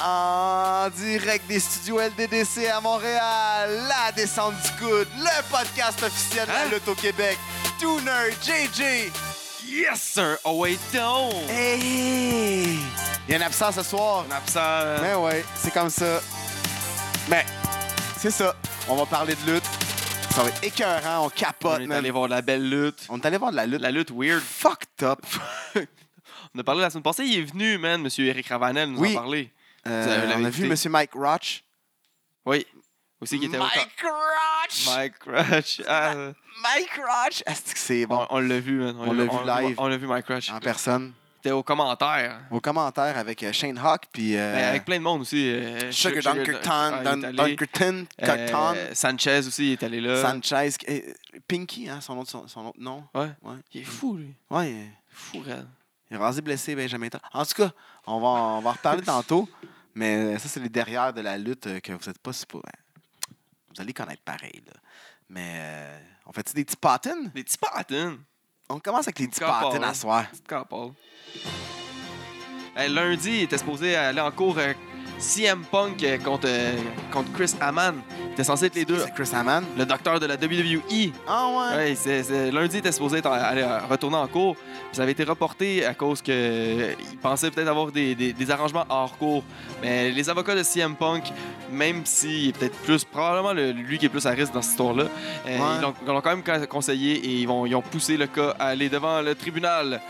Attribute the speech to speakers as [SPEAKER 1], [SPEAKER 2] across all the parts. [SPEAKER 1] En direct des studios LDDC à Montréal, la descente du coude, le podcast officiel
[SPEAKER 2] Hein?
[SPEAKER 1] de la lutte au Québec, Tooner JJ.
[SPEAKER 2] Yes, sir! Oh, wait, donc!
[SPEAKER 1] Hey! Il y a un absent ce soir.
[SPEAKER 2] On absent.
[SPEAKER 1] Mais ouais, c'est comme ça. Mais c'est ça. On va parler de lutte. Ça va être écœurant, on
[SPEAKER 2] on
[SPEAKER 1] capote,
[SPEAKER 2] est
[SPEAKER 1] man.
[SPEAKER 2] allé voir de la belle lutte.
[SPEAKER 1] On est allé voir de la lutte.
[SPEAKER 2] La lutte weird.
[SPEAKER 1] Fucked up.
[SPEAKER 2] On a parlé la semaine passée, il est venu, man, monsieur Eric Ravanel, nous
[SPEAKER 1] Oui.
[SPEAKER 2] en parler.
[SPEAKER 1] Euh,
[SPEAKER 2] la
[SPEAKER 1] on a
[SPEAKER 2] vérité.
[SPEAKER 1] vu M. Mike Roach.
[SPEAKER 2] Oui. Aussi, qui était au top.
[SPEAKER 1] Mike Roach!
[SPEAKER 2] Mike Crouch. Ah,
[SPEAKER 1] Mike Roach! Est-ce que c'est bon?
[SPEAKER 2] on on l'a vu, man.
[SPEAKER 1] On l'a vu live. Ah.
[SPEAKER 2] On, l'a vu, Mike Crouch.
[SPEAKER 1] En personne.
[SPEAKER 2] Il était aux commentaires.
[SPEAKER 1] Aux commentaires avec euh, Shane Hawk, puis euh,
[SPEAKER 2] Mais Ben, avec plein de monde aussi. euh,
[SPEAKER 1] Sugar
[SPEAKER 2] ah,
[SPEAKER 1] Dunkerton,
[SPEAKER 2] il est
[SPEAKER 1] Dun-
[SPEAKER 2] allé.
[SPEAKER 1] Dunkerton,
[SPEAKER 2] Euh,
[SPEAKER 1] Cocton,
[SPEAKER 2] Sanchez aussi, il est allé là.
[SPEAKER 1] Sanchez, euh, Pinky, hein, son, autre, son, son autre nom.
[SPEAKER 2] Il est fou, lui.
[SPEAKER 1] Ouais, il est-
[SPEAKER 2] Fou, raide.
[SPEAKER 1] il est rasé blessé, Benjamin. Todd. En tout cas, on va, on va en reparler tantôt, mais euh, ça, c'est les derrière de la lutte euh, que vous n'êtes pas supposé. Vous allez connaître pareil, là. Mais euh, on fait-tu des petits hein. patins?
[SPEAKER 2] Des petits patins.
[SPEAKER 1] On commence avec les petits
[SPEAKER 2] Encore,
[SPEAKER 1] patins à
[SPEAKER 2] hein.
[SPEAKER 1] soir.
[SPEAKER 2] Petite campagne. Hey, lundi, il était supposé aller en cours euh, CM Punk euh, contre, euh, contre Chris Aman. Il était censé être les deux.
[SPEAKER 1] C'est Chris Hammond.
[SPEAKER 2] Le docteur de la E. WWE.
[SPEAKER 1] Ah ouais!
[SPEAKER 2] Ouais, c'est- c'est- lundi, il était supposé être en- aller euh, retourner en cours. Puis ça avait été reporté à cause que euh, il pensait peut-être avoir des, des- des arrangements hors cours. Mais les avocats de CM Punk, même s'il est peut-être plus, probablement le- lui qui est plus à risque dans cette histoire-là, euh,
[SPEAKER 1] Ouais.
[SPEAKER 2] ils l'ont- ils l'ont quand même ca- conseillé et ils, vont, ils ont poussé le cas à aller devant le tribunal.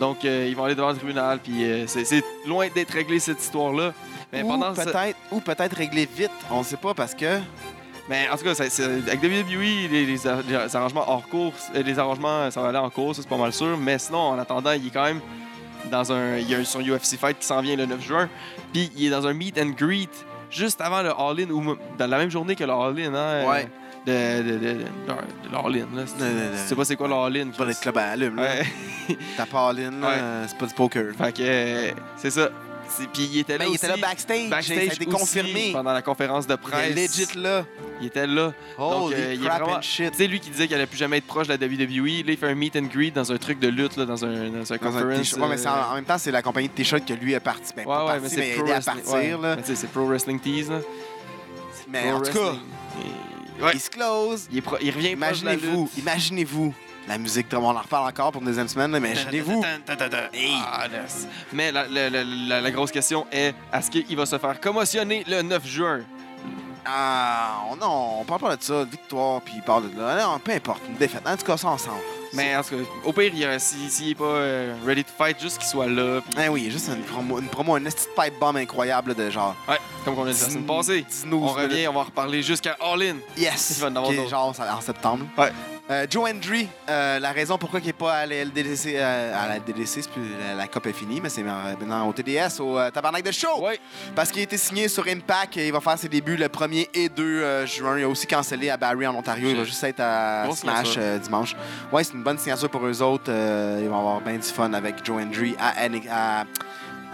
[SPEAKER 2] Donc, euh, ils vont aller devant le tribunal. Puis euh, c'est c'est loin d'être réglé cette histoire-là. Mais
[SPEAKER 1] ou
[SPEAKER 2] pendant ce-
[SPEAKER 1] peut-être ou peut-être régler vite, on sait pas parce que
[SPEAKER 2] Mais en tout cas, c'est- c'est- avec WWE, les, les ar- les arrangements hors course, euh, les arrangements, ça va aller en course, ça, c'est pas mal sûr. Mais sinon, en attendant, il est quand même dans un. Il y a un- son UFC Fight qui s'en vient le 9 juin. Puis il est dans un meet and greet juste avant le All-In, ou m- dans la même journée que le All-In, hein? euh,
[SPEAKER 1] Ouais.
[SPEAKER 2] De, de, de, de, de- de l'All-In, là.
[SPEAKER 1] Non, non, non.
[SPEAKER 2] Tu sais pas c'est quoi l'All-In.
[SPEAKER 1] pas le club à allume là.
[SPEAKER 2] Ouais.
[SPEAKER 1] T'as pas all in, là,
[SPEAKER 2] Ouais.
[SPEAKER 1] euh, c'est pas du poker.
[SPEAKER 2] fait que, euh, c'est ça. C'est- Puis il était là.
[SPEAKER 1] Mais Ben, il était là
[SPEAKER 2] aussi,
[SPEAKER 1] backstage,
[SPEAKER 2] backstage
[SPEAKER 1] ça a été
[SPEAKER 2] aussi,
[SPEAKER 1] confirmé.
[SPEAKER 2] Pendant la conférence de
[SPEAKER 1] Il est
[SPEAKER 2] presse.
[SPEAKER 1] legit là.
[SPEAKER 2] Il était là.
[SPEAKER 1] Holy
[SPEAKER 2] euh, il est
[SPEAKER 1] crap
[SPEAKER 2] vraiment-
[SPEAKER 1] and shit.
[SPEAKER 2] Tu sais, lui qui disait qu'il allait plus jamais être proche de la WWE, là, il fait un meet and greet dans un truc de lutte, là, dans un, dans un
[SPEAKER 1] Dans un
[SPEAKER 2] conference.
[SPEAKER 1] t-shirt. Ouais, mais c'est en,
[SPEAKER 2] euh,
[SPEAKER 1] en même temps, c'est la compagnie de t-shirts que lui a parti. Ben, pas
[SPEAKER 2] ouais, ouais,
[SPEAKER 1] parti,
[SPEAKER 2] mais
[SPEAKER 1] mais,
[SPEAKER 2] c'est
[SPEAKER 1] a
[SPEAKER 2] pro
[SPEAKER 1] aidé à
[SPEAKER 2] wrestling. ouais.
[SPEAKER 1] partir. Là.
[SPEAKER 2] Mais tu sais, c'est pro wrestling tease, là.
[SPEAKER 1] Mais
[SPEAKER 2] Pro
[SPEAKER 1] en tout cas,
[SPEAKER 2] wrestling. Et- ouais,
[SPEAKER 1] il se close.
[SPEAKER 2] il, est pro- il revient proche de la
[SPEAKER 1] Imaginez-vous,
[SPEAKER 2] lutte.
[SPEAKER 1] imaginez-vous. La musique, de- on en reparle encore pour une deuxième semaine, là, mais imaginez-vous. Hey.
[SPEAKER 2] Ah, là, c'est- Mais la, la- la- la- la grosse question est est-ce qu'il va se faire commotionner le 9 juin
[SPEAKER 1] Ah, on- non, on parle pas de ça, de victoire, puis il parle de là. Non, peu importe, une défaite. En tout cas, ça ensemble.
[SPEAKER 2] Mais en tout cas, au pire, il y a- s'il s'il est pas euh, ready to fight, juste qu'il soit là. puis-
[SPEAKER 1] Ah oui, juste une promo, une, promo, une petite pipe bomb incroyable là, de genre.
[SPEAKER 2] Ouais, comme on a dit la semaine passée.
[SPEAKER 1] 19
[SPEAKER 2] On
[SPEAKER 1] minutes.
[SPEAKER 2] revient, on va en reparler jusqu'à All In.
[SPEAKER 1] Yes.
[SPEAKER 2] Il va en avoir
[SPEAKER 1] Qui est
[SPEAKER 2] d'autres.
[SPEAKER 1] genre ça- en septembre.
[SPEAKER 2] Ouais.
[SPEAKER 1] Euh, Joe Hendry, euh, la raison pourquoi il n'est pas à la LDDC, euh, à la LDDC, c'est plus la, la COP est finie, mais c'est maintenant au TDS, au euh, Tabarnak de Show.
[SPEAKER 2] Ouais.
[SPEAKER 1] Parce qu'il a été signé sur Impact et il va faire ses débuts le 1er et 2 euh, juin. Il a aussi cancellé à Barry en Ontario. Il va
[SPEAKER 2] Shit.
[SPEAKER 1] juste être à
[SPEAKER 2] Grosse
[SPEAKER 1] Smash
[SPEAKER 2] signature.
[SPEAKER 1] euh, dimanche. Ouais, c'est une bonne signature pour eux autres. Euh, ils vont avoir bien du fun avec Joe Hendry à, N- à-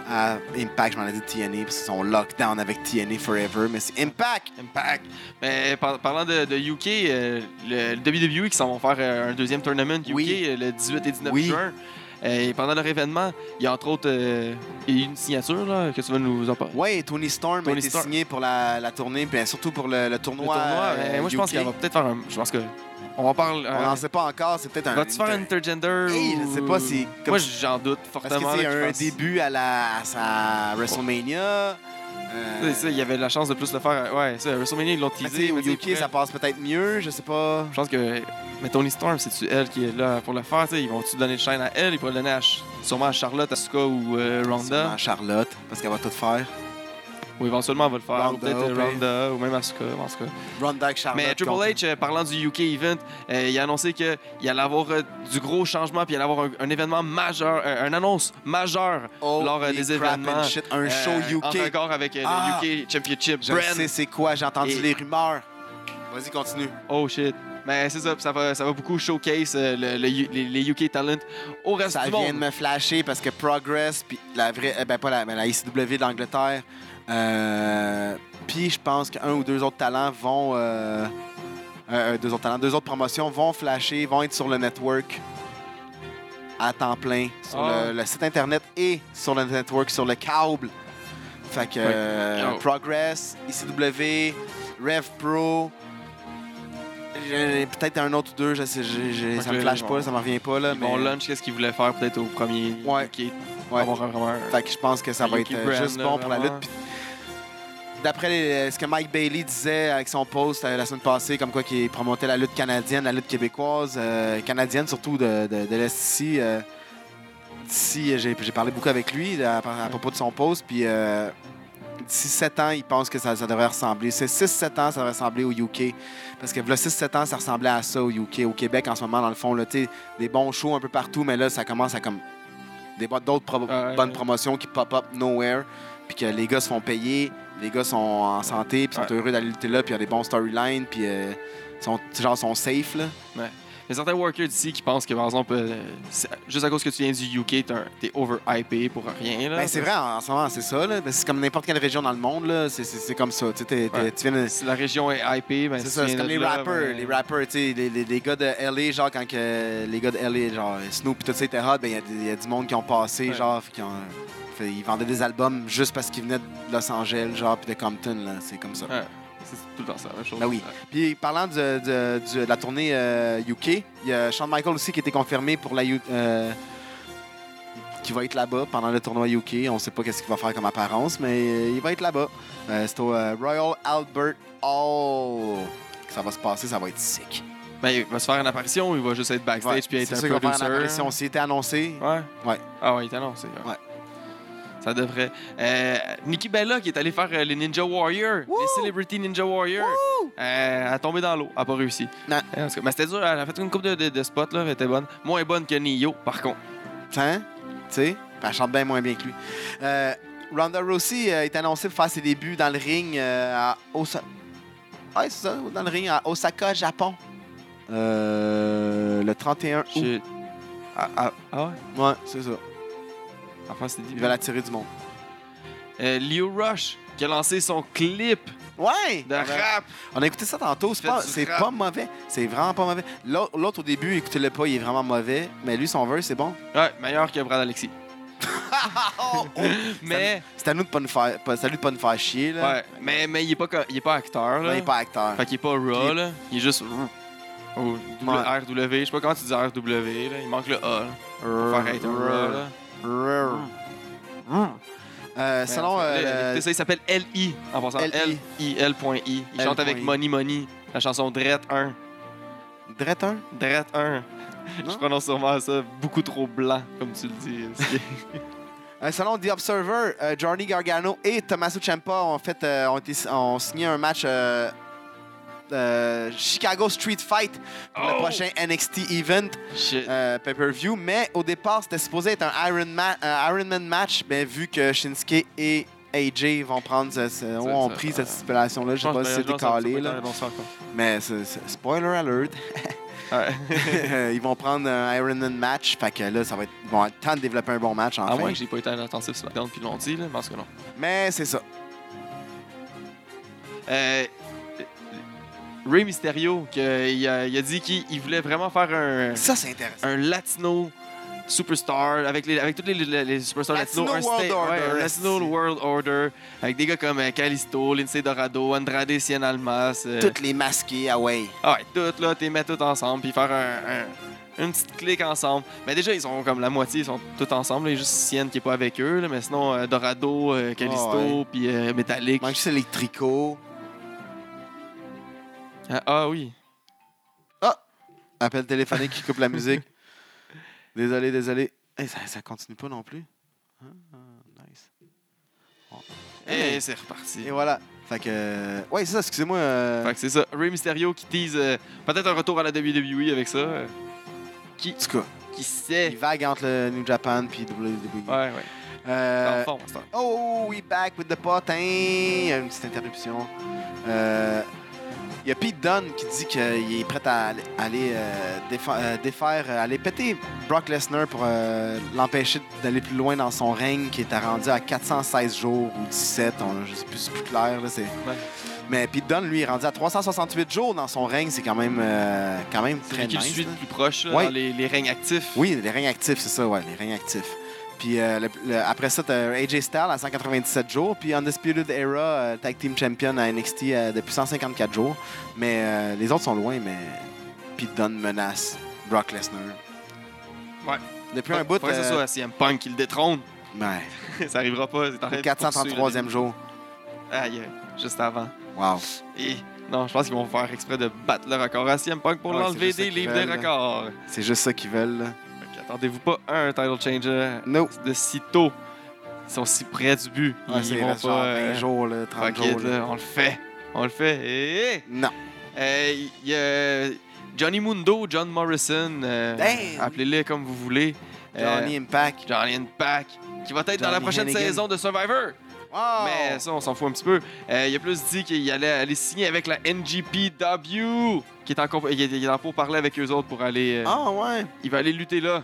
[SPEAKER 1] à Impact. Je m'en ai dit TNA parce qu'ils sont lockdown avec TNA Forever, mais c'est Impact.
[SPEAKER 2] Impact. Mais par- parlant de, de UK, euh, le, le WWE qui s'en vont faire euh, un deuxième tournament UK
[SPEAKER 1] Oui.
[SPEAKER 2] euh, le 18 et 19
[SPEAKER 1] Oui.
[SPEAKER 2] juin. Euh, et pendant leur événement, il y a entre autres euh, il y a une signature là, que tu vas nous en parler.
[SPEAKER 1] Ouais, Tony Storm a
[SPEAKER 2] Tony
[SPEAKER 1] été
[SPEAKER 2] Storm.
[SPEAKER 1] signé pour la, la tournée, puis surtout pour le, le
[SPEAKER 2] Le
[SPEAKER 1] tournoi.
[SPEAKER 2] tournoi,
[SPEAKER 1] euh,
[SPEAKER 2] euh, moi je pense
[SPEAKER 1] UK.
[SPEAKER 2] qu'elle va peut-être faire un. Je pense que. On en parle.
[SPEAKER 1] On
[SPEAKER 2] euh,
[SPEAKER 1] n'en sait pas encore, c'est peut-être un.
[SPEAKER 2] Vas-tu faire un intergender
[SPEAKER 1] Hey, je sais pas si- comme-
[SPEAKER 2] Moi j'en doute
[SPEAKER 1] Parce que
[SPEAKER 2] fortement.
[SPEAKER 1] c'est
[SPEAKER 2] là, qu'il
[SPEAKER 1] un
[SPEAKER 2] fasse-
[SPEAKER 1] début à, la, à sa WrestleMania. euh,
[SPEAKER 2] Tu sais, ça, Il y avait la chance de plus le faire. à- Ouais, ça, à WrestleMania ils l'ont
[SPEAKER 1] mais
[SPEAKER 2] teasé. mais
[SPEAKER 1] tu sais,
[SPEAKER 2] tu
[SPEAKER 1] au
[SPEAKER 2] sais,
[SPEAKER 1] UK,
[SPEAKER 2] ils
[SPEAKER 1] ça passe peut-être mieux, je sais pas.
[SPEAKER 2] Je pense que. Mais Tony Storm, c'est-tu elle qui est là pour le faire? tu sais, Ils vont-tu donner le chaîne à elle? Ils pourraient le donner à Ch- sûrement à Charlotte, Asuka ou euh, Ronda.
[SPEAKER 1] Sûrement Charlotte, parce qu'elle va tout faire.
[SPEAKER 2] Ou éventuellement, elle va le faire. ou
[SPEAKER 1] Ronda,
[SPEAKER 2] peut-être
[SPEAKER 1] au pire.
[SPEAKER 2] euh, Ronda ou même Asuka. En tout cas.
[SPEAKER 1] Ronda avec Charlotte.
[SPEAKER 2] Mais Triple
[SPEAKER 1] contre-
[SPEAKER 2] H, euh, parlant du UK event, euh, il a annoncé qu'il allait avoir euh, du gros changement puis il allait avoir un, un événement majeur, euh, une annonce majeure
[SPEAKER 1] Oh,
[SPEAKER 2] lors euh,
[SPEAKER 1] les
[SPEAKER 2] des
[SPEAKER 1] crap and
[SPEAKER 2] événements.
[SPEAKER 1] shit, un
[SPEAKER 2] euh,
[SPEAKER 1] show
[SPEAKER 2] En
[SPEAKER 1] UK.
[SPEAKER 2] accord avec euh,
[SPEAKER 1] Ah!
[SPEAKER 2] le UK Championship.
[SPEAKER 1] Je
[SPEAKER 2] Brand.
[SPEAKER 1] sais c'est quoi, j'ai entendu
[SPEAKER 2] Et-
[SPEAKER 1] les rumeurs. Vas-y, continue.
[SPEAKER 2] Oh shit. Mais c'est ça, puis ça va, ça va beaucoup showcase euh, le- le U- les, les UK talent au reste
[SPEAKER 1] Ça
[SPEAKER 2] du
[SPEAKER 1] vient
[SPEAKER 2] monde.
[SPEAKER 1] de me flasher parce que Progress, puis la vraie, eh ben pas la, mais la ICW d'Angleterre, euh, puis je pense qu'un ou deux autres talents vont, euh, euh, deux autres talents, deux autres promotions vont flasher, vont être sur le network à temps plein, sur
[SPEAKER 2] Ah.
[SPEAKER 1] le, le site internet et sur le network, sur le câble. Fait que euh,
[SPEAKER 2] Oh.
[SPEAKER 1] Progress, ICW, Rev Pro, j'ai- peut-être un autre ou deux, je sais, j'ai- j'ai-
[SPEAKER 2] Fait
[SPEAKER 1] ça
[SPEAKER 2] que
[SPEAKER 1] me
[SPEAKER 2] là,
[SPEAKER 1] flash
[SPEAKER 2] ils
[SPEAKER 1] pas,
[SPEAKER 2] vont-
[SPEAKER 1] ça me revient pas là. Mais,
[SPEAKER 2] Bon, lunch, qu'est-ce qu'ils voulaient faire peut-être au premier
[SPEAKER 1] Ouais.
[SPEAKER 2] qui est
[SPEAKER 1] ouais.
[SPEAKER 2] avoir un- vraiment euh, un-
[SPEAKER 1] Fait que je pense que ça va être
[SPEAKER 2] Yuki
[SPEAKER 1] euh,
[SPEAKER 2] Brand,
[SPEAKER 1] juste
[SPEAKER 2] là,
[SPEAKER 1] bon pour la
[SPEAKER 2] vraiment.
[SPEAKER 1] lutte. Puis, D'après les- ce que Mike Bailey disait avec son post euh, la semaine passée, comme quoi qu'il promotait la lutte canadienne, la lutte québécoise, euh, canadienne surtout de, de- de l'Est ici. euh, d'ici, euh, j'ai j'ai parlé beaucoup avec lui à, à propos de son post. Puis euh, d'ici 7 ans, il pense que ça, ça devrait ressembler. C'est 6-7 ans, ça devrait ressembler au UK. Parce que là, 6-7 ans, ça ressemblait à ça au UK. Au Québec, en ce moment, dans le fond, là, tu sais, des bons shows un peu partout, mais là, ça commence à comme des bo- d'autres pro-
[SPEAKER 2] Ah Ouais.
[SPEAKER 1] bonnes promotions qui pop-up nowhere. Puis que les gars se font payer, les gars sont en santé, puis sont
[SPEAKER 2] Ouais.
[SPEAKER 1] heureux d'aller lutter là, puis il y a des bons storylines, puis euh, sont, genre sont safe. Là.
[SPEAKER 2] Il y a certains workers d'ici qui pensent que, par exemple, euh, c'est- juste à cause que tu viens du UK, t'es un- t'es overhypé pour rien. Là,
[SPEAKER 1] Ben, c'est vrai, en en ce moment, c'est ça. Là. Ben, c'est comme n'importe quelle région dans le monde, là. C'est, c'est- c'est comme ça. Tu sais, t'es- t'es-
[SPEAKER 2] Ouais.
[SPEAKER 1] tu viens de-
[SPEAKER 2] Si la région est hypée, ben,
[SPEAKER 1] C'est
[SPEAKER 2] si
[SPEAKER 1] ça,
[SPEAKER 2] tu
[SPEAKER 1] c'est
[SPEAKER 2] viens
[SPEAKER 1] comme
[SPEAKER 2] de
[SPEAKER 1] les
[SPEAKER 2] là,
[SPEAKER 1] rappers.
[SPEAKER 2] ben,
[SPEAKER 1] Les rappers, tu sais, les, les- les gars de LA, genre, quand que les gars de LA, genre, Snoop et tout ça était hot, ben, il y a des- il y, a du monde qui ont passé,
[SPEAKER 2] Ouais.
[SPEAKER 1] genre, qui ont. fait- ils vendaient des albums juste parce qu'ils venaient de Los Angeles, genre, puis de Compton, là. C'est comme ça.
[SPEAKER 2] Ouais. C'est tout le temps ça, la même chose.
[SPEAKER 1] Ben oui. Puis, parlant de, de- du- de la tournée euh, UK, il y a Shawn Michael aussi qui était confirmé pour la. U- euh, qui va être là-bas pendant le tournoi UK. On sait pas qu'est-ce qu'il va faire comme apparence, mais euh, il va être là-bas. Euh, c'est au euh, Royal Albert Hall que ça va se passer, ça va être sick.
[SPEAKER 2] Ben, il va se faire une apparition ou il va juste être backstage
[SPEAKER 1] Ouais,
[SPEAKER 2] puis être
[SPEAKER 1] c'est
[SPEAKER 2] un
[SPEAKER 1] sûr qu'il va faire une
[SPEAKER 2] producer?
[SPEAKER 1] apparition. S'il était annoncé,
[SPEAKER 2] Ouais.
[SPEAKER 1] Ouais.
[SPEAKER 2] Ah ouais, il t'annonce. Ouais.
[SPEAKER 1] Ouais.
[SPEAKER 2] Ça devrait. Euh, Nikki Bella qui est allée faire euh, les Ninja Warriors,
[SPEAKER 1] Wouh!
[SPEAKER 2] les Celebrity Ninja Warriors,
[SPEAKER 1] Wouh!
[SPEAKER 2] euh, elle a tombé dans l'eau, elle n'a pas réussi.
[SPEAKER 1] Non.
[SPEAKER 2] Euh, en tout cas, mais c'était dur, elle a fait une coupe de, de, de spots, là, elle était bonne. Moins bonne que Nio, par contre.
[SPEAKER 1] hein, tu sais, elle chante bien moins bien que lui. Euh, Ronda Rousey euh, est annoncée pour faire ses débuts dans le ring euh, à Osaka. Ouais, c'est ça, dans le ring à Osaka, Japon. Euh, le 31 août.
[SPEAKER 2] Shit. Ah, ah, ah ouais?
[SPEAKER 1] Ouais, c'est ça.
[SPEAKER 2] Enfin, c'est dit.
[SPEAKER 1] Il va la tirer du monde.
[SPEAKER 2] Euh, Leo Rush qui a lancé son clip
[SPEAKER 1] Ouais!
[SPEAKER 2] de rap.
[SPEAKER 1] On a écouté ça tantôt. C'est
[SPEAKER 2] Faites
[SPEAKER 1] pas,
[SPEAKER 2] du
[SPEAKER 1] c'est
[SPEAKER 2] rap.
[SPEAKER 1] pas mauvais. C'est vraiment pas mauvais. L'au- L'autre, au début, écoutez-le pas, il est vraiment mauvais. Mais lui, son verse, c'est bon.
[SPEAKER 2] Ouais, meilleur que Brad Alexis.
[SPEAKER 1] Oh,
[SPEAKER 2] Mais,
[SPEAKER 1] C'est à nous de pas nous faire, pas- c'est à lui de pas nous faire chier. Là.
[SPEAKER 2] ouais, mais, mais il est pas, co- il est pas acteur. Là.
[SPEAKER 1] Mais Ben, il est pas acteur.
[SPEAKER 2] Fait qu'il est pas raw, là. Il est juste. Ou W- RW, je sais pas comment tu dis RW, là. Il manque le A, là. Pour faire être un raw, là. Ben, Hmm.
[SPEAKER 1] Rrr. Hmm. Euh, selon
[SPEAKER 2] Ouais,
[SPEAKER 1] euh,
[SPEAKER 2] écoutez ça, il s'appelle L.I. en passant.
[SPEAKER 1] L.I.
[SPEAKER 2] L.I. L.I. Il chante
[SPEAKER 1] L.I..
[SPEAKER 2] avec Money Money, la chanson Drette 1.
[SPEAKER 1] Dretter,
[SPEAKER 2] Drette 1. Je
[SPEAKER 1] Non?
[SPEAKER 2] prononce sûrement ça beaucoup trop blanc, comme tu le dis.
[SPEAKER 1] Euh, selon The Observer, euh, Johnny Gargano et Tommaso Ciampa ont, fait, euh, ont, été- ont signé un match euh, euh, Chicago Street Fight pour le
[SPEAKER 2] Oh!
[SPEAKER 1] prochain NXT event
[SPEAKER 2] Shit.
[SPEAKER 1] euh, pay-per-view. Mais au départ, c'était supposé être un Iron Man, un Iron Man match, mais vu que Shinsuke et AJ vont prendre ce- ce- ont
[SPEAKER 2] ça,
[SPEAKER 1] pris
[SPEAKER 2] euh,
[SPEAKER 1] cette stipulation-là, je sais pas si c'était calé, là. mais c'est- c'est- spoiler alert. ils vont prendre un Ironman match, fait que là, ça va être, ils vont avoir le temps de développer un bon match,
[SPEAKER 2] À
[SPEAKER 1] enfin.
[SPEAKER 2] moins que j'ai pas été attentif sur la viande, puis l'ont dit, là. Je pense que non.
[SPEAKER 1] Mais c'est ça.
[SPEAKER 2] Euh, Ray Mysterio, que, il, a, il a dit qu'il il voulait vraiment faire un,
[SPEAKER 1] Ça, c'est intéressant.
[SPEAKER 2] un Latino superstar, avec, les, avec tous les, les- les superstars
[SPEAKER 1] Latino
[SPEAKER 2] latinos. un
[SPEAKER 1] World
[SPEAKER 2] sta- ouais,
[SPEAKER 1] Order,
[SPEAKER 2] un Latino
[SPEAKER 1] esti.
[SPEAKER 2] World Order, avec des gars comme euh, Calisto, Lindsay Dorado, Andrade Cien Almas. euh,
[SPEAKER 1] Toutes les masquées, ah ouais.
[SPEAKER 2] ah ouais, toutes, là, t'es mettre tout ensemble, puis faire un, un- une petite clique ensemble. Mais déjà, ils sont comme la moitié, ils sont tous ensemble. là, Il y a juste Sienne qui est pas avec eux, là, mais sinon, euh, Dorado, euh, Callisto,
[SPEAKER 1] Ah ouais.
[SPEAKER 2] puis euh, Metallic.
[SPEAKER 1] Manque juste les tricots.
[SPEAKER 2] Ah, ah oui.
[SPEAKER 1] Appel téléphonique qui coupe la musique. Désolé, désolé. Hey, ça, ça continue pas non plus. Ah, ah, nice. Bon.
[SPEAKER 2] Et
[SPEAKER 1] Hey,
[SPEAKER 2] Eh, c'est reparti.
[SPEAKER 1] Et voilà. Fait que. euh, Ouais, c'est ça, excusez-moi. euh,
[SPEAKER 2] Fait que c'est ça. Ray Mysterio qui tease euh, peut-être un retour à la WWE avec ça. euh, qui,
[SPEAKER 1] En tout cas,
[SPEAKER 2] qui sait.
[SPEAKER 1] il vague entre le New Japan puis WWE.
[SPEAKER 2] Ouais, ouais.
[SPEAKER 1] Euh,
[SPEAKER 2] En forme, c'est ça.
[SPEAKER 1] Oh, we back with the potin! Il y a Une petite interruption. Euh, Il y a Pete Dunne qui dit qu'il est prêt à aller- aller euh, défa- euh, défaire, euh, aller péter Brock Lesnar pour euh, l'empêcher d'aller plus loin dans son règne qui est rendu à 416 jours ou 17, on- je sais plus, c'est plus clair. là, c'est- Mais Pete Dunne, lui, est rendu à 368 jours dans son règne, c'est quand même, euh, quand même
[SPEAKER 2] C'est
[SPEAKER 1] très
[SPEAKER 2] lui qui le
[SPEAKER 1] nice.
[SPEAKER 2] suit
[SPEAKER 1] là.
[SPEAKER 2] le plus proche là,
[SPEAKER 1] Ouais.
[SPEAKER 2] dans les, les règnes actifs.
[SPEAKER 1] Oui, les règnes actifs, c'est ça, ouais, les règnes actifs. Puis euh, le- le- après ça, t'as AJ Styles à 197 jours. Puis Undisputed Era euh, Tag Team Champion à NXT euh, depuis 154 jours. Mais euh, les autres sont loin, mais. Puis Don menace Brock Lesnar.
[SPEAKER 2] Ouais.
[SPEAKER 1] Depuis un bout.
[SPEAKER 2] Faudrait que ce
[SPEAKER 1] euh,
[SPEAKER 2] soit CM Punk qui le détrône.
[SPEAKER 1] ouais,
[SPEAKER 2] ça arrivera pas. c'est en train
[SPEAKER 1] au
[SPEAKER 2] de poursuivre.
[SPEAKER 1] 433e jour.
[SPEAKER 2] Aïe, juste avant.
[SPEAKER 1] Wow.
[SPEAKER 2] Et non, je pense qu'ils vont faire exprès de battre le record à CM Punk pour
[SPEAKER 1] Ouais, c'est
[SPEAKER 2] l'enlever
[SPEAKER 1] juste ça hein.
[SPEAKER 2] des
[SPEAKER 1] qu'ils
[SPEAKER 2] livres
[SPEAKER 1] veulent,
[SPEAKER 2] de
[SPEAKER 1] là.
[SPEAKER 2] records.
[SPEAKER 1] C'est juste ça qu'ils veulent. là.
[SPEAKER 2] Fait que Attendez-vous pas à un title changer
[SPEAKER 1] No.
[SPEAKER 2] de si tôt. Ils sont si près du but.
[SPEAKER 1] Ouais,
[SPEAKER 2] Ils
[SPEAKER 1] c'est
[SPEAKER 2] vont
[SPEAKER 1] reste genre
[SPEAKER 2] pas.
[SPEAKER 1] 20
[SPEAKER 2] euh,
[SPEAKER 1] jours, là, 30
[SPEAKER 2] fuck
[SPEAKER 1] jours.
[SPEAKER 2] it,
[SPEAKER 1] là.
[SPEAKER 2] là, on le fait. On le fait. Et-
[SPEAKER 1] Non.
[SPEAKER 2] Euh, il y a Johnny Mundo, John Morrison, euh,
[SPEAKER 1] Damn!
[SPEAKER 2] appelez-le comme vous voulez. Euh,
[SPEAKER 1] Johnny Impact.
[SPEAKER 2] Johnny Pack, qui va être dans la
[SPEAKER 1] Johnny
[SPEAKER 2] prochaine
[SPEAKER 1] Hannigan.
[SPEAKER 2] saison de Survivor.
[SPEAKER 1] Wow!
[SPEAKER 2] Mais ça, on s'en fout un petit peu. Euh, il a plus dit qu'il allait aller signer avec la NGPW, qui est en, comp- il est- il est en pour parler avec eux autres pour aller. euh,
[SPEAKER 1] Ah ouais!
[SPEAKER 2] Il va aller lutter là.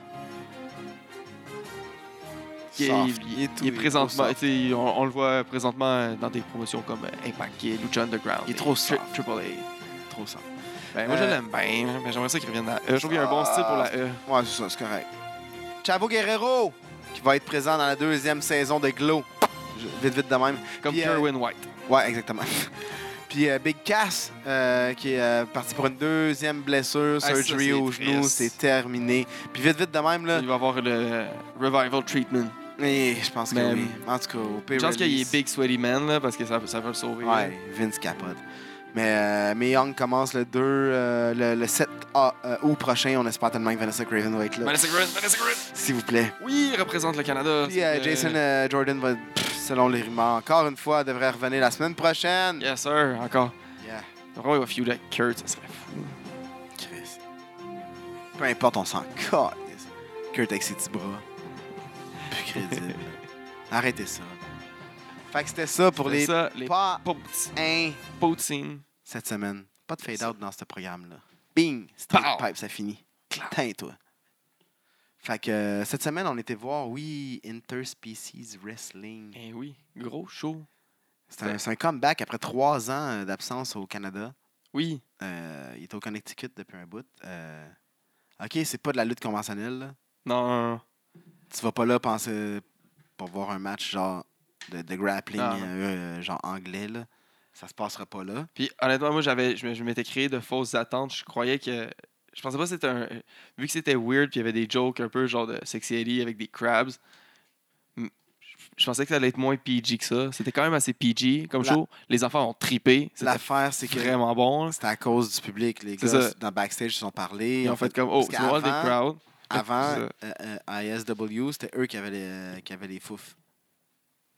[SPEAKER 2] Il est,
[SPEAKER 1] Soft.
[SPEAKER 2] il- il
[SPEAKER 1] tout-
[SPEAKER 2] est
[SPEAKER 1] trop
[SPEAKER 2] présentement,
[SPEAKER 1] soft.
[SPEAKER 2] tu sais, on, on le voit présentement dans des promotions comme euh, Impact, qui est Lucha Underground.
[SPEAKER 1] Il est
[SPEAKER 2] et
[SPEAKER 1] trop
[SPEAKER 2] Tri-
[SPEAKER 1] soft. Euh,
[SPEAKER 2] Triple A.
[SPEAKER 1] Trop soft.
[SPEAKER 2] Ben, moi, je
[SPEAKER 1] Euh,
[SPEAKER 2] l'aime bien, mais j'aimerais ça qu'il revienne dans la E. Je trouve qu'il y a un bon style pour la E.
[SPEAKER 1] Ouais, c'est ça, c'est correct. Chavo Guerrero, qui va être présent dans la deuxième saison de Glow. Je- vite, vite de même.
[SPEAKER 2] Comme
[SPEAKER 1] Puis, euh,
[SPEAKER 2] Kerwin White.
[SPEAKER 1] Ouais, exactement. Puis euh, Big Cass, euh, qui est euh, parti pour une deuxième blessure,
[SPEAKER 2] Ah, ça,
[SPEAKER 1] surgery
[SPEAKER 2] c'est
[SPEAKER 1] au
[SPEAKER 2] triste.
[SPEAKER 1] genou, c'est terminé. Puis vite, vite de même, là.
[SPEAKER 2] Il va avoir le euh, Revival Treatment.
[SPEAKER 1] Et je pense que
[SPEAKER 2] Mais-
[SPEAKER 1] oui. En tout cas, au pire.
[SPEAKER 2] Ben, Je pense qu'il
[SPEAKER 1] release.
[SPEAKER 2] est Big hein. Sweaty Man, là, parce que ça, ça va le sauver. là.
[SPEAKER 1] Ouais, Vince capote. Mais, euh, mais Young commence le 2, euh, le, le 7 a- euh, août prochain. On espère tellement que Vanessa Craven va être là.
[SPEAKER 2] Vanessa Grant, Vanessa Grant!
[SPEAKER 1] S'il vous plaît.
[SPEAKER 2] Oui, il représente le Canada.
[SPEAKER 1] Puis euh,
[SPEAKER 2] C'est, euh,
[SPEAKER 1] Jason euh, Jordan va, pff, selon les rumeurs, encore une fois, devrait revenir la semaine prochaine.
[SPEAKER 2] Yes, sir, encore.
[SPEAKER 1] Yeah,
[SPEAKER 2] Vraiment, il va feud avec Kurt, ça serait fou.
[SPEAKER 1] Chris. Peu importe, on s'en calisse. Kurt avec ses petits bras. Plus crédible. Arrêtez ça. Fait que c'était ça pour
[SPEAKER 2] C'est
[SPEAKER 1] les
[SPEAKER 2] ça, les
[SPEAKER 1] pas
[SPEAKER 2] potes-
[SPEAKER 1] un
[SPEAKER 2] potines.
[SPEAKER 1] cette semaine. Pas de fade-out dans ce programme-là. Bing!
[SPEAKER 2] Pow!
[SPEAKER 1] Straight pipe, ça finit. Tain, toi. Fait que euh, cette semaine, on était voir, oui, Interspecies Wrestling.
[SPEAKER 2] Eh oui, gros show.
[SPEAKER 1] C'est un, c'est un comeback après trois ans euh, d'absence au Canada.
[SPEAKER 2] Oui,
[SPEAKER 1] Euh, il est au Connecticut depuis un bout. Euh, OK, c'est pas de la lutte conventionnelle. là.
[SPEAKER 2] non,
[SPEAKER 1] Tu vas pas là penser pour voir un match genre de, de grappling
[SPEAKER 2] Ah, non.
[SPEAKER 1] euh, euh, genre anglais. Là. Ça se passera pas là.
[SPEAKER 2] Puis honnêtement, moi, j'avais, je, me- je m'étais créé de fausses attentes. Je croyais que. Je pensais pas que c'était un. Vu que c'était weird, puis il y avait des jokes un peu genre de Sexy Eddie avec des crabs. m- Je pensais que ça allait être moins PG que ça. C'était quand même assez PG comme
[SPEAKER 1] La-
[SPEAKER 2] show. Les enfants ont tripé. C'était
[SPEAKER 1] L'affaire, c'est que
[SPEAKER 2] vraiment bon. là.
[SPEAKER 1] c'était à cause du public. Les
[SPEAKER 2] C'est
[SPEAKER 1] gars
[SPEAKER 2] ça.
[SPEAKER 1] dans backstage se sont parlé.
[SPEAKER 2] Ils ont
[SPEAKER 1] En
[SPEAKER 2] fait comme, oh,
[SPEAKER 1] parce
[SPEAKER 2] c'est normal des
[SPEAKER 1] qu'avant-
[SPEAKER 2] crowds.
[SPEAKER 1] Avant,
[SPEAKER 2] C'est
[SPEAKER 1] euh, euh, ISW, c'était eux qui avaient les, euh, qui avaient les fouf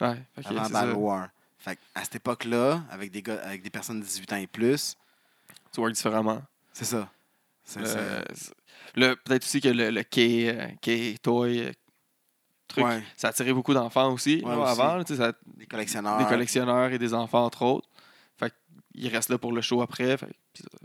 [SPEAKER 2] Ouais, ok,
[SPEAKER 1] avant
[SPEAKER 2] c'est ça.
[SPEAKER 1] Battle War. Fait que à cette époque-là, avec des, gars, avec des personnes de 18 ans et plus,
[SPEAKER 2] Tu work différemment.
[SPEAKER 1] c'est ça. C'est
[SPEAKER 2] Le-
[SPEAKER 1] ça.
[SPEAKER 2] le- Peut-être aussi que le, le K, euh, K toy euh, truc,
[SPEAKER 1] Ouais.
[SPEAKER 2] ça attirait beaucoup d'enfants aussi.
[SPEAKER 1] Ouais,
[SPEAKER 2] là,
[SPEAKER 1] aussi.
[SPEAKER 2] Avant, là, tu sais, ça,
[SPEAKER 1] Des collectionneurs.
[SPEAKER 2] des collectionneurs et des enfants, entre autres. Fait qu'ils restent là pour le show après. Fait, que- puis ça-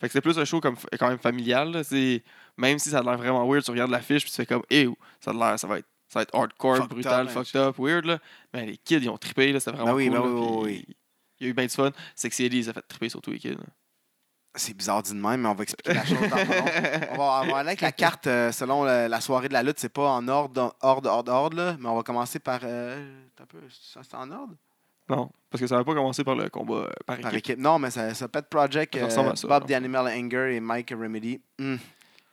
[SPEAKER 2] fait que c'est plus un show comme, quand même familial. là. C'est- Même si ça a l'air vraiment weird, tu regardes l'affiche puis tu fais comme, eh, ça, a l'air- ça, va être, ça va être hardcore,
[SPEAKER 1] Fucked
[SPEAKER 2] brutal,
[SPEAKER 1] up, hein,
[SPEAKER 2] fucked up, weird. Là. Mais les kids, ils ont trippé. là, C'était vraiment
[SPEAKER 1] Ben oui,
[SPEAKER 2] cool.
[SPEAKER 1] ben
[SPEAKER 2] là,
[SPEAKER 1] oui,
[SPEAKER 2] puis
[SPEAKER 1] oui,
[SPEAKER 2] Il y a eu bien du fun. Sexy Eddie, ils ont fait tripper surtout les kids. là.
[SPEAKER 1] C'est bizarre dit de même, mais on va expliquer la chose dans le long. On va, on va aller avec la carte euh, selon la, la soirée de la lutte. C'est pas en ordre, ordre, ordre, ordre, là, mais on va commencer par. euh, attends un peu, ça, c'est en ordre
[SPEAKER 2] Non, parce que ça va pas commencer par le combat euh, par
[SPEAKER 1] Par
[SPEAKER 2] équipe
[SPEAKER 1] équipe. Non, mais ça, ça peut être Project,
[SPEAKER 2] Ça
[SPEAKER 1] euh,
[SPEAKER 2] ressemble à ça,
[SPEAKER 1] Bob
[SPEAKER 2] non?
[SPEAKER 1] the Animal Anger et Mike Remedy. Hum.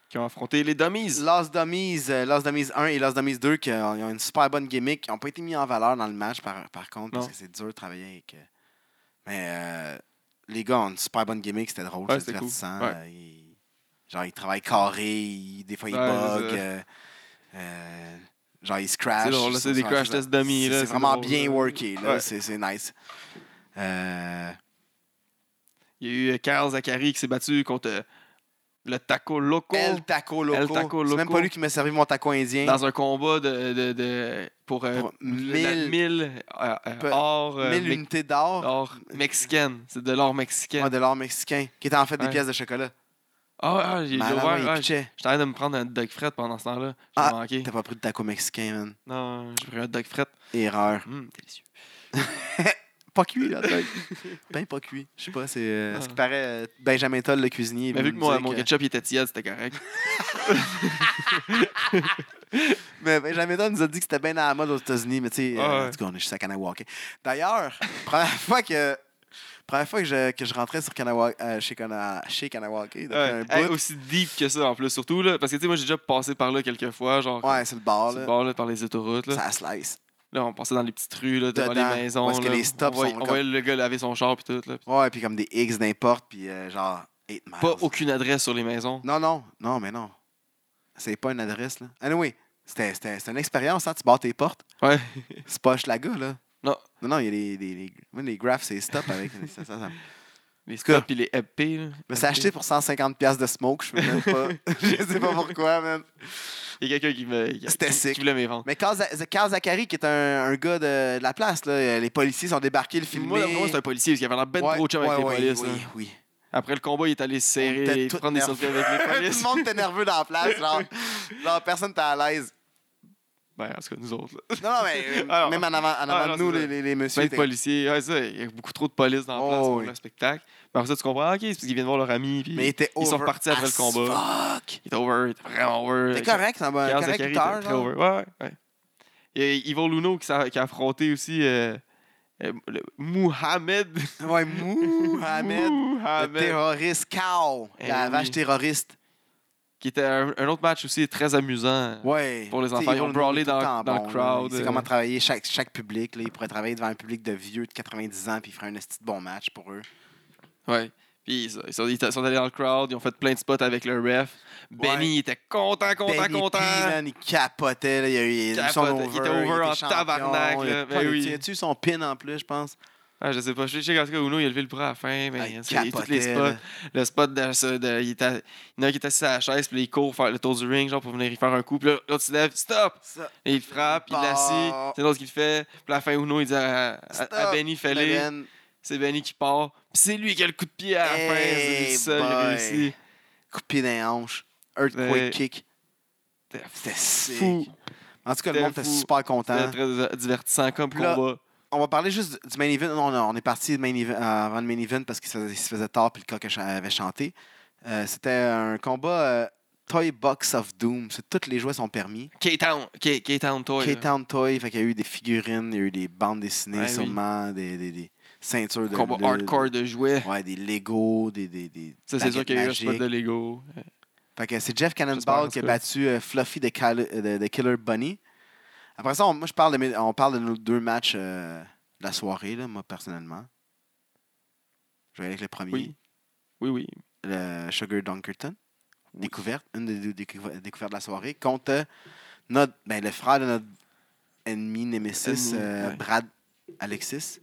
[SPEAKER 2] qui ont affronté les dummies.
[SPEAKER 1] Lost Dummies, euh, Lost Dummies 1 et Lost Dummies 2 qui euh, ont une super bonne gimmick, qui n'ont pas été mis en valeur dans le match par, par contre, parce
[SPEAKER 2] Non.
[SPEAKER 1] que c'est dur de travailler avec. euh, Mais euh, les gars ont une super bonne gimmick, c'était drôle,
[SPEAKER 2] Ouais,
[SPEAKER 1] c'était
[SPEAKER 2] c'était cool.
[SPEAKER 1] divertissant.
[SPEAKER 2] Ouais.
[SPEAKER 1] euh, ils- Genre, ils travaillent carré, ils- des fois ils
[SPEAKER 2] Ouais,
[SPEAKER 1] bug.
[SPEAKER 2] c'est ça.
[SPEAKER 1] euh, euh, Genre, ils se crashent.
[SPEAKER 2] C'est drôle, là,
[SPEAKER 1] ils
[SPEAKER 2] c'est
[SPEAKER 1] sont-
[SPEAKER 2] des
[SPEAKER 1] sont-
[SPEAKER 2] crash test dummies,
[SPEAKER 1] c'est-
[SPEAKER 2] là,
[SPEAKER 1] C'est
[SPEAKER 2] c'est
[SPEAKER 1] vraiment
[SPEAKER 2] drôle,
[SPEAKER 1] bien
[SPEAKER 2] là.
[SPEAKER 1] worké, là,
[SPEAKER 2] Ouais.
[SPEAKER 1] c'est c'est nice. Euh,
[SPEAKER 2] Il y a eu euh, Karl Zachary qui s'est battu contre euh, le Taco Loco
[SPEAKER 1] El Taco Loco.
[SPEAKER 2] El Taco
[SPEAKER 1] C'est même
[SPEAKER 2] Loco.
[SPEAKER 1] pas lui qui m'a servi mon taco indien.
[SPEAKER 2] dans un combat de, de, de- pour euh,
[SPEAKER 1] Pour
[SPEAKER 2] le-
[SPEAKER 1] mille-
[SPEAKER 2] 1000 euh, euh,
[SPEAKER 1] Pe-
[SPEAKER 2] or, euh,
[SPEAKER 1] mille
[SPEAKER 2] mec-
[SPEAKER 1] unités d'or.
[SPEAKER 2] or mexicaine. C'est de l'or mexicain.
[SPEAKER 1] Ouais, de l'or mexicain, qui était en fait des
[SPEAKER 2] Ouais.
[SPEAKER 1] pièces de chocolat.
[SPEAKER 2] Ah, ah, j'ai j'ai
[SPEAKER 1] Malin,
[SPEAKER 2] ouvert.
[SPEAKER 1] il
[SPEAKER 2] ah, J'étais
[SPEAKER 1] pitchait.
[SPEAKER 2] en train de me prendre un Doug Fret pendant ce temps-là. J'ai
[SPEAKER 1] Ah,
[SPEAKER 2] manqué.
[SPEAKER 1] T'as pas pris de taco mexicain, man.
[SPEAKER 2] Non, j'ai pris un Doug Fret.
[SPEAKER 1] Erreur.
[SPEAKER 2] Hum, délicieux.
[SPEAKER 1] pas cuit, là. dedans. ben pas cuit. Je sais pas, c'est euh, ce qui paraît. euh, Benjamin Toll, le cuisinier.
[SPEAKER 2] Ah. Mais
[SPEAKER 1] il
[SPEAKER 2] vu que
[SPEAKER 1] me
[SPEAKER 2] mon,
[SPEAKER 1] disait
[SPEAKER 2] mon
[SPEAKER 1] que-
[SPEAKER 2] ketchup il était tiède, c'était correct.
[SPEAKER 1] Mais Ben, Benjamin Toll nous a dit que c'était bien à la mode aux États-Unis, mais tu sais, euh,
[SPEAKER 2] Ah ouais.
[SPEAKER 1] en tout cas, on est juste à Kanawake. D'ailleurs, première fois que. Première fois que je, que je rentrais sur Kanawa, euh, chez, Kana, chez Kanawake, depuis
[SPEAKER 2] Ouais.
[SPEAKER 1] un
[SPEAKER 2] Hey,
[SPEAKER 1] bout.
[SPEAKER 2] aussi deep que ça en plus, surtout là. Parce que tu sais, moi j'ai déjà passé par là quelques fois, genre
[SPEAKER 1] Ouais, c'est le bar,
[SPEAKER 2] sur le
[SPEAKER 1] Ah, là.
[SPEAKER 2] bord, là, par les autoroutes. Là.
[SPEAKER 1] Ça slice.
[SPEAKER 2] Là, on passait dans les petites rues, là, devant
[SPEAKER 1] Dedans,
[SPEAKER 2] les maisons.
[SPEAKER 1] parce que
[SPEAKER 2] là.
[SPEAKER 1] les stops
[SPEAKER 2] on voyait,
[SPEAKER 1] sont Ah,
[SPEAKER 2] on voyait le gars laver son char puis tout. Là.
[SPEAKER 1] Ouais, puis comme des X n'importe, puis euh, genre 8 miles.
[SPEAKER 2] Pas aucune adresse sur les maisons.
[SPEAKER 1] Non, non, non, mais non. C'est pas une adresse, là. Anyway, c'était c'était- c'était une expérience, hein. Tu barres tes portes.
[SPEAKER 2] Ouais.
[SPEAKER 1] C'est pas Hochelaga, là.
[SPEAKER 2] Non.
[SPEAKER 1] Non, non, il y a des, des, des- moi, les graphes, c'est stop avec. ça, ça, ça me-
[SPEAKER 2] Les
[SPEAKER 1] tout cas-
[SPEAKER 2] stops puis les FP. là.
[SPEAKER 1] Je me suis acheté pour 150$ de smoke, je sais même pas. je sais pas pourquoi, man.
[SPEAKER 2] Il y a quelqu'un qui me. qui-
[SPEAKER 1] C'était
[SPEAKER 2] qui-
[SPEAKER 1] sick.
[SPEAKER 2] Qui voulait mes ventes.
[SPEAKER 1] Mais Carl, Za- Carl Zachary, qui est un, un gars de, de la place, là, euh, les policiers sont débarqués, le filmé.
[SPEAKER 2] Moi, moi, c'est un policier parce qu'il avait l'air ben
[SPEAKER 1] Ouais,
[SPEAKER 2] trop chum avec
[SPEAKER 1] ouais,
[SPEAKER 2] les
[SPEAKER 1] ouais,
[SPEAKER 2] polices.
[SPEAKER 1] Oui,
[SPEAKER 2] là.
[SPEAKER 1] oui.
[SPEAKER 2] Après le combat, il est allé se
[SPEAKER 1] On était
[SPEAKER 2] serrer et
[SPEAKER 1] toutes
[SPEAKER 2] prendre des
[SPEAKER 1] nerveux.
[SPEAKER 2] selfies avec les
[SPEAKER 1] Tout
[SPEAKER 2] polices.
[SPEAKER 1] le monde était nerveux dans la place, genre. Genre, personne t'es à l'aise.
[SPEAKER 2] ben, en tout cas, nous autres. là.
[SPEAKER 1] Non, non, mais euh,
[SPEAKER 2] Alors.
[SPEAKER 1] même en avant, en avant
[SPEAKER 2] Ah, non,
[SPEAKER 1] de nous,
[SPEAKER 2] c'est
[SPEAKER 1] les,
[SPEAKER 2] vrai.
[SPEAKER 1] les, les messieurs.
[SPEAKER 2] Plein de
[SPEAKER 1] étaient-
[SPEAKER 2] policiers. Ouais, c'est ça, il y a beaucoup trop de police dans la
[SPEAKER 1] Oh,
[SPEAKER 2] place pour
[SPEAKER 1] oui.
[SPEAKER 2] le spectacle. Mais après ça, tu comprends, ah, ok, c'est parce qu'ils viennent voir leur ami. Puis
[SPEAKER 1] mais ils étaient
[SPEAKER 2] ils sont
[SPEAKER 1] over
[SPEAKER 2] repartis après
[SPEAKER 1] as
[SPEAKER 2] le combat.
[SPEAKER 1] Fuck!
[SPEAKER 2] il était over, il était vraiment over.
[SPEAKER 1] T'es
[SPEAKER 2] Avec-
[SPEAKER 1] correct, c'est un bon
[SPEAKER 2] Pierre
[SPEAKER 1] correct hein?
[SPEAKER 2] Zachary
[SPEAKER 1] lutteur,
[SPEAKER 2] était très
[SPEAKER 1] genre.
[SPEAKER 2] over. Ouais, ouais. Et Yvon Luno qui, s'a- qui a affronté aussi euh, euh, le Mohamed.
[SPEAKER 1] Ouais, Mohamed. Le
[SPEAKER 2] Mohamed.
[SPEAKER 1] terroriste cow.
[SPEAKER 2] Eh
[SPEAKER 1] la
[SPEAKER 2] oui.
[SPEAKER 1] vache terroriste.
[SPEAKER 2] Qui était un, un autre match aussi très amusant.
[SPEAKER 1] Ouais.
[SPEAKER 2] Pour les
[SPEAKER 1] T'sais,
[SPEAKER 2] enfants, ils
[SPEAKER 1] Yvon
[SPEAKER 2] ont
[SPEAKER 1] Leno
[SPEAKER 2] brawlé
[SPEAKER 1] est tout
[SPEAKER 2] dans-
[SPEAKER 1] temps
[SPEAKER 2] dans le
[SPEAKER 1] là.
[SPEAKER 2] crowd,
[SPEAKER 1] Il sait
[SPEAKER 2] euh.
[SPEAKER 1] comment travailler chaque, chaque public. Là. Il pourrait travailler devant un public de vieux de 90 ans puis il ferait un esti de bon match pour eux.
[SPEAKER 2] Ouais. Puis ils sont, ils sont- ils sont allés dans le crowd, ils ont fait plein de spots avec le ref. Benny il était content, content,
[SPEAKER 1] Benny P,
[SPEAKER 2] content.
[SPEAKER 1] man, il capotait. Là. Il a eu il a eu son
[SPEAKER 2] Capotait.
[SPEAKER 1] over.
[SPEAKER 2] Il était over en
[SPEAKER 1] champion,
[SPEAKER 2] tabarnak,
[SPEAKER 1] il a-
[SPEAKER 2] là. Ben oui.
[SPEAKER 1] Il a tué son pin en plus, je pense.
[SPEAKER 2] Ah, je sais pas, je sais qu'en tout cas, Uno, il a levé le bras à la fin,
[SPEAKER 1] Ah,
[SPEAKER 2] mais
[SPEAKER 1] il
[SPEAKER 2] c'est- il y a tous les
[SPEAKER 1] capotait,
[SPEAKER 2] spots.
[SPEAKER 1] là.
[SPEAKER 2] Le spot de. ce- de- il, était, il y en a un qui est assis à la chaise, puis là, il court faire le tour du ring, genre pour venir y faire un coup. Puis là, l'autre se lève, stop!
[SPEAKER 1] Ça,
[SPEAKER 2] Et il frappe, il l'assit,
[SPEAKER 1] Bon.
[SPEAKER 2] c'est l'autre qui le fait. Puis à la fin, Uno, il dit à, à-
[SPEAKER 1] Stop,
[SPEAKER 2] à Benny, fais
[SPEAKER 1] Ben,
[SPEAKER 2] C'est Benny qui part. Puis c'est lui qui a le coup de pied à la fin. C'est
[SPEAKER 1] Hey
[SPEAKER 2] lui seul, il a
[SPEAKER 1] Eh boy.
[SPEAKER 2] réussi.
[SPEAKER 1] coupé d'un hanche. Earthquake
[SPEAKER 2] Mais-
[SPEAKER 1] kick.
[SPEAKER 2] C'était
[SPEAKER 1] C'était
[SPEAKER 2] fou.
[SPEAKER 1] sick. En tout cas, le
[SPEAKER 2] C'était
[SPEAKER 1] monde était
[SPEAKER 2] fou.
[SPEAKER 1] super content.
[SPEAKER 2] C'était très divertissant comme
[SPEAKER 1] Puis là-
[SPEAKER 2] combat.
[SPEAKER 1] On va parler juste du main event. Non, non, on est parti du main event- euh, avant le main event parce qu'il se, il se faisait tard puis le coq a cha- avait chanté. Euh, C'était un combat euh, Toy Box of Doom. C'est toutes les jouets sont permis.
[SPEAKER 2] K-Town, K- K-Town Toy. là.
[SPEAKER 1] K-Town Toy, fait qu'il y a eu des figurines, il y a eu des bandes dessinées
[SPEAKER 2] Ouais, oui.
[SPEAKER 1] sûrement, des, des- des ceintures de
[SPEAKER 2] Combat
[SPEAKER 1] lutte,
[SPEAKER 2] hardcore de jouets.
[SPEAKER 1] Ouais, des Lego, des. des, des
[SPEAKER 2] Ça, c'est sûr
[SPEAKER 1] baguettes
[SPEAKER 2] qu'il y a eu un spot
[SPEAKER 1] magiques.
[SPEAKER 2] de Lego.
[SPEAKER 1] Fait que c'est Jeff
[SPEAKER 2] J'espère, en
[SPEAKER 1] Cannonball qui a
[SPEAKER 2] tout cas.
[SPEAKER 1] battu euh, Fluffy de, Cal- euh, de- de Killer Bunny. Après ça, on, moi, je parle de, mes- on parle de nos deux matchs euh, de la soirée, là, moi, personnellement. Je vais aller avec le premier,
[SPEAKER 2] Oui. Oui, oui.
[SPEAKER 1] le Sugar Dunkerton.
[SPEAKER 2] Oui.
[SPEAKER 1] Découverte, une des deux découver- découvertes de la soirée, contre euh, notre, ben, le frère de notre ennemi Nemesis,
[SPEAKER 2] Ennemi,
[SPEAKER 1] euh,
[SPEAKER 2] ouais.
[SPEAKER 1] Brad Alexis.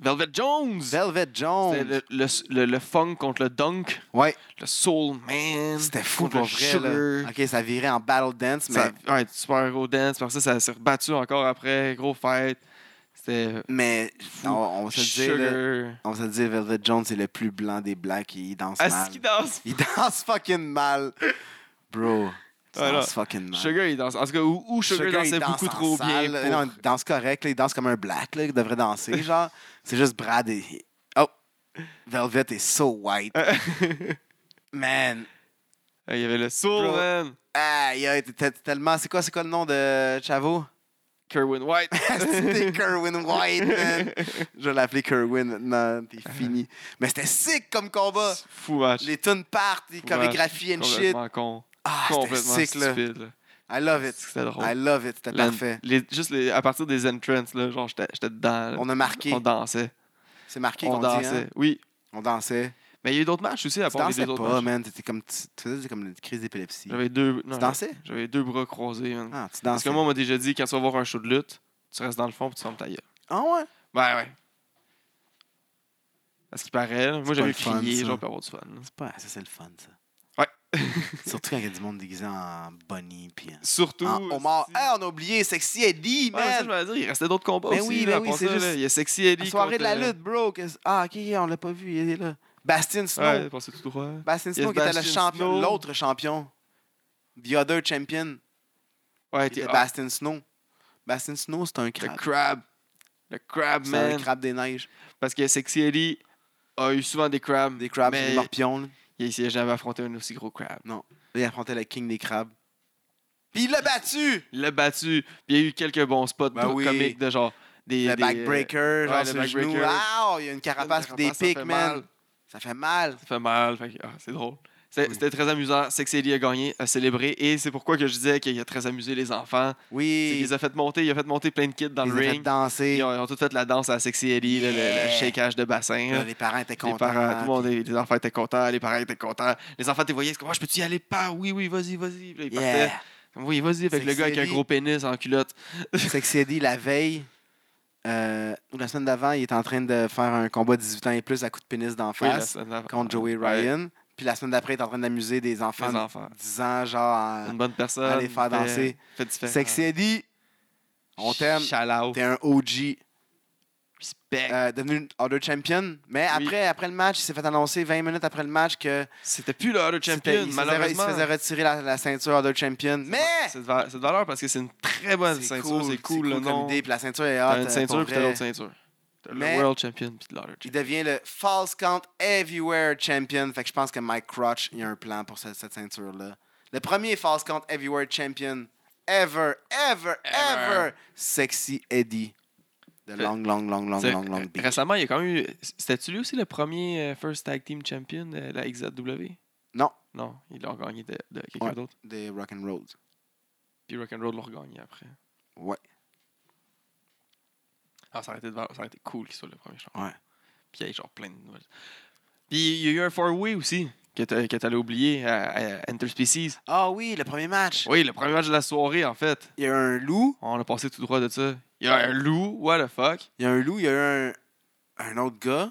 [SPEAKER 2] Velvet Jones!
[SPEAKER 1] Velvet
[SPEAKER 2] C'était
[SPEAKER 1] Jones!
[SPEAKER 2] le, le- le- le funk contre le dunk,
[SPEAKER 1] Ouais,
[SPEAKER 2] le soul man.
[SPEAKER 1] c'était fou
[SPEAKER 2] contre
[SPEAKER 1] pour
[SPEAKER 2] le
[SPEAKER 1] vrai. Là.
[SPEAKER 2] sugar.
[SPEAKER 1] Ok, ça virait en battle dance, mais
[SPEAKER 2] Ça- ouais, super héros dance. Par ça, ça s'est rebattu encore après. Gros fight. C'était.
[SPEAKER 1] mais
[SPEAKER 2] Fou.
[SPEAKER 1] on, on va se le dire. là,
[SPEAKER 2] Sugar.
[SPEAKER 1] On va se dire, Velvet Jones est le plus blanc des blacks et il danse
[SPEAKER 2] Ah,
[SPEAKER 1] mal.
[SPEAKER 2] ce qu'il danse?
[SPEAKER 1] Il danse fucking mal. Bro, il
[SPEAKER 2] Voilà.
[SPEAKER 1] danse fucking mal.
[SPEAKER 2] Sugar, il danse. En tout cas, où, où Sugar,
[SPEAKER 1] Sugar, il
[SPEAKER 2] dansait
[SPEAKER 1] danse
[SPEAKER 2] beaucoup
[SPEAKER 1] en
[SPEAKER 2] trop
[SPEAKER 1] salle,
[SPEAKER 2] bien.
[SPEAKER 1] là.
[SPEAKER 2] pour-
[SPEAKER 1] Non, il danse correct. là. Il danse comme un black. Là. Il devrait danser, genre. C'est juste Brad et... Oh! Velvet est so white.
[SPEAKER 2] Euh.
[SPEAKER 1] Man!
[SPEAKER 2] il y avait le soul
[SPEAKER 1] Bro.
[SPEAKER 2] man.
[SPEAKER 1] Aïe, aïe, t'es- t'es tellement... C'est quoi, c'est quoi le nom de Chavo?
[SPEAKER 2] Kerwin White.
[SPEAKER 1] C'était Kerwin White, man! Je vais l'appeler Kerwin maintenant. T'es fini. Mais c'était sick comme combat!
[SPEAKER 2] Fou match.
[SPEAKER 1] Les tunes partent, les chorégraphies and shit.
[SPEAKER 2] Complètement con.
[SPEAKER 1] Ah, c'était
[SPEAKER 2] complètement
[SPEAKER 1] sick, là.
[SPEAKER 2] stupide. là.
[SPEAKER 1] I love it.
[SPEAKER 2] C'était drôle.
[SPEAKER 1] I love it. C'était
[SPEAKER 2] La-
[SPEAKER 1] parfait.
[SPEAKER 2] les- juste les- à partir des entrances, là, genre, j'étais j'étais dedans. là.
[SPEAKER 1] On a marqué.
[SPEAKER 2] On dansait.
[SPEAKER 1] C'est marqué
[SPEAKER 2] on
[SPEAKER 1] qu'on dit, hein?
[SPEAKER 2] dansait. Oui.
[SPEAKER 1] On dansait.
[SPEAKER 2] Mais il y a eu d'autres matchs aussi, à
[SPEAKER 1] Tu
[SPEAKER 2] part les
[SPEAKER 1] dansais
[SPEAKER 2] deux autres
[SPEAKER 1] pas,
[SPEAKER 2] matchs.
[SPEAKER 1] man. T'étais comme, tu tu faisais comme une crise d'épilepsie.
[SPEAKER 2] J'avais deux... non,
[SPEAKER 1] Tu dansais?
[SPEAKER 2] J'avais deux bras croisés, man.
[SPEAKER 1] Ah, tu
[SPEAKER 2] Parce que
[SPEAKER 1] dansais.
[SPEAKER 2] moi, on m'a déjà dit, quand tu vas voir un show de lutte, tu restes dans le fond puis tu fermes ta gueule.
[SPEAKER 1] Ah ouais?
[SPEAKER 2] Ben ouais. Parce qu'il paraît, là, moi
[SPEAKER 1] pas
[SPEAKER 2] j'avais
[SPEAKER 1] le fun,
[SPEAKER 2] crié,
[SPEAKER 1] ça.
[SPEAKER 2] genre, pour avoir du fun. là.
[SPEAKER 1] C'est pas... Ça, c'est le fun, ça.
[SPEAKER 2] Ouais.
[SPEAKER 1] Surtout quand il y a du monde déguisé en bunny puis en...
[SPEAKER 2] Surtout.
[SPEAKER 1] en homard.
[SPEAKER 2] si-
[SPEAKER 1] Hey, on a oublié Sexy Eddie,
[SPEAKER 2] Ouais, mais ça, je
[SPEAKER 1] man!
[SPEAKER 2] voulais dire, il restait d'autres combats
[SPEAKER 1] Ben
[SPEAKER 2] aussi.
[SPEAKER 1] oui,
[SPEAKER 2] là,
[SPEAKER 1] ben oui,
[SPEAKER 2] pour
[SPEAKER 1] c'est
[SPEAKER 2] ça, là.
[SPEAKER 1] juste-
[SPEAKER 2] Il y a Sexy Eddie.
[SPEAKER 1] La soirée de
[SPEAKER 2] contre,
[SPEAKER 1] la
[SPEAKER 2] euh,
[SPEAKER 1] lutte, bro. qu'est-ce- Ah, OK, on l'a pas vu. Il est là. Bastien Snow.
[SPEAKER 2] Ouais, passé tout droit.
[SPEAKER 1] Bastien Snow qui était le
[SPEAKER 2] Bastien
[SPEAKER 1] champion,
[SPEAKER 2] Snow.
[SPEAKER 1] l'autre champion. The other champion.
[SPEAKER 2] Ouais,
[SPEAKER 1] C'était
[SPEAKER 2] t'es. ah,
[SPEAKER 1] Bastien Snow. Bastien Snow, c'est un
[SPEAKER 2] The
[SPEAKER 1] crabe.
[SPEAKER 2] Crab. Le crab,
[SPEAKER 1] C'est un
[SPEAKER 2] man.
[SPEAKER 1] crabe des neiges.
[SPEAKER 2] Parce que Sexy Ellie a eu souvent des crabs.
[SPEAKER 1] Des crabes,
[SPEAKER 2] mais
[SPEAKER 1] des morpions. là.
[SPEAKER 2] Il s'est jamais affronté un aussi gros crab.
[SPEAKER 1] Il affrontait le king des crabes. Puis il l'a battu!
[SPEAKER 2] Il l'a battu. Puis il y a eu quelques bons spots
[SPEAKER 1] Ben
[SPEAKER 2] de-
[SPEAKER 1] oui.
[SPEAKER 2] comiques de genre. Des,
[SPEAKER 1] Le
[SPEAKER 2] des- euh,
[SPEAKER 1] backbreaker, genre
[SPEAKER 2] ouais, le
[SPEAKER 1] sur le genou.
[SPEAKER 2] backbreaker.
[SPEAKER 1] Ah, il y a une
[SPEAKER 2] euh,
[SPEAKER 1] carapace puis des
[SPEAKER 2] ça fait
[SPEAKER 1] pics, man.
[SPEAKER 2] mal.
[SPEAKER 1] Ça fait mal.
[SPEAKER 2] Ça fait mal. fait que, ah, c'est drôle. C'est-
[SPEAKER 1] Oui.
[SPEAKER 2] C'était très amusant. Sexy Ellie a gagné, a célébré. Et c'est pourquoi que je disais qu'il a très amusé les enfants. C'est qu'il
[SPEAKER 1] Oui.
[SPEAKER 2] les a fait monter. Il a fait monter plein de kids dans
[SPEAKER 1] Ils
[SPEAKER 2] le
[SPEAKER 1] les ont fait
[SPEAKER 2] ring.
[SPEAKER 1] danser.
[SPEAKER 2] Ils ont, ils ont tous fait la danse à Sexy Ellie, là, le- le,
[SPEAKER 1] Yeah.
[SPEAKER 2] shakeage de bassin. là.
[SPEAKER 1] Là, les parents étaient
[SPEAKER 2] Les
[SPEAKER 1] contents.
[SPEAKER 2] parents, tout le monde, les les enfants étaient contents, les parents étaient contents. Les enfants, tu voyais, c'est comme, Ah, je peux-tu y aller? Pas, oui, oui, vas-y, vas-y. Puis là, ils partaient.
[SPEAKER 1] Yeah.
[SPEAKER 2] Oui, vas-y, avec le
[SPEAKER 1] Sexy
[SPEAKER 2] gars avec un
[SPEAKER 1] Ellie.
[SPEAKER 2] gros pénis en culotte.
[SPEAKER 1] C'est que c'est dit la veille, euh, ou la semaine d'avant, il était en train de faire un combat 18 ans et plus à coups de pénis d'en
[SPEAKER 2] Oui, la
[SPEAKER 1] face
[SPEAKER 2] scène- la-
[SPEAKER 1] contre Joey
[SPEAKER 2] Ouais.
[SPEAKER 1] Ryan. Puis la semaine d'après, il est en train d'amuser des enfants
[SPEAKER 2] Les
[SPEAKER 1] de
[SPEAKER 2] enfants.
[SPEAKER 1] 10 ans, genre.
[SPEAKER 2] Une bonne personne.
[SPEAKER 1] allez faire
[SPEAKER 2] fait-
[SPEAKER 1] danser.
[SPEAKER 2] Fait différent.
[SPEAKER 1] C'est que c'est dit, on t'aime,
[SPEAKER 2] Shout-out.
[SPEAKER 1] t'es un OG.
[SPEAKER 2] Respect.
[SPEAKER 1] euh, devenu Order Champion. Mais
[SPEAKER 2] Oui.
[SPEAKER 1] après, après le match, il s'est fait annoncer 20 minutes après le match que
[SPEAKER 2] C'était plus le Harder
[SPEAKER 1] c'était-
[SPEAKER 2] Champion,
[SPEAKER 1] il, se faisait, il se
[SPEAKER 2] malheureusement.
[SPEAKER 1] faisait retirer la, la ceinture Order Champion. Mais
[SPEAKER 2] C'est de, va- c'est de valeur parce que c'est une très bonne ceinture. C'est cool, le
[SPEAKER 1] comme
[SPEAKER 2] nom.
[SPEAKER 1] idée, puis la ceinture est hot.
[SPEAKER 2] T'as
[SPEAKER 1] euh,
[SPEAKER 2] une
[SPEAKER 1] pour
[SPEAKER 2] ceinture puis t'as
[SPEAKER 1] vrai.
[SPEAKER 2] l'autre ceinture. T'as le
[SPEAKER 1] Mais-
[SPEAKER 2] World Champion puis le Harder Champion.
[SPEAKER 1] Il devient le False Count Everywhere Champion. Fait que je pense que Mike Crotch, il y a un plan pour ce- cette ceinture-là. Le premier False Count Everywhere Champion ever, ever, ever,
[SPEAKER 2] Ever.
[SPEAKER 1] Sexy Eddie. De
[SPEAKER 2] Fait-
[SPEAKER 1] long, long, long, long,
[SPEAKER 2] T'sais,
[SPEAKER 1] long, long
[SPEAKER 2] euh,
[SPEAKER 1] beach.
[SPEAKER 2] Récemment, il y a quand même eu. C'était-tu lui aussi le premier euh, First Tag Team Champion de la XZW
[SPEAKER 1] Non.
[SPEAKER 2] Non, ils l'ont gagné de, de quelqu'un
[SPEAKER 1] Ouais.
[SPEAKER 2] d'autre.
[SPEAKER 1] Des Rock'n'Rolls.
[SPEAKER 2] Puis Rock'n'Roll l'a regagné après.
[SPEAKER 1] Ouais.
[SPEAKER 2] Ah, ça aurait été, de valeur- ça aurait été cool qu'il soit le premier champion.
[SPEAKER 1] Ouais.
[SPEAKER 2] Puis il y a eu genre plein de nouvelles. Puis il y a eu un four-way aussi que t'a- que t'allais oublier à, à Interspecies.
[SPEAKER 1] Ah oui, le premier match.
[SPEAKER 2] Oui, le premier match de la soirée en fait.
[SPEAKER 1] Il y a un loup.
[SPEAKER 2] On a passé tout droit de ça. Il y a un loup, what the fuck.
[SPEAKER 1] Il y a un loup, il y a eu un, un autre gars.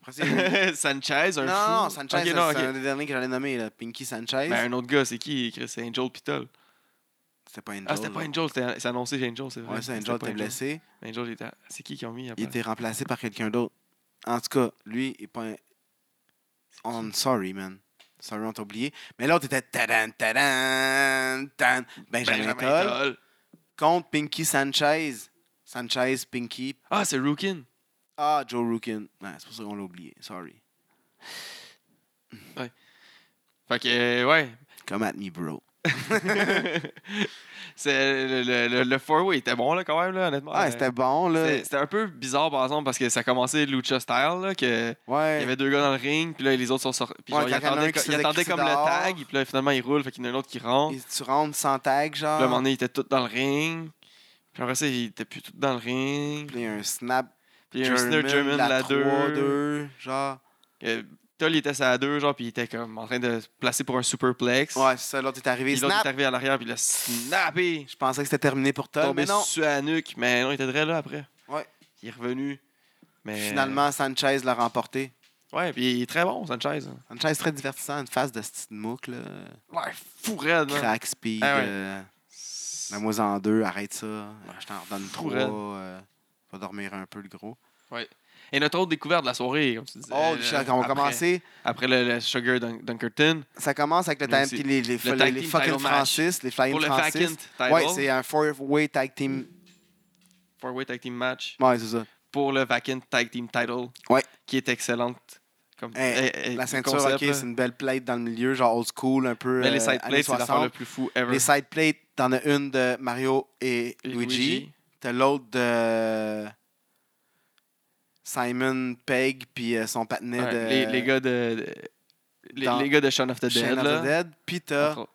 [SPEAKER 1] Après, c'est-
[SPEAKER 2] Sanchez, un
[SPEAKER 1] non,
[SPEAKER 2] fou.
[SPEAKER 1] non, Sanchez,
[SPEAKER 2] Ok,
[SPEAKER 1] c'est
[SPEAKER 2] non, ok.
[SPEAKER 1] c'est un des derniers que j'allais nommer, là. Pinky Sanchez.
[SPEAKER 2] Ben, un autre gars, c'est qui Chris? C'est Angel Pitol.
[SPEAKER 1] c'était pas Angel.
[SPEAKER 2] Ah, c'était pas
[SPEAKER 1] là.
[SPEAKER 2] Angel, c'était- c'est annoncé chez Angel, c'est vrai.
[SPEAKER 1] Ouais, c'est
[SPEAKER 2] C'était
[SPEAKER 1] Angel
[SPEAKER 2] pas
[SPEAKER 1] était blessé.
[SPEAKER 2] Angel, il était. C'est qui qui ont mis
[SPEAKER 1] Il
[SPEAKER 2] après
[SPEAKER 1] était remplacé par quelqu'un d'autre. En tout cas, lui, il est pas un... I'm sorry, man. Sorry, on t'a oublié. Mais l'autre était tadan, tadan, tan. Benjamin,
[SPEAKER 2] Benjamin
[SPEAKER 1] Toll
[SPEAKER 2] Toll.
[SPEAKER 1] contre Pinky Sanchez. Sanchez, Pinky.
[SPEAKER 2] Ah, c'est Rookin.
[SPEAKER 1] Ah, Joe Rookin. Ouais, c'est pour ça qu'on l'a oublié. Sorry.
[SPEAKER 2] Fait que, euh, ouais.
[SPEAKER 1] Come at me, bro.
[SPEAKER 2] c'est le, le, le, le four-way était bon, là, quand même, là, honnêtement.
[SPEAKER 1] Ouais,
[SPEAKER 2] Euh,
[SPEAKER 1] Ah, c'était bon, là.
[SPEAKER 2] c'était- C'était un peu bizarre, par exemple, parce que ça commençait Lucha Style, là, que il
[SPEAKER 1] Ouais.
[SPEAKER 2] y avait deux gars dans le ring, puis là, les autres sont sortis. Puis
[SPEAKER 1] Ouais,
[SPEAKER 2] genre, ils
[SPEAKER 1] quand il y en a un
[SPEAKER 2] attendaient,
[SPEAKER 1] qui se
[SPEAKER 2] ils
[SPEAKER 1] faisait
[SPEAKER 2] attendaient
[SPEAKER 1] crisser
[SPEAKER 2] comme
[SPEAKER 1] dehors.
[SPEAKER 2] le tag, puis là, finalement, ils roulent, fait qu'il y en a un autre qui rentre.
[SPEAKER 1] Et tu rentres sans tag, genre.
[SPEAKER 2] Puis là, à un moment donné, ils étaient tous dans le ring. Puis après ça, ils étaient plus tous dans le ring.
[SPEAKER 1] Puis il y a un snap.
[SPEAKER 2] Puis il y a un Snare German, la 2.
[SPEAKER 1] 3-2, genre.
[SPEAKER 2] Euh, Toll, il était sur la 2, genre, puis il était comme en train de se placer pour un superplex.
[SPEAKER 1] Ouais, c'est ça, l'autre est arrivé.
[SPEAKER 2] Puis l'autre
[SPEAKER 1] Snap.
[SPEAKER 2] est arrivé à l'arrière, puis il a snappé.
[SPEAKER 1] Je pensais que c'était terminé pour Todd,
[SPEAKER 2] Tombé
[SPEAKER 1] mais non.
[SPEAKER 2] sur la nuque, mais non, il était très là après.
[SPEAKER 1] Ouais.
[SPEAKER 2] Il est revenu. Mais... euh,
[SPEAKER 1] Finalement, Sanchez l'a remporté.
[SPEAKER 2] Ouais, puis il est très bon, Sanchez. hein.
[SPEAKER 1] Sanchez, très divertissant. Une face de ce petit mouque, là.
[SPEAKER 2] Ouais, fou raide, man.
[SPEAKER 1] Crack, speed.
[SPEAKER 2] Ah ouais.
[SPEAKER 1] euh, Mets-moi en deux, arrête ça. Euh, Je t'en redonne
[SPEAKER 2] Fou
[SPEAKER 1] trois.
[SPEAKER 2] raide.
[SPEAKER 1] euh, va dormir un peu, le gros.
[SPEAKER 2] Et notre autre découverte de la soirée, comme tu disais.
[SPEAKER 1] Oh,
[SPEAKER 2] euh,
[SPEAKER 1] Chuck, on va
[SPEAKER 2] après-
[SPEAKER 1] commencer.
[SPEAKER 2] Après le, le Sugar Dun- Dunkerton.
[SPEAKER 1] Ça commence avec le
[SPEAKER 2] Lui
[SPEAKER 1] time,
[SPEAKER 2] aussi.
[SPEAKER 1] puis les, les,
[SPEAKER 2] Le
[SPEAKER 1] les-
[SPEAKER 2] tag
[SPEAKER 1] les
[SPEAKER 2] team
[SPEAKER 1] fucking
[SPEAKER 2] title match.
[SPEAKER 1] Francis, les Flying
[SPEAKER 2] Pour le
[SPEAKER 1] Francis.
[SPEAKER 2] Vacant title.
[SPEAKER 1] ouais, c'est un four-way tag team.
[SPEAKER 2] Four-way tag team match.
[SPEAKER 1] Ouais, c'est ça.
[SPEAKER 2] Pour le Vacant tag team title.
[SPEAKER 1] Ouais.
[SPEAKER 2] Qui est excellente. Comme,
[SPEAKER 1] Hey,
[SPEAKER 2] eh, eh,
[SPEAKER 1] La ceinture,
[SPEAKER 2] concept,
[SPEAKER 1] ok,
[SPEAKER 2] là.
[SPEAKER 1] c'est une belle plate dans le milieu, genre old school, un peu.
[SPEAKER 2] Mais
[SPEAKER 1] euh,
[SPEAKER 2] les side
[SPEAKER 1] années
[SPEAKER 2] plates, c'est l'affaire
[SPEAKER 1] 60.
[SPEAKER 2] le plus fou ever.
[SPEAKER 1] Les side plates, t'en as une de Mario et,
[SPEAKER 2] Et
[SPEAKER 1] Luigi. T'as l'autre de Simon Pegg, puis euh, son patinet
[SPEAKER 2] Ouais,
[SPEAKER 1] de.
[SPEAKER 2] les, les gars de. de- Les,
[SPEAKER 1] dans
[SPEAKER 2] les gars de Shaun of the
[SPEAKER 1] Shaun
[SPEAKER 2] Dead.
[SPEAKER 1] of the
[SPEAKER 2] là.
[SPEAKER 1] Dead. Puis t'as
[SPEAKER 2] Entre autres.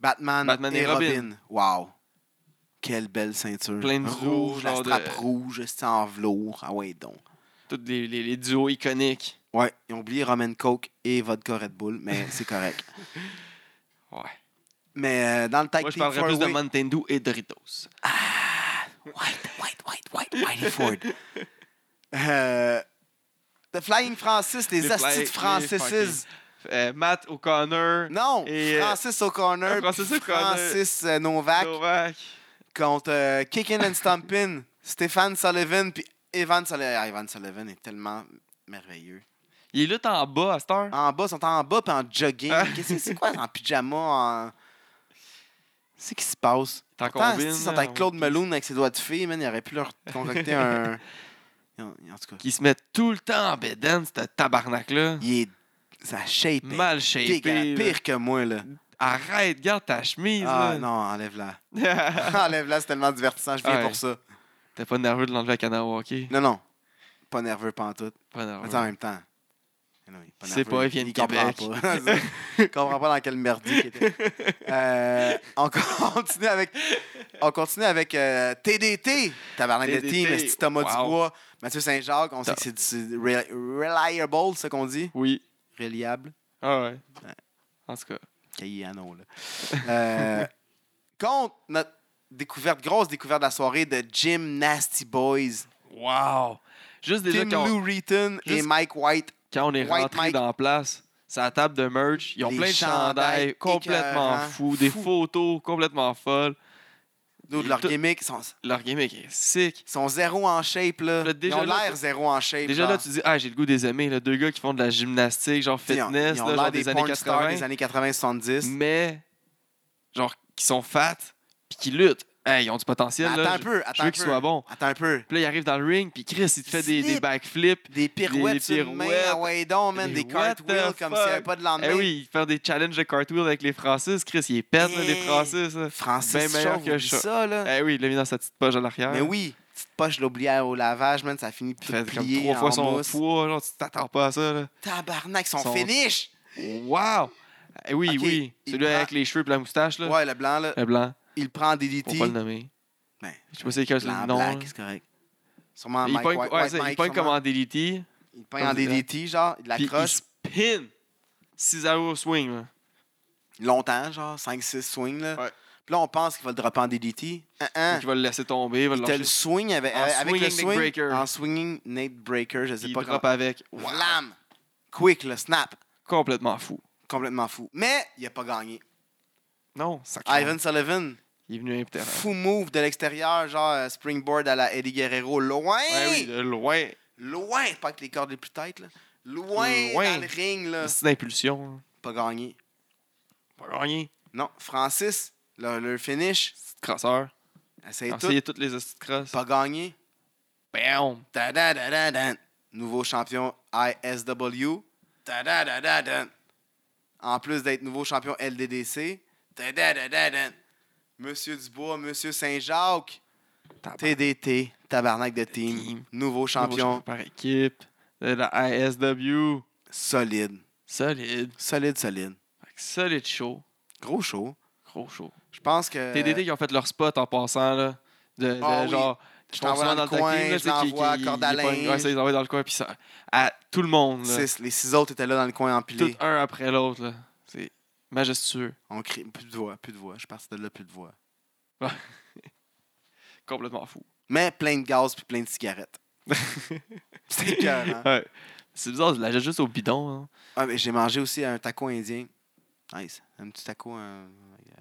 [SPEAKER 1] Batman,
[SPEAKER 2] Batman
[SPEAKER 1] et,
[SPEAKER 2] et
[SPEAKER 1] Robin.
[SPEAKER 2] Robin.
[SPEAKER 1] Wow! Quelle belle ceinture.
[SPEAKER 2] Plein de rouge,
[SPEAKER 1] la
[SPEAKER 2] genre de-
[SPEAKER 1] strappe rouge, c'est en velours. Ah ouais, donc.
[SPEAKER 2] Tous les, les, les duos iconiques.
[SPEAKER 1] Ouais, ils ont oublié Roman Coke et Vodka Red Bull, mais c'est correct.
[SPEAKER 2] Ouais.
[SPEAKER 1] Mais euh, dans le tag
[SPEAKER 2] Moi, je
[SPEAKER 1] team
[SPEAKER 2] parlerais plus de
[SPEAKER 1] four-way-
[SPEAKER 2] Mountain Dew et Doritos.
[SPEAKER 1] White, white, white, white, Whitey Ford. Euh, The Flying Francis, les
[SPEAKER 2] Les
[SPEAKER 1] astis de
[SPEAKER 2] fly- les
[SPEAKER 1] Francises.
[SPEAKER 2] Euh, Matt O'Connor,
[SPEAKER 1] Non,
[SPEAKER 2] Et, euh,
[SPEAKER 1] Francis O'Connor,
[SPEAKER 2] Francis
[SPEAKER 1] puis
[SPEAKER 2] O'Connor.
[SPEAKER 1] Francis euh, Novak
[SPEAKER 2] Novak.
[SPEAKER 1] contre euh, Kickin' and Stompin', Stéphane Sullivan, puis Evan Sullivan. Ah, Evan Sullivan est tellement merveilleux.
[SPEAKER 2] Il lutte en bas à cette
[SPEAKER 1] Ah,
[SPEAKER 2] heure.
[SPEAKER 1] En bas, ils sont en bas, puis en jogging.
[SPEAKER 2] Ah.
[SPEAKER 1] Qu'est-ce que c'est quoi, en pyjama, en... C'est qui se passe?
[SPEAKER 2] T'en
[SPEAKER 1] Pourtant,
[SPEAKER 2] combines,
[SPEAKER 1] si ça
[SPEAKER 2] là,
[SPEAKER 1] avec
[SPEAKER 2] on-
[SPEAKER 1] Claude Meloun avec ses doigts de fée, man, il aurait pu leur concocter un. En en tout cas,
[SPEAKER 2] Qui se met tout le temps en bédaine, ce tabarnak-là.
[SPEAKER 1] il est. Ça shape. est
[SPEAKER 2] Mal shapé.
[SPEAKER 1] Big, elle est
[SPEAKER 2] là.
[SPEAKER 1] pire que moi, là.
[SPEAKER 2] Arrête, garde ta chemise.
[SPEAKER 1] Ah
[SPEAKER 2] là.
[SPEAKER 1] non, enlève-la.
[SPEAKER 2] T'es
[SPEAKER 1] enlève-la, c'est tellement divertissant, je viens
[SPEAKER 2] Ouais.
[SPEAKER 1] pour ça.
[SPEAKER 2] pas nerveux de l'enlever à Canard Hockey.
[SPEAKER 1] Non, non. Pas nerveux, pas en tout.
[SPEAKER 2] Pas nerveux.
[SPEAKER 1] Mais en même temps. Non, il est
[SPEAKER 2] Ah C'est
[SPEAKER 1] nerveux,
[SPEAKER 2] pas, il vient de
[SPEAKER 1] comprend
[SPEAKER 2] Québec.
[SPEAKER 1] pas. il comprend pas dans quel merdier qu'il était. Euh, on continue avec, on continue avec euh, TDT, Tabarnak de
[SPEAKER 2] TDT,
[SPEAKER 1] Team, esti Thomas
[SPEAKER 2] wow.
[SPEAKER 1] Dubois, Mathieu Saint-Jacques. On sait que c'est du- c'est du re- reliable, ce qu'on dit.
[SPEAKER 2] Oui.
[SPEAKER 1] Reliable.
[SPEAKER 2] Ah ouais.
[SPEAKER 1] Ouais.
[SPEAKER 2] En tout cas.
[SPEAKER 1] Caillano, là. Euh, contre notre découverte, grosse découverte de la soirée de Jim Nasty Boys.
[SPEAKER 2] Wow! Juste déjà,
[SPEAKER 1] Tim
[SPEAKER 2] quand on,
[SPEAKER 1] Lou Reeton et
[SPEAKER 2] Juste-
[SPEAKER 1] Mike White
[SPEAKER 2] quand on est
[SPEAKER 1] White
[SPEAKER 2] rentré
[SPEAKER 1] Mike.
[SPEAKER 2] dans la place, c'est la table de merch. Ils ont
[SPEAKER 1] Les
[SPEAKER 2] plein de
[SPEAKER 1] chandails
[SPEAKER 2] chandails complètement
[SPEAKER 1] écœurants,
[SPEAKER 2] fous, des
[SPEAKER 1] fous.
[SPEAKER 2] photos complètement folles.
[SPEAKER 1] D'où de leur
[SPEAKER 2] Tout-
[SPEAKER 1] gimmick. Ils sont,
[SPEAKER 2] Leur gimmick est sick.
[SPEAKER 1] ils sont zéro en shape, là.
[SPEAKER 2] Là,
[SPEAKER 1] Ils
[SPEAKER 2] déjà
[SPEAKER 1] ont
[SPEAKER 2] là,
[SPEAKER 1] l'air
[SPEAKER 2] tu-
[SPEAKER 1] zéro en shape.
[SPEAKER 2] Déjà
[SPEAKER 1] genre.
[SPEAKER 2] là, tu dis, ah, j'ai le goût des aimer. Là. Deux gars qui font de la gymnastique, genre
[SPEAKER 1] Ils ont-
[SPEAKER 2] fitness,
[SPEAKER 1] ils ont
[SPEAKER 2] là,
[SPEAKER 1] l'air
[SPEAKER 2] genre
[SPEAKER 1] des,
[SPEAKER 2] des années
[SPEAKER 1] porn stars
[SPEAKER 2] 80.
[SPEAKER 1] des années 80-70.
[SPEAKER 2] mais genre qui sont fat puis qui luttent. Hey, ils ont du potentiel.
[SPEAKER 1] Attends
[SPEAKER 2] là.
[SPEAKER 1] un
[SPEAKER 2] Je-
[SPEAKER 1] peu,
[SPEAKER 2] Je
[SPEAKER 1] attends
[SPEAKER 2] veux
[SPEAKER 1] un
[SPEAKER 2] qu'ils soient
[SPEAKER 1] peu.
[SPEAKER 2] bons.
[SPEAKER 1] Attends un peu.
[SPEAKER 2] Puis là, ils arrivent dans le ring, puis Chris, il te fait des, des
[SPEAKER 1] Slip.
[SPEAKER 2] backflips.
[SPEAKER 1] Des pirouettes sur une main,
[SPEAKER 2] pirouettes.
[SPEAKER 1] ah ouais, donc, man,
[SPEAKER 2] Des
[SPEAKER 1] des
[SPEAKER 2] what the
[SPEAKER 1] cartwheels comme s'il n'y avait
[SPEAKER 2] fuck?
[SPEAKER 1] pas de lendemain.
[SPEAKER 2] Eh oui, il fait des challenges de cartwheel avec les Francis. Chris, il est pète, là, les
[SPEAKER 1] Eh,
[SPEAKER 2] Francis. là.
[SPEAKER 1] Francis
[SPEAKER 2] Ben meilleur
[SPEAKER 1] Chauve,
[SPEAKER 2] que
[SPEAKER 1] oublie
[SPEAKER 2] Chau-
[SPEAKER 1] ça, là.
[SPEAKER 2] Eh oui, il l'a mis dans sa petite poche à l'arrière.
[SPEAKER 1] Mais oui, petite poche, je l'ai oublié au lavage, man, ça finit
[SPEAKER 2] Il
[SPEAKER 1] tout
[SPEAKER 2] fait comme
[SPEAKER 1] plié
[SPEAKER 2] trois fois
[SPEAKER 1] en
[SPEAKER 2] son
[SPEAKER 1] mousse.
[SPEAKER 2] poids. Genre, tu t'attends pas à ça. Là.
[SPEAKER 1] Tabarnak, son
[SPEAKER 2] Son-
[SPEAKER 1] finish!
[SPEAKER 2] Wow! Eh oui,
[SPEAKER 1] Ok,
[SPEAKER 2] oui.
[SPEAKER 1] il
[SPEAKER 2] Celui
[SPEAKER 1] prend-
[SPEAKER 2] avec les cheveux et la moustache. Là.
[SPEAKER 1] Ouais, le blanc, là,
[SPEAKER 2] Le blanc.
[SPEAKER 1] il prend
[SPEAKER 2] Faut
[SPEAKER 1] DDT.
[SPEAKER 2] pas le nommer.
[SPEAKER 1] Ben,
[SPEAKER 2] Je sais pas c'est quel c'est
[SPEAKER 1] Blanc,
[SPEAKER 2] le nom. là.
[SPEAKER 1] black, c'est correct. Sûrement
[SPEAKER 2] Il
[SPEAKER 1] Mike
[SPEAKER 2] pogne
[SPEAKER 1] White-
[SPEAKER 2] ouais,
[SPEAKER 1] White
[SPEAKER 2] c'est- il
[SPEAKER 1] Mike,
[SPEAKER 2] pogne comme
[SPEAKER 1] sûrement.
[SPEAKER 2] en DDT.
[SPEAKER 1] Il peint en
[SPEAKER 2] Comme-
[SPEAKER 1] DDT, genre, il
[SPEAKER 2] Puis il
[SPEAKER 1] l'accroche
[SPEAKER 2] spin Cesaro swing. là.
[SPEAKER 1] longtemps, genre 5-6 swings. Là.
[SPEAKER 2] Ouais.
[SPEAKER 1] Puis là, on pense qu'il va le dropper en DDT. Hein, hein.
[SPEAKER 2] Donc il va le laisser tomber. Il va
[SPEAKER 1] Il
[SPEAKER 2] le
[SPEAKER 1] te le
[SPEAKER 2] lâcher.
[SPEAKER 1] swing avec,
[SPEAKER 2] En
[SPEAKER 1] avec
[SPEAKER 2] swinging
[SPEAKER 1] le
[SPEAKER 2] Nate
[SPEAKER 1] swing.
[SPEAKER 2] Breaker.
[SPEAKER 1] En swinging Nate Breaker, je sais
[SPEAKER 2] Il
[SPEAKER 1] pas
[SPEAKER 2] drop
[SPEAKER 1] comment.
[SPEAKER 2] avec.
[SPEAKER 1] Wham! Quick, le snap.
[SPEAKER 2] Complètement fou.
[SPEAKER 1] Complètement fou. Mais il a pas gagné.
[SPEAKER 2] Non, ça
[SPEAKER 1] Ivan Sullivan,
[SPEAKER 2] Il est venu impotent.
[SPEAKER 1] fou move de l'extérieur, genre euh, springboard à la Eddie Guerrero. Loin!
[SPEAKER 2] Ouais, oui, de loin.
[SPEAKER 1] Euh. Loin! Pas que les cordes les plus têtes, là. Loin,
[SPEAKER 2] Loin.
[SPEAKER 1] dans le ring, là.
[SPEAKER 2] C'est une impulsion. hein.
[SPEAKER 1] Pas gagné.
[SPEAKER 2] Pas gagné.
[SPEAKER 1] Non, Francis, le, le finish,
[SPEAKER 2] C'est crosseur.
[SPEAKER 1] essaye tout.
[SPEAKER 2] Essayez toutes les hosties de crosse.
[SPEAKER 1] Pas gagné.
[SPEAKER 2] Bam!
[SPEAKER 1] Ta-da-da-da-dan. Nouveau champion ISW. Ta-da-da-da-dan. En plus d'être nouveau champion LDDC. Ta-da-da-da-dan. Monsieur Dubois, Monsieur Saint-Jacques.
[SPEAKER 2] Tabarnak.
[SPEAKER 1] TDT, tabarnak de team.
[SPEAKER 2] Team.
[SPEAKER 1] Nouveau
[SPEAKER 2] Nouveau
[SPEAKER 1] champion.
[SPEAKER 2] Par équipe. De la ASW.
[SPEAKER 1] Solide.
[SPEAKER 2] Solide.
[SPEAKER 1] Solide, solide.
[SPEAKER 2] Fait que Solide show.
[SPEAKER 1] Gros show.
[SPEAKER 2] Gros show.
[SPEAKER 1] Je pense que.
[SPEAKER 2] TDD, ils ont fait leur spot en passant, là. De, de
[SPEAKER 1] Euh, Ah oui.
[SPEAKER 2] genre,
[SPEAKER 1] Je
[SPEAKER 2] qui
[SPEAKER 1] t'envoie
[SPEAKER 2] sont souvent
[SPEAKER 1] dans le
[SPEAKER 2] le
[SPEAKER 1] coin,
[SPEAKER 2] tag team, là,
[SPEAKER 1] je
[SPEAKER 2] tu sais, qui-
[SPEAKER 1] l'envoie,
[SPEAKER 2] qui-
[SPEAKER 1] corde à
[SPEAKER 2] ils pognent-
[SPEAKER 1] linge.
[SPEAKER 2] Ouais, ça, ils envoient dans le coin, puis ça. À tout le monde, là.
[SPEAKER 1] Six- les six autres étaient là dans le coin empilés.
[SPEAKER 2] Tout un après l'autre, là. C'est majestueux.
[SPEAKER 1] On crie. Plus de voix, plus de voix. Je suis parti de là, plus de voix.
[SPEAKER 2] Complètement fou.
[SPEAKER 1] Mais plein de gaz puis plein de cigarettes. C'est hein. écœurant.
[SPEAKER 2] Ouais. C'est bizarre, je la jette juste au bidon. hein.
[SPEAKER 1] Ah, mais j'ai mangé aussi un taco indien. Nice. Un petit taco un-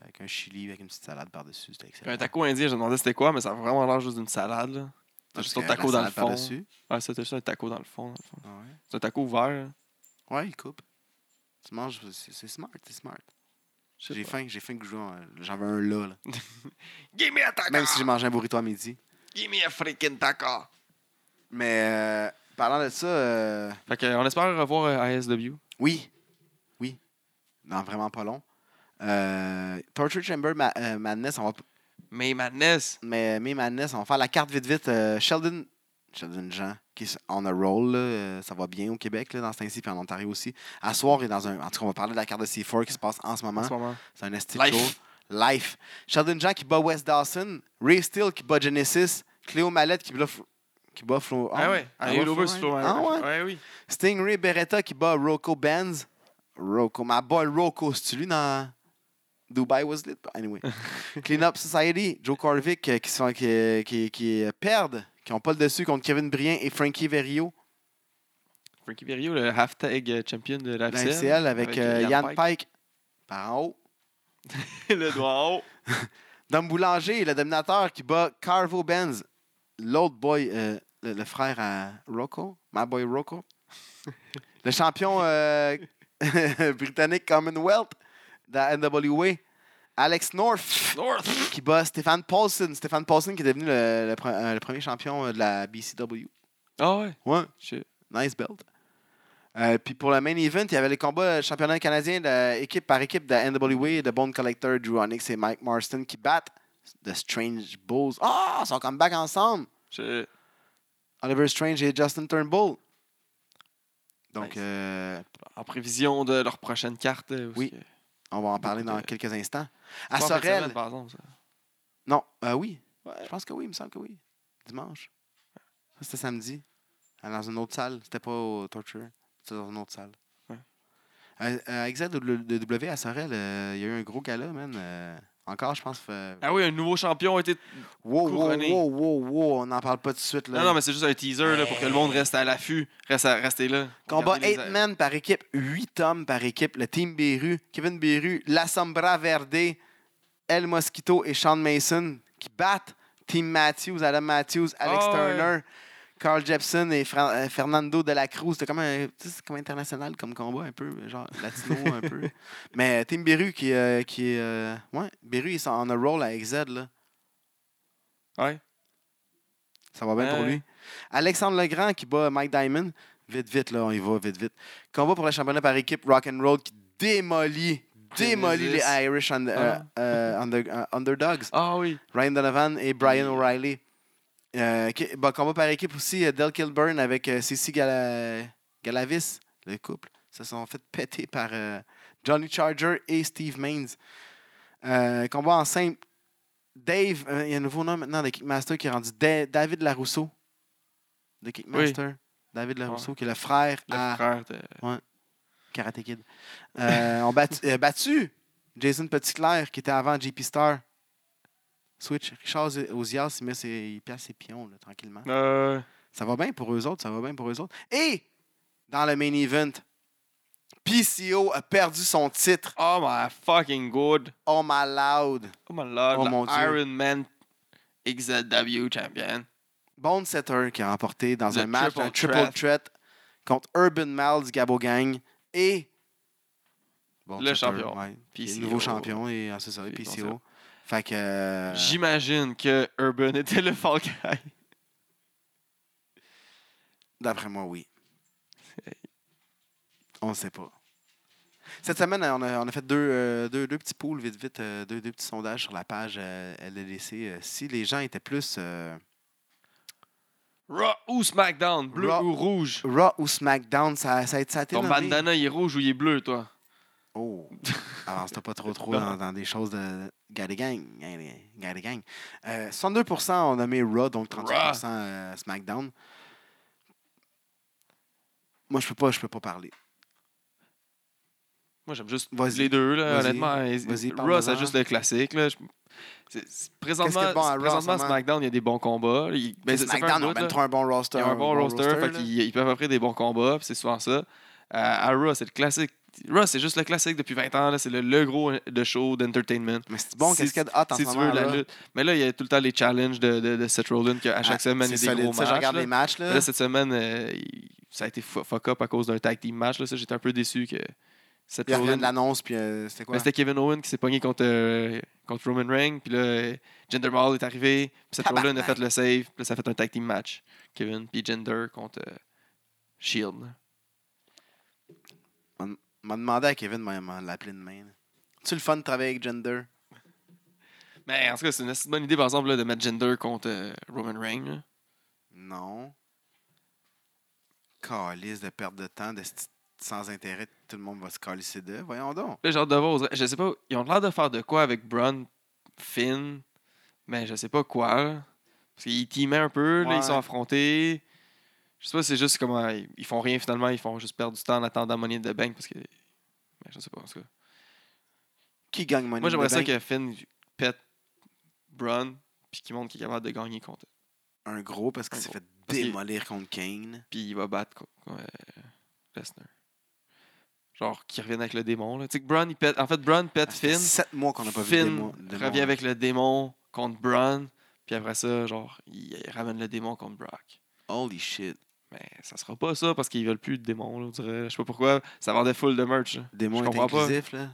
[SPEAKER 1] avec un chili, avec une petite salade par-dessus. C'était
[SPEAKER 2] Puis
[SPEAKER 1] excellent.
[SPEAKER 2] Un taco indien, je me demandais c'était quoi, mais ça a vraiment l'air juste d'une salade, là. T'as
[SPEAKER 1] Ah, Parce
[SPEAKER 2] juste ton
[SPEAKER 1] que la
[SPEAKER 2] taco dans le
[SPEAKER 1] salade
[SPEAKER 2] fond.
[SPEAKER 1] par-dessus.
[SPEAKER 2] Ouais, c'était juste un taco dans le fond. dans le fond.
[SPEAKER 1] Ah Ouais.
[SPEAKER 2] C'est un taco ouvert, là.
[SPEAKER 1] ouais, il coupe. Tu manges, c'est c'est smart, c'est smart.
[SPEAKER 2] Je sais
[SPEAKER 1] J'ai
[SPEAKER 2] pas.
[SPEAKER 1] faim, j'ai faim que je joue en- J'en veux un là, là.
[SPEAKER 2] Give me a taco!
[SPEAKER 1] Même si j'ai mangé un burrito à midi.
[SPEAKER 2] Give me a freaking taco!
[SPEAKER 1] Mais euh, parlant de ça, euh,
[SPEAKER 2] Fait que, on espère revoir euh, ASW.
[SPEAKER 1] oui. Oui. Non, vraiment pas long. Euh, Torture Chamber Ma- euh, Madness, on va
[SPEAKER 2] Mais Madness!
[SPEAKER 1] Mais mes Madness, on va faire la carte vite vite. Euh, Sheldon, Sheldon Jean, qui est on a roll, là, euh, ça va bien au Québec, là, dans ce temps-ci, puis en Ontario aussi. À soir, et dans un. En tout cas, on va parler de la carte de C4 qui se passe en ce
[SPEAKER 2] En
[SPEAKER 1] moment.
[SPEAKER 2] ce moment.
[SPEAKER 1] C'est un esti de
[SPEAKER 2] Life.
[SPEAKER 1] show. Life. Sheldon Jean qui bat Wes Dawson. Ray Steele qui bat Genesis. Cléo Mallette qui bat, Flo- qui bat Flo.
[SPEAKER 2] Ah, ouais,
[SPEAKER 1] Ah,
[SPEAKER 2] un
[SPEAKER 1] ouais,
[SPEAKER 2] over
[SPEAKER 1] Flo-
[SPEAKER 2] sur Flo-
[SPEAKER 1] Ah ouais.
[SPEAKER 2] Ouais, oui.
[SPEAKER 1] Stingray Beretta qui bat Rocco Benz. Rocco, ma boy Rocco, c'est-tu lui dans Dubai Was Lit? Anyway. Clean Up Society, Joe Corvick euh, qui, se font- qui, qui, qui, euh, perdent, qui n'ont pas le dessus contre Kevin Brien et Frankie Verrio.
[SPEAKER 2] Frankie Berrio, le half-tag euh, champion de la
[SPEAKER 1] La
[SPEAKER 2] FCL.
[SPEAKER 1] FCL avec, euh, Yann Pike. par en haut.
[SPEAKER 2] le doigt en haut.
[SPEAKER 1] Dom Boulanger, le dominateur qui bat Carvo Benz, l'autre boy, euh, le, le frère à Rocco, my boy Rocco. le champion euh, britannique Commonwealth de la NWA, Alex North
[SPEAKER 2] North!
[SPEAKER 1] qui bat Stéphane Paulson. Stéphane Paulson qui est devenu le, le pre- euh, le premier champion de la BCW.
[SPEAKER 2] Ah ouais,
[SPEAKER 1] Ouais,
[SPEAKER 2] shit.
[SPEAKER 1] nice belt. Euh, Puis pour le main event, il y avait les combats championnat canadien de- équipe par équipe de NWA, de Bone Collector, Drew Onyx et Mike Marston qui battent The Strange Bulls. Ah, ils sont comme back ensemble.
[SPEAKER 2] Shit.
[SPEAKER 1] Oliver Strange et Justin Turnbull. Donc,
[SPEAKER 2] Nice.
[SPEAKER 1] euh,
[SPEAKER 2] En prévision de leur prochaine carte. euh,
[SPEAKER 1] Oui.
[SPEAKER 2] parce que-
[SPEAKER 1] on va en parler
[SPEAKER 2] Beaucoup
[SPEAKER 1] dans
[SPEAKER 2] de-
[SPEAKER 1] quelques instants.
[SPEAKER 2] C'est
[SPEAKER 1] À
[SPEAKER 2] pas en fin de
[SPEAKER 1] Sorel.
[SPEAKER 2] semaine, par exemple, ça.
[SPEAKER 1] Non, euh, oui.
[SPEAKER 2] Ouais.
[SPEAKER 1] Je pense que oui, il me semble que oui. Dimanche. Ça, C'était samedi. Euh, Dans une autre salle. C'était pas au Torture. C'était dans une autre salle.
[SPEAKER 2] Ouais.
[SPEAKER 1] Euh, euh, avec ZW à Sorel, euh, il y a eu un gros gala, man. euh, encore, je pense. euh,
[SPEAKER 2] Ah oui, un nouveau champion a été.
[SPEAKER 1] Wow, wow,
[SPEAKER 2] couronné.
[SPEAKER 1] wow, wow, wow, on n'en parle pas tout de suite. Là.
[SPEAKER 2] Non, non, mais c'est juste un teaser là, pour que le monde reste à l'affût. Reste à- Restez là.
[SPEAKER 1] Combat
[SPEAKER 2] Regardez les-
[SPEAKER 1] 8 men par équipe, 8 hommes par équipe. Le team Beru, Kevin Beru, La Sombra Verde, El Mosquito et Sean Mason qui battent Team Matthews, Adam Matthews, Alex
[SPEAKER 2] Ah ouais.
[SPEAKER 1] Turner, Carl Jepson et Fra- euh, Fernando de la Cruz. C'était comme, un- tu sais, c'est comme international comme combat, un peu, genre latino un peu. Mais euh, Team Beru qui, euh, qui est. euh, ouais, Beru, ils sont en a roll avec Z, là.
[SPEAKER 2] Ouais.
[SPEAKER 1] Ça va bien pour
[SPEAKER 2] Ouais.
[SPEAKER 1] lui. Alexandre Legrand qui bat Mike Diamond. Vite, vite, là, on y va, vite, vite. Combat pour le championnat par équipe Rock'n'Roll qui démolit, démolit les
[SPEAKER 2] Genesis.
[SPEAKER 1] Irish und- euh, euh, under- euh, Underdogs.
[SPEAKER 2] Ah oui.
[SPEAKER 1] Ryan Donovan et Brian
[SPEAKER 2] Oui.
[SPEAKER 1] O'Reilly. Euh, qui- bah, combat par équipe aussi, euh, Del Kilburn avec euh, Cici Gala- Galavis, le couple. Se sont fait péter par euh, Johnny Charger et Steve Maines. Euh, combat en simple. Dave, euh, il y a un nouveau nom maintenant de Kickmaster qui est rendu Da- David Larousseau. De Kickmaster. David Larousseau, qui est le frère
[SPEAKER 2] Le
[SPEAKER 1] à
[SPEAKER 2] frère de.
[SPEAKER 1] Karate Kid. Euh, on bat- euh, battu Jason Petitclerc, qui était avant JP Star. Switch. Richard Z- Ozias, il, met ses, il place ses pions là, tranquillement.
[SPEAKER 2] Euh,
[SPEAKER 1] Ça va bien pour eux autres, ça va bien pour eux autres. Et dans le main event, PCO a perdu son titre.
[SPEAKER 2] Oh my fucking god.
[SPEAKER 1] Oh my loud.
[SPEAKER 2] Oh my lord.
[SPEAKER 1] Oh
[SPEAKER 2] le
[SPEAKER 1] mon Dieu.
[SPEAKER 2] Iron Man XLW champion.
[SPEAKER 1] Bone Setter qui a remporté dans
[SPEAKER 2] Le
[SPEAKER 1] un match un triple
[SPEAKER 2] triple threat.
[SPEAKER 1] threat. contre Urban Mal du Gabo Gang et Bone
[SPEAKER 2] Le champion.
[SPEAKER 1] ouais, qui est
[SPEAKER 2] PCO.
[SPEAKER 1] nouveau champion et ah, c'est ça,
[SPEAKER 2] Et
[SPEAKER 1] PCO.
[SPEAKER 2] Bone
[SPEAKER 1] Fait que euh,
[SPEAKER 2] J'imagine que Urban était le Fall Guy.
[SPEAKER 1] D'après moi, oui. On ne sait pas. Cette semaine, on a, on a fait deux, euh, deux, deux petits pools, vite, vite, euh, deux, deux petits sondages sur la page euh, LDDC. Euh, si les gens étaient plus euh,
[SPEAKER 2] Raw ou SmackDown, bleu
[SPEAKER 1] Raw.
[SPEAKER 2] ou rouge.
[SPEAKER 1] Raw ou SmackDown, ça, ça, a- ça a été
[SPEAKER 2] Ton
[SPEAKER 1] nommé.
[SPEAKER 2] bandana, il est rouge ou il est bleu, toi?
[SPEAKER 1] Oh, avance-toi pas trop trop
[SPEAKER 2] Non.
[SPEAKER 1] dans, dans des choses de garde gang, garde gang. Euh, 62% ont nommé Raw, donc 38% euh, SmackDown. Moi, je peux pas, je peux pas parler.
[SPEAKER 2] Moi, j'aime juste
[SPEAKER 1] Vas-y.
[SPEAKER 2] les deux, là,
[SPEAKER 1] Vas-y.
[SPEAKER 2] honnêtement.
[SPEAKER 1] Vas-y,
[SPEAKER 2] Raw,
[SPEAKER 1] parle-en.
[SPEAKER 2] c'est juste le classique. Là. Je- c'est- c'est- Présentement,
[SPEAKER 1] qu'il y a de bon à Raw en
[SPEAKER 2] présentement
[SPEAKER 1] ce moment?
[SPEAKER 2] SmackDown, il y a des bons combats. Il- ben, ça- ça fait un
[SPEAKER 1] SmackDown
[SPEAKER 2] bout,
[SPEAKER 1] a
[SPEAKER 2] là.
[SPEAKER 1] même trop un bon roster.
[SPEAKER 2] Ils ont un bon roster, fait
[SPEAKER 1] euh, là.
[SPEAKER 2] qu'ils ils peuvent offrir des bons combats, puis c'est souvent ça. Euh, à Raw, c'est le classique. Raw, c'est juste le classique depuis 20 ans. là, C'est le, le gros euh, de show d'entertainment.
[SPEAKER 1] Mais c'est bon,
[SPEAKER 2] Si-
[SPEAKER 1] qu'est-ce qu'il y a de hot en
[SPEAKER 2] Si
[SPEAKER 1] ce
[SPEAKER 2] tu
[SPEAKER 1] moment?
[SPEAKER 2] veux la
[SPEAKER 1] là?
[SPEAKER 2] lutte. Mais là, il y a tout le temps les challenges de, de, de Seth Rollins qu'à chaque
[SPEAKER 1] Ah,
[SPEAKER 2] semaine, il
[SPEAKER 1] c'est
[SPEAKER 2] y a des
[SPEAKER 1] solide,
[SPEAKER 2] gros
[SPEAKER 1] ça,
[SPEAKER 2] matchs.
[SPEAKER 1] je regarde
[SPEAKER 2] là.
[SPEAKER 1] les matchs.
[SPEAKER 2] Mais
[SPEAKER 1] Là.
[SPEAKER 2] là, cette semaine, euh, il- ça a été fu- fuck up à cause d'un tag team match. Là. Ça, j'étais un peu déçu que Seth
[SPEAKER 1] Il y a rien
[SPEAKER 2] Rollins
[SPEAKER 1] de l'annonce, puis euh, c'était quoi?
[SPEAKER 2] Ben, c'était Kevin Owen qui s'est pogné contre, euh, contre Roman Reigns. Puis là, euh, Jinder Mahal est arrivé. Puis Seth
[SPEAKER 1] Tabarnak.
[SPEAKER 2] Rollins a fait le save. Puis là, ça a fait un tag team match. Kevin puis Jinder contre euh, Shield.
[SPEAKER 1] On m'a demandé à Kevin de m'en- l'appeler demain. Tu le fun de travailler avec Gender?
[SPEAKER 2] Mais en tout cas, c'est une assez bonne idée, par exemple, là, de mettre Jinder contre euh, Roman Reigns. là.
[SPEAKER 1] Non. Calice de perte de temps, de sti- sans intérêt, tout le monde va se calisser d'eux. Voyons donc.
[SPEAKER 2] Là, j'ai hâte de voir. on dirait- Je sais pas, ils ont l'air de faire de quoi avec Braun, Finn, mais je sais pas quoi. là. Parce qu'ils teamaient un peu, là,
[SPEAKER 1] Ouais.
[SPEAKER 2] ils sont affrontés. Je sais pas, c'est juste comment. Ils ils font rien finalement, ils font juste perdre du temps en attendant Money in the Bank parce que. mais je sais pas, en tout cas.
[SPEAKER 1] Qui gagne Money
[SPEAKER 2] Moi, j'aimerais
[SPEAKER 1] in the
[SPEAKER 2] ça
[SPEAKER 1] Bank?
[SPEAKER 2] que Finn pète Braun, puis qu'il montre qu'il est capable de gagner contre.
[SPEAKER 1] Un gros parce qu'il
[SPEAKER 2] Un
[SPEAKER 1] s'est
[SPEAKER 2] gros.
[SPEAKER 1] fait
[SPEAKER 2] Parce qu'il-
[SPEAKER 1] démolir contre Kane.
[SPEAKER 2] Puis il va battre co- co- euh, Lesnar. Genre, qu'il revienne avec le démon, là. Tu sais que Braun, il pète. En fait, Braun pète
[SPEAKER 1] Ça fait
[SPEAKER 2] Finn.
[SPEAKER 1] sept mois qu'on n'a pas vu
[SPEAKER 2] Finn
[SPEAKER 1] de démo- de
[SPEAKER 2] revient avec le démon contre Braun, puis après ça, genre, il, il ramène le démon contre Brock.
[SPEAKER 1] Holy shit.
[SPEAKER 2] Mais ça sera pas ça parce qu'ils veulent plus de démons, là, on dirait. Je sais pas pourquoi. Ça vendait full de merch. hein. là.
[SPEAKER 1] Démon
[SPEAKER 2] Je
[SPEAKER 1] est
[SPEAKER 2] comprends pas.
[SPEAKER 1] inclusif, là.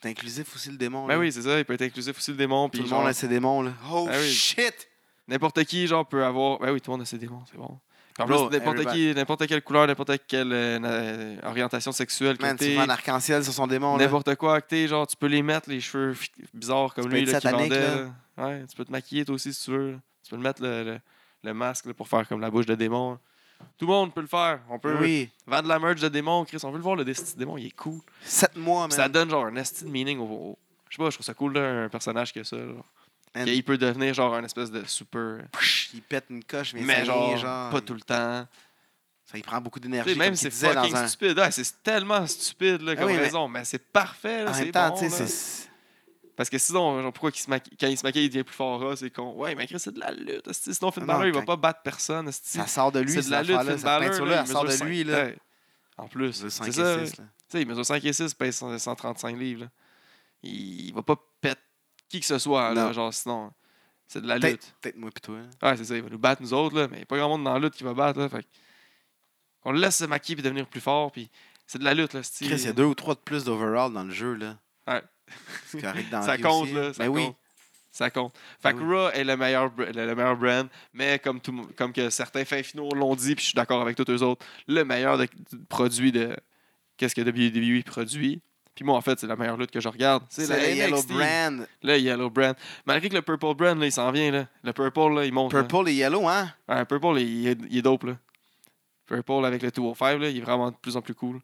[SPEAKER 1] C'est inclusif aussi le démon.
[SPEAKER 2] Ben
[SPEAKER 1] là.
[SPEAKER 2] oui, c'est ça. Il peut être inclusif aussi le démon.
[SPEAKER 1] Tout
[SPEAKER 2] Puis
[SPEAKER 1] le
[SPEAKER 2] genre,
[SPEAKER 1] monde a ses démons, là. Oh
[SPEAKER 2] Ah oui.
[SPEAKER 1] shit!
[SPEAKER 2] n'importe qui, genre, peut avoir. Ben oui, tout le monde a ses démons, c'est bon. Puis en
[SPEAKER 1] Bro,
[SPEAKER 2] plus, n'importe qui, n'importe quelle couleur, n'importe quelle euh, euh, orientation sexuelle que
[SPEAKER 1] Man, tu
[SPEAKER 2] t'es,
[SPEAKER 1] vois un arc-en-ciel sur son démon, là.
[SPEAKER 2] n'importe quoi que t'es, genre, tu peux les mettre, les cheveux fi- bizarres comme
[SPEAKER 1] peux
[SPEAKER 2] lui,
[SPEAKER 1] être
[SPEAKER 2] là, qui
[SPEAKER 1] satanique,
[SPEAKER 2] vendait.
[SPEAKER 1] là.
[SPEAKER 2] là. Ouais, tu peux te maquiller toi aussi si tu veux. là. Tu peux le mettre le, le- le masque là, pour faire comme la bouche de démon. là. Tout le monde peut le faire. On peut
[SPEAKER 1] Oui.
[SPEAKER 2] vendre la merge de démon, Chris. On veut le voir, le esti de démon, il est cool.
[SPEAKER 1] Sept mois,
[SPEAKER 2] Puis Ça
[SPEAKER 1] Ah, man.
[SPEAKER 2] donne genre un esti de meaning au. au- Je sais pas, je trouve ça cool là, un personnage que ça. là.
[SPEAKER 1] Man.
[SPEAKER 2] Qu'il- Il peut devenir genre un espèce de super.
[SPEAKER 1] Il pète une coche, mais,
[SPEAKER 2] Mais
[SPEAKER 1] ça
[SPEAKER 2] genre,
[SPEAKER 1] vient, genre,
[SPEAKER 2] pas tout le temps.
[SPEAKER 1] Ça, il prend beaucoup
[SPEAKER 2] Tu
[SPEAKER 1] d'énergie.
[SPEAKER 2] sais, même
[SPEAKER 1] comme
[SPEAKER 2] si
[SPEAKER 1] tu
[SPEAKER 2] c'est
[SPEAKER 1] disais dans
[SPEAKER 2] fucking
[SPEAKER 1] un.
[SPEAKER 2] stupide. Ah, c'est tellement stupide là,
[SPEAKER 1] Ah
[SPEAKER 2] comme
[SPEAKER 1] oui, mais-
[SPEAKER 2] raison, mais, c'est parfait. là,
[SPEAKER 1] En
[SPEAKER 2] c'est
[SPEAKER 1] même temps,
[SPEAKER 2] bon,
[SPEAKER 1] tu sais,
[SPEAKER 2] là.
[SPEAKER 1] c'est.
[SPEAKER 2] Parce que sinon, genre, pourquoi qu'il se maquille- quand il se maquille, il devient plus fort, ah, c'est con. Ouais, mais Chris, c'est de la lutte. esti. Sinon, Finn
[SPEAKER 1] Ah non,
[SPEAKER 2] Balor, il va
[SPEAKER 1] quand-
[SPEAKER 2] pas battre personne. esti.
[SPEAKER 1] Ça sort de lui,
[SPEAKER 2] C'est de la
[SPEAKER 1] cette
[SPEAKER 2] lutte,
[SPEAKER 1] affaire-là,
[SPEAKER 2] Finn
[SPEAKER 1] cette
[SPEAKER 2] Balor.
[SPEAKER 1] peinture-là,
[SPEAKER 2] là,
[SPEAKER 1] elle
[SPEAKER 2] il
[SPEAKER 1] sort de
[SPEAKER 2] mesure
[SPEAKER 1] lui,
[SPEAKER 2] cinq-
[SPEAKER 1] là.
[SPEAKER 2] Ouais. En plus,
[SPEAKER 1] Le 5
[SPEAKER 2] c'est
[SPEAKER 1] et
[SPEAKER 2] ça.
[SPEAKER 1] 6, là.
[SPEAKER 2] Tu sais, il mesure 5 et 6, il pèse 100 135 livres. là. Il, il va pas péter qui que ce soit, là,
[SPEAKER 1] Non.
[SPEAKER 2] genre sinon. C'est de la
[SPEAKER 1] Peut-être-
[SPEAKER 2] lutte.
[SPEAKER 1] Peut-être moi pis toi. là.
[SPEAKER 2] Ouais, c'est ça, il va nous battre nous autres, là, mais il n'y a pas grand monde dans la lutte qui va battre. Là, fait que- On le laisse se maquiller et devenir plus fort, puis c'est de la lutte, là, style.
[SPEAKER 1] Chris, il y a deux ou trois de plus d'overall dans le jeu, là.
[SPEAKER 2] Ouais.
[SPEAKER 1] C'est correct dans la
[SPEAKER 2] Ça
[SPEAKER 1] vie
[SPEAKER 2] compte,
[SPEAKER 1] aussi,
[SPEAKER 2] là, ça
[SPEAKER 1] Ben
[SPEAKER 2] compte.
[SPEAKER 1] oui.
[SPEAKER 2] Ça compte. Fait que
[SPEAKER 1] Ben
[SPEAKER 2] Raw est le meilleur, br- le, le meilleur brand, mais comme, tout, le monde- comme que certains fins finaux l'ont dit, puis je suis d'accord avec tous eux autres, le meilleur de, de- produit de qu'est-ce que WWE produit. Puis moi, en fait, c'est la meilleure lutte que je regarde.
[SPEAKER 1] C'est la Yellow Brand.
[SPEAKER 2] Là, Yellow Brand. Malgré que le Purple Brand, là, il s'en vient. Là. Le Purple, là, il monte. là.
[SPEAKER 1] Purple et Yellow, hein?
[SPEAKER 2] Ouais, Purple, il est, il est dope. Là. Purple avec le 205, là, il est vraiment de plus en plus cool.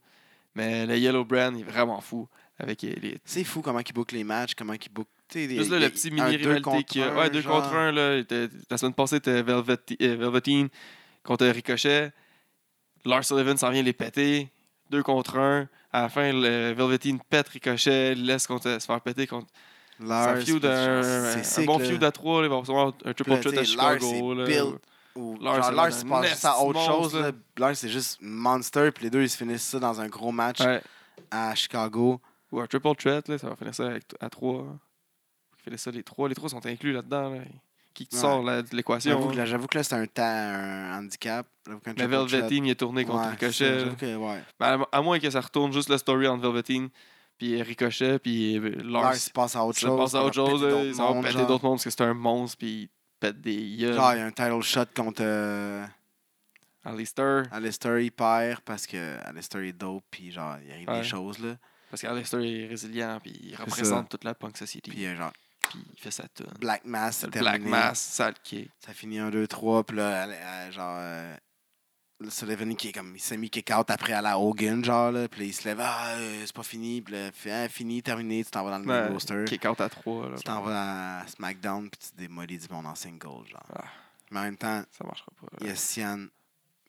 [SPEAKER 2] Mais le Yellow Brand, il est vraiment fou. Avec les- les...
[SPEAKER 1] C'est fou comment ils bookent les matchs, comment ils bookent.
[SPEAKER 2] Juste là, le petit mini-rivalité qui a. Ouais, deux contre un. Là, il était- la semaine passée, c'était Velveti- euh, Velveteen contre Ricochet. Lars Sullivan s'en vient les péter. Deux contre un. À la fin, le Velveteen pète Ricochet, le laisse contre, se faire péter contre. C'est un, feud, un, un bon feud à 3, il va recevoir un triple
[SPEAKER 1] Là,
[SPEAKER 2] threat
[SPEAKER 1] tu
[SPEAKER 2] à
[SPEAKER 1] sais, Lars,
[SPEAKER 2] Chicago.
[SPEAKER 1] c'est
[SPEAKER 2] là.
[SPEAKER 1] Bill. Ou,
[SPEAKER 2] Lars,
[SPEAKER 1] genre,
[SPEAKER 2] c'est
[SPEAKER 1] Lars, il
[SPEAKER 2] dans un
[SPEAKER 1] passe juste à autre
[SPEAKER 2] monstre,
[SPEAKER 1] chose.
[SPEAKER 2] là.
[SPEAKER 1] Là. Lars, c'est juste Monster, puis les deux, ils se finissent ça dans un gros match
[SPEAKER 2] Ouais.
[SPEAKER 1] à Chicago.
[SPEAKER 2] Ou un triple threat, là, ça va finir ça avec- à 3. Il finit ça les 3. Les 3 sont inclus là-dedans. là. Qui qui
[SPEAKER 1] Ouais.
[SPEAKER 2] sort là, de
[SPEAKER 1] J'avoue
[SPEAKER 2] l'équation?
[SPEAKER 1] que
[SPEAKER 2] là?
[SPEAKER 1] là, j'avoue que là, c'est un, ta- un handicap. J'avoue qu'un
[SPEAKER 2] Mais
[SPEAKER 1] triple threat.
[SPEAKER 2] Velveteen, il est tourné contre
[SPEAKER 1] Ouais,
[SPEAKER 2] Ricochet. là.
[SPEAKER 1] j'avoue que, ouais.
[SPEAKER 2] Mais Ben, à, à moins que ça retourne juste la story entre Velveteen, puis Ricochet, puis euh, Lars.
[SPEAKER 1] Lars, il passe à autre
[SPEAKER 2] Ça
[SPEAKER 1] chose.
[SPEAKER 2] passe à autre
[SPEAKER 1] va
[SPEAKER 2] chose.
[SPEAKER 1] péter
[SPEAKER 2] là,
[SPEAKER 1] d'autres
[SPEAKER 2] Ils vont
[SPEAKER 1] mondes,
[SPEAKER 2] péter
[SPEAKER 1] genre.
[SPEAKER 2] d'autres mondes parce que c'est un monstre, puis il pète des gueules.
[SPEAKER 1] Genre, il y a un title shot contre euh,
[SPEAKER 2] Alistair.
[SPEAKER 1] Alistair, il perd parce que Alistair est dope, puis genre, il arrive
[SPEAKER 2] Ouais.
[SPEAKER 1] des choses, là.
[SPEAKER 2] Parce qu'Alistair est résilient, puis il
[SPEAKER 1] ça.
[SPEAKER 2] représente toute la punk society.
[SPEAKER 1] Puis, euh, genre,
[SPEAKER 2] Puis il fait sa tonne.
[SPEAKER 1] Black Mass, c'est
[SPEAKER 2] Le Black
[SPEAKER 1] terminé.
[SPEAKER 2] Mass, sale kick.
[SPEAKER 1] Ça finit 1, 2, 3, puis là, elle- elle- genre, euh, Sullivan, qui est comme, il s'est mis kick-out après à la Hogan, genre, là, puis là, il se lève, ah, euh, c'est pas fini, puis là, fait, ah, fini, terminé, tu t'en vas dans le main
[SPEAKER 2] Ouais,
[SPEAKER 1] roster,
[SPEAKER 2] Kick out à 3.
[SPEAKER 1] tu t'en vas à SmackDown, puis tu démolis du monde en single, genre.
[SPEAKER 2] Ah.
[SPEAKER 1] Mais en même temps,
[SPEAKER 2] Ça marchera pas. là.
[SPEAKER 1] il y a Sian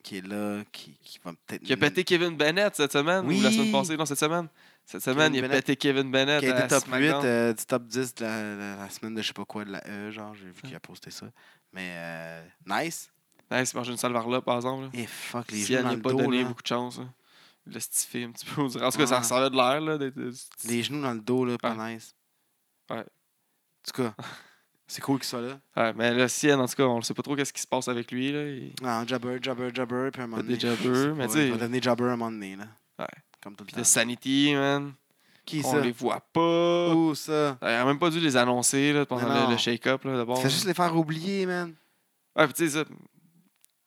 [SPEAKER 1] qui est là, qui, qui va peut-être...
[SPEAKER 2] Qui a pété Kevin Bennett cette semaine ou la
[SPEAKER 1] Oui.
[SPEAKER 2] semaine passée? Non, cette semaine. Cette semaine, il a
[SPEAKER 1] Bennett.
[SPEAKER 2] pété Kevin Bennett.
[SPEAKER 1] qui a été
[SPEAKER 2] à
[SPEAKER 1] top 8
[SPEAKER 2] SmackDown.
[SPEAKER 1] euh, du top 10 de la, la- la semaine de je sais pas quoi de la E, genre, j'ai vu qu'il a posté ça. Mais euh, nice.
[SPEAKER 2] Ouais, il s'est mangé une salvarlope par exemple. là.
[SPEAKER 1] Et fuck, les
[SPEAKER 2] Si
[SPEAKER 1] genoux
[SPEAKER 2] elle
[SPEAKER 1] dans
[SPEAKER 2] n'a
[SPEAKER 1] le
[SPEAKER 2] pas
[SPEAKER 1] dos,
[SPEAKER 2] donné
[SPEAKER 1] là.
[SPEAKER 2] beaucoup de chance. là. Il l'a stiffé un petit peu. on dirait. En tout cas,
[SPEAKER 1] Ah.
[SPEAKER 2] ça ressemblait de l'air. là, d'être- euh,
[SPEAKER 1] Les genoux dans le dos, là, pas nice.
[SPEAKER 2] Ouais.
[SPEAKER 1] En tout cas, c'est cool qu'il soit là.
[SPEAKER 2] Ouais, mais le Sienne, en tout cas, on ne sait pas trop qu'est-ce qui se passe avec lui. Là. Il-
[SPEAKER 1] Ah, jobber, jobber, jobber, puis un moment
[SPEAKER 2] Pas des
[SPEAKER 1] donné...
[SPEAKER 2] jobbers, mais tu sais-
[SPEAKER 1] Il va devenir jobber un moment donné, là.
[SPEAKER 2] Ouais.
[SPEAKER 1] Comme tout le
[SPEAKER 2] Puis le
[SPEAKER 1] temps.
[SPEAKER 2] Sanity, man.
[SPEAKER 1] Qui,
[SPEAKER 2] on
[SPEAKER 1] Ah. ça?
[SPEAKER 2] les voit pas.
[SPEAKER 1] Où, ça?
[SPEAKER 2] Il n'a même pas dû les annoncer là, pendant
[SPEAKER 1] Mais
[SPEAKER 2] le- le,
[SPEAKER 1] non.
[SPEAKER 2] shake-up là, d'abord.
[SPEAKER 1] Fais juste les faire oublier, man.
[SPEAKER 2] Ouais, puis tu sais, ça.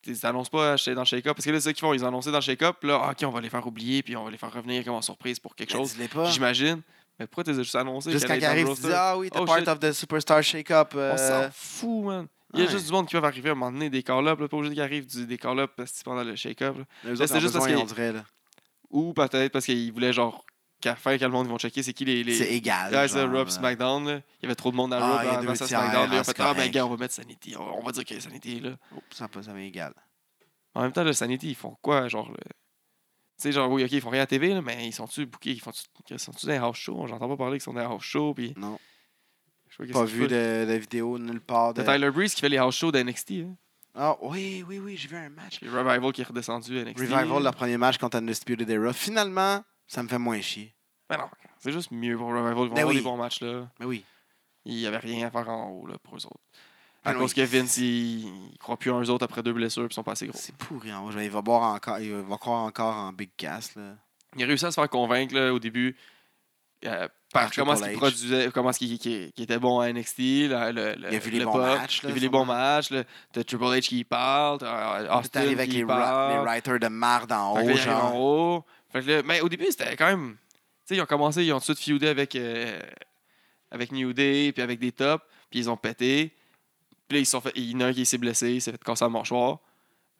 [SPEAKER 2] Ils n'annoncent pas euh, chez- dans le shake-up. Parce que là, c'est ça qu'ils font. Ils annoncent dans le shake-up. puis Là, Ah, OK, on va les faire oublier. Puis on va les faire revenir comme en surprise pour quelque chose.
[SPEAKER 1] Dis-les pas.
[SPEAKER 2] J'imagine. Mais pourquoi tu les as juste annoncé
[SPEAKER 1] Juste quand
[SPEAKER 2] qu'elle
[SPEAKER 1] il
[SPEAKER 2] allait être
[SPEAKER 1] arrive, tu
[SPEAKER 2] dans le
[SPEAKER 1] dis «
[SPEAKER 2] roster?
[SPEAKER 1] Ah oui, t'es
[SPEAKER 2] Oh,
[SPEAKER 1] part
[SPEAKER 2] shit.
[SPEAKER 1] of the Superstar Shake-Up.
[SPEAKER 2] On
[SPEAKER 1] euh,
[SPEAKER 2] s'en fout, man. Il y a
[SPEAKER 1] ouais.
[SPEAKER 2] juste du monde qui peuvent arriver à un moment donné, des call-up, là, pas obligé qu'ils arrivent du- des call-up parce que pendant le shake-up. là.
[SPEAKER 1] eux autres,
[SPEAKER 2] c'est
[SPEAKER 1] ils ont
[SPEAKER 2] juste
[SPEAKER 1] besoin,
[SPEAKER 2] parce que-
[SPEAKER 1] on dirait, là.
[SPEAKER 2] Ou peut-être parce qu'ils voulaient, genre, qu'à la fin, quand le monde ils vont checker, c'est qui les. les...
[SPEAKER 1] C'est égal.
[SPEAKER 2] Ouais, c'est
[SPEAKER 1] genre, euh,
[SPEAKER 2] Rob
[SPEAKER 1] là.
[SPEAKER 2] SmackDown. là. Il y avait trop de monde à
[SPEAKER 1] Ah,
[SPEAKER 2] Rob
[SPEAKER 1] il y a
[SPEAKER 2] avant
[SPEAKER 1] deux
[SPEAKER 2] ça,
[SPEAKER 1] tiers,
[SPEAKER 2] SmackDown. là, Ils
[SPEAKER 1] ah,
[SPEAKER 2] ont
[SPEAKER 1] c'est
[SPEAKER 2] fait Ah, ben,
[SPEAKER 1] correct.
[SPEAKER 2] gars, on va mettre Sanity. On on va dire qu'il y a Sanity, là.
[SPEAKER 1] Oh, ça, pas- ça m'est égal.
[SPEAKER 2] En même temps, le Sanity, ils font quoi, genre. le- Tu sais, genre, oui, OK, ils font rien à TV, là, mais ils sont-tu bookés Ils font-tu- ils sont-tu dans les house shows J'entends pas parler qu'ils sont dans les house shows. Puis...
[SPEAKER 1] Non.
[SPEAKER 2] Je sais pas, qu'est-ce
[SPEAKER 1] Pas
[SPEAKER 2] qu'ils
[SPEAKER 1] vu
[SPEAKER 2] foutent.
[SPEAKER 1] de, de vidéo nulle part. De...
[SPEAKER 2] C'est Tyler Breeze qui fait les house shows d'NXT. Hein.
[SPEAKER 1] Ah oui, oui, oui, j'ai vu un match.
[SPEAKER 2] Puis Revival qui est redescendu à NXT.
[SPEAKER 1] Revival, leur premier match contre Undisputed Era. Finalement, ça me fait moins chier.
[SPEAKER 2] Mais non, c'est juste mieux pour Revival. Ils vont
[SPEAKER 1] Ben
[SPEAKER 2] avoir
[SPEAKER 1] oui.
[SPEAKER 2] des bons matchs, là.
[SPEAKER 1] Mais oui.
[SPEAKER 2] Il n'y avait rien à faire en haut, là, pour eux autres. À
[SPEAKER 1] Ben
[SPEAKER 2] cause
[SPEAKER 1] oui.
[SPEAKER 2] que Vince, il, il croit plus en eux autres après deux blessures, puis ils sont pas assez gros.
[SPEAKER 1] C'est pourri en haut. Il va, boire encore, il va croire encore en Big Cass. Là.
[SPEAKER 2] Il a réussi à se faire convaincre, là, au début, euh,
[SPEAKER 1] par
[SPEAKER 2] comment est-ce
[SPEAKER 1] Triple
[SPEAKER 2] qu'il
[SPEAKER 1] H.
[SPEAKER 2] produisait, comment est-ce qu'il qu'il- qu'il était bon à NXT, le, le, le-
[SPEAKER 1] Il a vu
[SPEAKER 2] le
[SPEAKER 1] les bons
[SPEAKER 2] pop,
[SPEAKER 1] matchs, là,
[SPEAKER 2] il a vu les
[SPEAKER 1] sûrement.
[SPEAKER 2] bons matchs, là. t'as Triple H qui parle, t'as euh,
[SPEAKER 1] T'es
[SPEAKER 2] Austin
[SPEAKER 1] arrivé avec
[SPEAKER 2] qui
[SPEAKER 1] les, ra- les
[SPEAKER 2] parle,
[SPEAKER 1] writers de marde en
[SPEAKER 2] Fait
[SPEAKER 1] haut,
[SPEAKER 2] que là, il arrive en
[SPEAKER 1] genre.
[SPEAKER 2] haut. Fait que là, mais au début, c'était quand même. Tu sais, ils ont commencé, ils ont tout de suite feudé avec, euh, avec New Day, puis avec des tops, puis ils ont pété. Puis là, ils se sont fait, il y en a un qui s'est blessé, il s'est fait casser la mâchoire.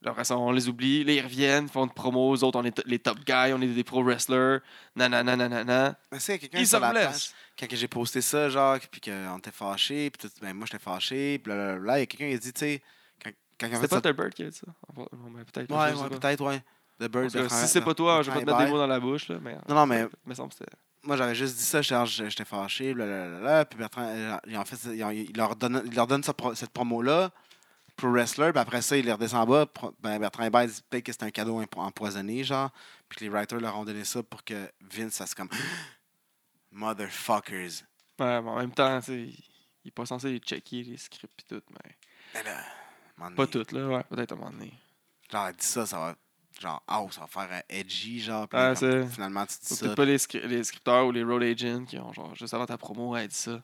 [SPEAKER 2] Là, Après ça, on les oublie. Là, ils reviennent, font de promos. Eux autres, on est t- les top guys, on est des pro wrestlers. Nanana, nanana.
[SPEAKER 1] Mais tu sais, quelqu'un
[SPEAKER 2] Ils se
[SPEAKER 1] sur la page,
[SPEAKER 2] blessent.
[SPEAKER 1] quand que j'ai posté ça, genre, puis qu'on était fâchés, puis tout, ben moi j'étais fâché, puis là, il y a quelqu'un qui a dit, tu sais, quand, quand en
[SPEAKER 2] C'était
[SPEAKER 1] fait
[SPEAKER 2] pas
[SPEAKER 1] ça...
[SPEAKER 2] Turbert qui a dit ça. Bon, ben, peut-être. là, je
[SPEAKER 1] Ouais,
[SPEAKER 2] sais
[SPEAKER 1] ouais,
[SPEAKER 2] pas.
[SPEAKER 1] peut-être, ouais. The Bird,
[SPEAKER 2] En tout cas,
[SPEAKER 1] de Fran-
[SPEAKER 2] Si c'est pas toi, je vais pas te mettre des
[SPEAKER 1] Fran-
[SPEAKER 2] mots dans la bouche. Là, mais
[SPEAKER 1] Non, non, mais
[SPEAKER 2] Il me semble que c'était.
[SPEAKER 1] moi j'avais juste dit ça, j'étais genre, j'étais fâché, blablabla. Puis Bertrand, euh, il, en fait, il, en- il leur donne, il leur donne ce pro- cette promo-là, pro wrestler, puis après ça, il les redescend en bas. pro- Ben Bertrand Hébert dit peut-être que c'était un cadeau empo- empoisonné, genre, puis que les writers leur ont donné ça pour que Vince fasse comme Motherfuckers.
[SPEAKER 2] Ouais, mais en même temps, tu sais, il il est pas censé les checker, les scripts et tout. Mais...
[SPEAKER 1] Ben là, à un moment donné,
[SPEAKER 2] Pas toutes, là, ouais. Peut-être à un moment donné.
[SPEAKER 1] Genre, elle dit ça, ça va. Genre, oh, ça va faire euh, edgy, genre. puis
[SPEAKER 2] Ah,
[SPEAKER 1] comme,
[SPEAKER 2] c'est-
[SPEAKER 1] finalement, tu dis
[SPEAKER 2] Faut
[SPEAKER 1] ça.
[SPEAKER 2] Peut-être pas les, scri- les scripteurs ou les road agents qui ont, genre, juste avant ta promo, elle dit ça.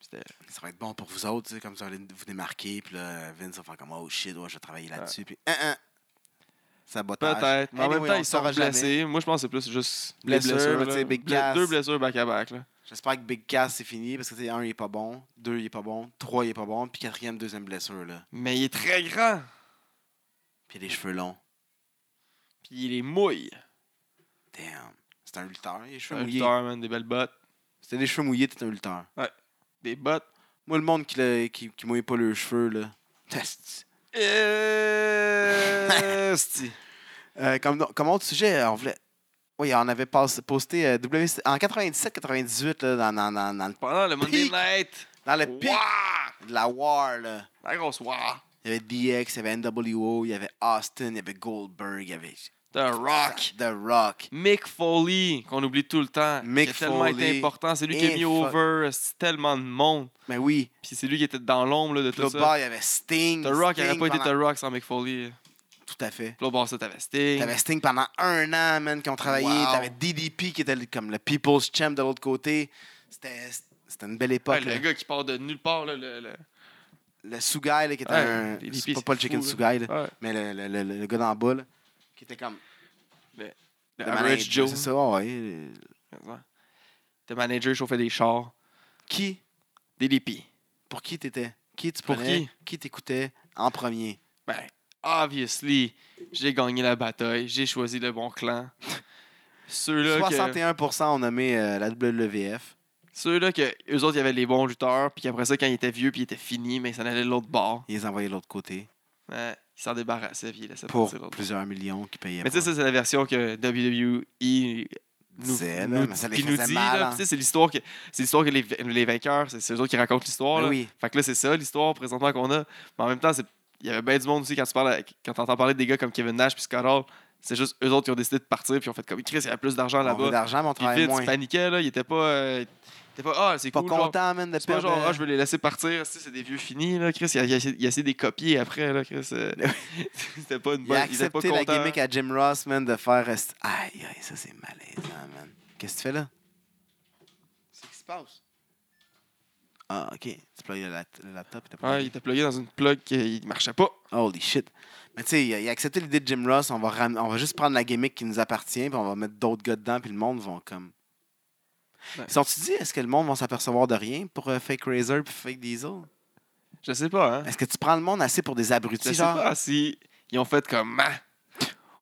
[SPEAKER 2] C'était.
[SPEAKER 1] ça va être bon pour vous autres, tu sais, comme ça, vous allez vous démarquer. Puis là, Vince va faire comme, oh shit, ouais, je vais travailler là-dessus. Puis, hein, hein. Sabotage.
[SPEAKER 2] Peut-être. Mais en
[SPEAKER 1] Anyway,
[SPEAKER 2] même
[SPEAKER 1] on
[SPEAKER 2] temps, ils sont
[SPEAKER 1] saura jamais.
[SPEAKER 2] blessés. Moi, je pense que c'est plus juste. des
[SPEAKER 1] Blessures,
[SPEAKER 2] blessures,
[SPEAKER 1] tu
[SPEAKER 2] là.
[SPEAKER 1] sais, Big
[SPEAKER 2] Blé-
[SPEAKER 1] Cass.
[SPEAKER 2] Deux blessures back-à-back, là.
[SPEAKER 1] J'espère que Big Cass, c'est fini. Parce que, tu sais, un, il est pas bon. Deux, il est pas bon. Trois, il est pas bon. Puis quatrième, deuxième blessure, là.
[SPEAKER 2] Mais il est très grand.
[SPEAKER 1] Puis les cheveux longs.
[SPEAKER 2] Puis il est mouille.
[SPEAKER 1] Damn. C'est un lutteur. Il a les cheveux
[SPEAKER 2] Un
[SPEAKER 1] mouillés.
[SPEAKER 2] lutteur, man, des belles bottes.
[SPEAKER 1] C'était des cheveux mouillés, t'es un lutteur.
[SPEAKER 2] Des bottes.
[SPEAKER 1] Moi, le monde qui, l'a- qui, qui mouille pas leurs cheveux, là. Test.
[SPEAKER 2] Euh, sti.
[SPEAKER 1] Euh, comme, comme autre sujet, on voulait. Oui, on avait pas- posté euh, WC en 97-98 là, dans, dans, dans, dans le,
[SPEAKER 2] Pendant le Monday
[SPEAKER 1] Pic.
[SPEAKER 2] Night.
[SPEAKER 1] dans le pic
[SPEAKER 2] Wouah!
[SPEAKER 1] de la War. Là.
[SPEAKER 2] La grosse wouah!
[SPEAKER 1] Il y avait DX, il y avait NWO, il y avait Austin, il y avait Goldberg, il y avait
[SPEAKER 2] The Rock.
[SPEAKER 1] The Rock.
[SPEAKER 2] Mick Foley, qu'on oublie tout le temps.
[SPEAKER 1] Mick
[SPEAKER 2] qui a tellement été
[SPEAKER 1] Foley.
[SPEAKER 2] important. C'est lui qui a mis
[SPEAKER 1] Info-
[SPEAKER 2] over euh, c'est tellement de monde.
[SPEAKER 1] Mais oui,
[SPEAKER 2] Puis c'est lui qui était dans l'ombre là, de tout
[SPEAKER 1] Club
[SPEAKER 2] ça.
[SPEAKER 1] Bar, il y avait Sting.
[SPEAKER 2] The Rock
[SPEAKER 1] Sting
[SPEAKER 2] n'aurait pas été
[SPEAKER 1] pendant-
[SPEAKER 2] The Rock sans Mick Foley.
[SPEAKER 1] Tout à fait.
[SPEAKER 2] Là, bon, ça, t'avais Sting.
[SPEAKER 1] T'avais Sting pendant un an, man, qui ont travaillé.
[SPEAKER 2] Wow.
[SPEAKER 1] T'avais DDP qui était le- comme le People's Champ de l'autre côté. C'était c'était une belle époque.
[SPEAKER 2] Ouais, le
[SPEAKER 1] là.
[SPEAKER 2] gars qui part de nulle part. Là, le, le-
[SPEAKER 1] Le Sugai, là, qui était
[SPEAKER 2] Ouais,
[SPEAKER 1] un.
[SPEAKER 2] DDP,
[SPEAKER 1] c'est pas,
[SPEAKER 2] c'est
[SPEAKER 1] pas le Chicken
[SPEAKER 2] fou,
[SPEAKER 1] Sugai, là,
[SPEAKER 2] ouais,
[SPEAKER 1] mais le, le- le- le gars d'en bas, là, qui était comme.
[SPEAKER 2] le
[SPEAKER 1] Le
[SPEAKER 2] Average
[SPEAKER 1] manager,
[SPEAKER 2] Joe.
[SPEAKER 1] C'est ça, ouais.
[SPEAKER 2] Ouais. Le manager chauffait des chars.
[SPEAKER 1] Qui,
[SPEAKER 2] Des lipis.
[SPEAKER 1] pour qui t'étais? Qui tu
[SPEAKER 2] Pour
[SPEAKER 1] prenais?
[SPEAKER 2] qui?
[SPEAKER 1] t'écoutait en premier?
[SPEAKER 2] Ben, obviously, j'ai gagné la bataille. J'ai choisi le bon clan. Ceux-là que...
[SPEAKER 1] 61% ont nommé euh, la WWF.
[SPEAKER 2] Ceux-là que eux autres, il y avait les bons lutteurs, puis qu'après ça, quand ils étaient vieux, puis ils étaient finis, mais ils s'en allaient de l'autre bord.
[SPEAKER 1] Ils les envoyaient de l'autre côté
[SPEAKER 2] Ouais, ils s'en débarrassaient, puis ils laissaient
[SPEAKER 1] pour
[SPEAKER 2] partir l'autre bord.
[SPEAKER 1] plusieurs millions qui payaient.
[SPEAKER 2] Mais tu sais, ça, c'est la version que WWE nous,
[SPEAKER 1] C'est,
[SPEAKER 2] nous-
[SPEAKER 1] là, mais ça les
[SPEAKER 2] qui nous
[SPEAKER 1] faisait
[SPEAKER 2] dit.
[SPEAKER 1] mal,
[SPEAKER 2] là,
[SPEAKER 1] hein.
[SPEAKER 2] puis tu sais, c'est l'histoire que, c'est l'histoire que les, les vainqueurs, c'est, c'est eux autres qui racontent l'histoire.
[SPEAKER 1] Ben
[SPEAKER 2] là.
[SPEAKER 1] oui.
[SPEAKER 2] Fait que là, c'est ça l'histoire présentement qu'on a. Mais en même temps, c'est- il y avait bien du monde aussi quand tu parles, à- quand entends parler des gars comme Kevin Nash puis Scott Hall. C'est juste eux autres qui ont décidé de partir puis ont fait comme Chris, il y a plus d'argent
[SPEAKER 1] on veut
[SPEAKER 2] là-bas.
[SPEAKER 1] d'argent, mais on
[SPEAKER 2] Puis
[SPEAKER 1] travaille
[SPEAKER 2] vite,
[SPEAKER 1] moins.
[SPEAKER 2] ils paniquaient, là. Ils étaient pas. euh, ils étaient pas ah, c'est
[SPEAKER 1] Pas
[SPEAKER 2] cool. genre.
[SPEAKER 1] content, man, de
[SPEAKER 2] C'est pas
[SPEAKER 1] perdre.
[SPEAKER 2] genre, ah,
[SPEAKER 1] euh,
[SPEAKER 2] je veux les laisser partir, si c'est des vieux finis, là, Chris. Il a, il a essayé- il a essayé de les copier après, là, Chris. euh, C'était pas une
[SPEAKER 1] Il
[SPEAKER 2] bonne.
[SPEAKER 1] a
[SPEAKER 2] il était pas
[SPEAKER 1] accepté la
[SPEAKER 2] content.
[SPEAKER 1] gimmick à Jim Ross, man, de faire. euh, c'est- Aïe, aïe, ça c'est malaisant, man. Qu'est-ce que tu fais là? C'est qui se passe? Ah, ok. Tu plugues le lat- le laptop et t'as pas
[SPEAKER 2] Ouais, Ah, il était plugué dans une plug qui ne marchait pas.
[SPEAKER 1] Holy shit. Mais tu sais, il a, il a accepté l'idée de Jim Ross. On va, ram- on va juste prendre la gimmick qui nous appartient, puis on va mettre d'autres gars dedans, puis le monde vont comme.
[SPEAKER 2] Ouais.
[SPEAKER 1] Ils sont-tu dit, est-ce que le monde va s'apercevoir de rien pour euh, Fake Razor puis Fake Diesel?
[SPEAKER 2] Je sais pas, hein.
[SPEAKER 1] Est-ce que tu prends le monde assez pour des
[SPEAKER 2] Je
[SPEAKER 1] abrutis,
[SPEAKER 2] sais
[SPEAKER 1] Ben, genre?
[SPEAKER 2] pas si ils ont fait comme Ah!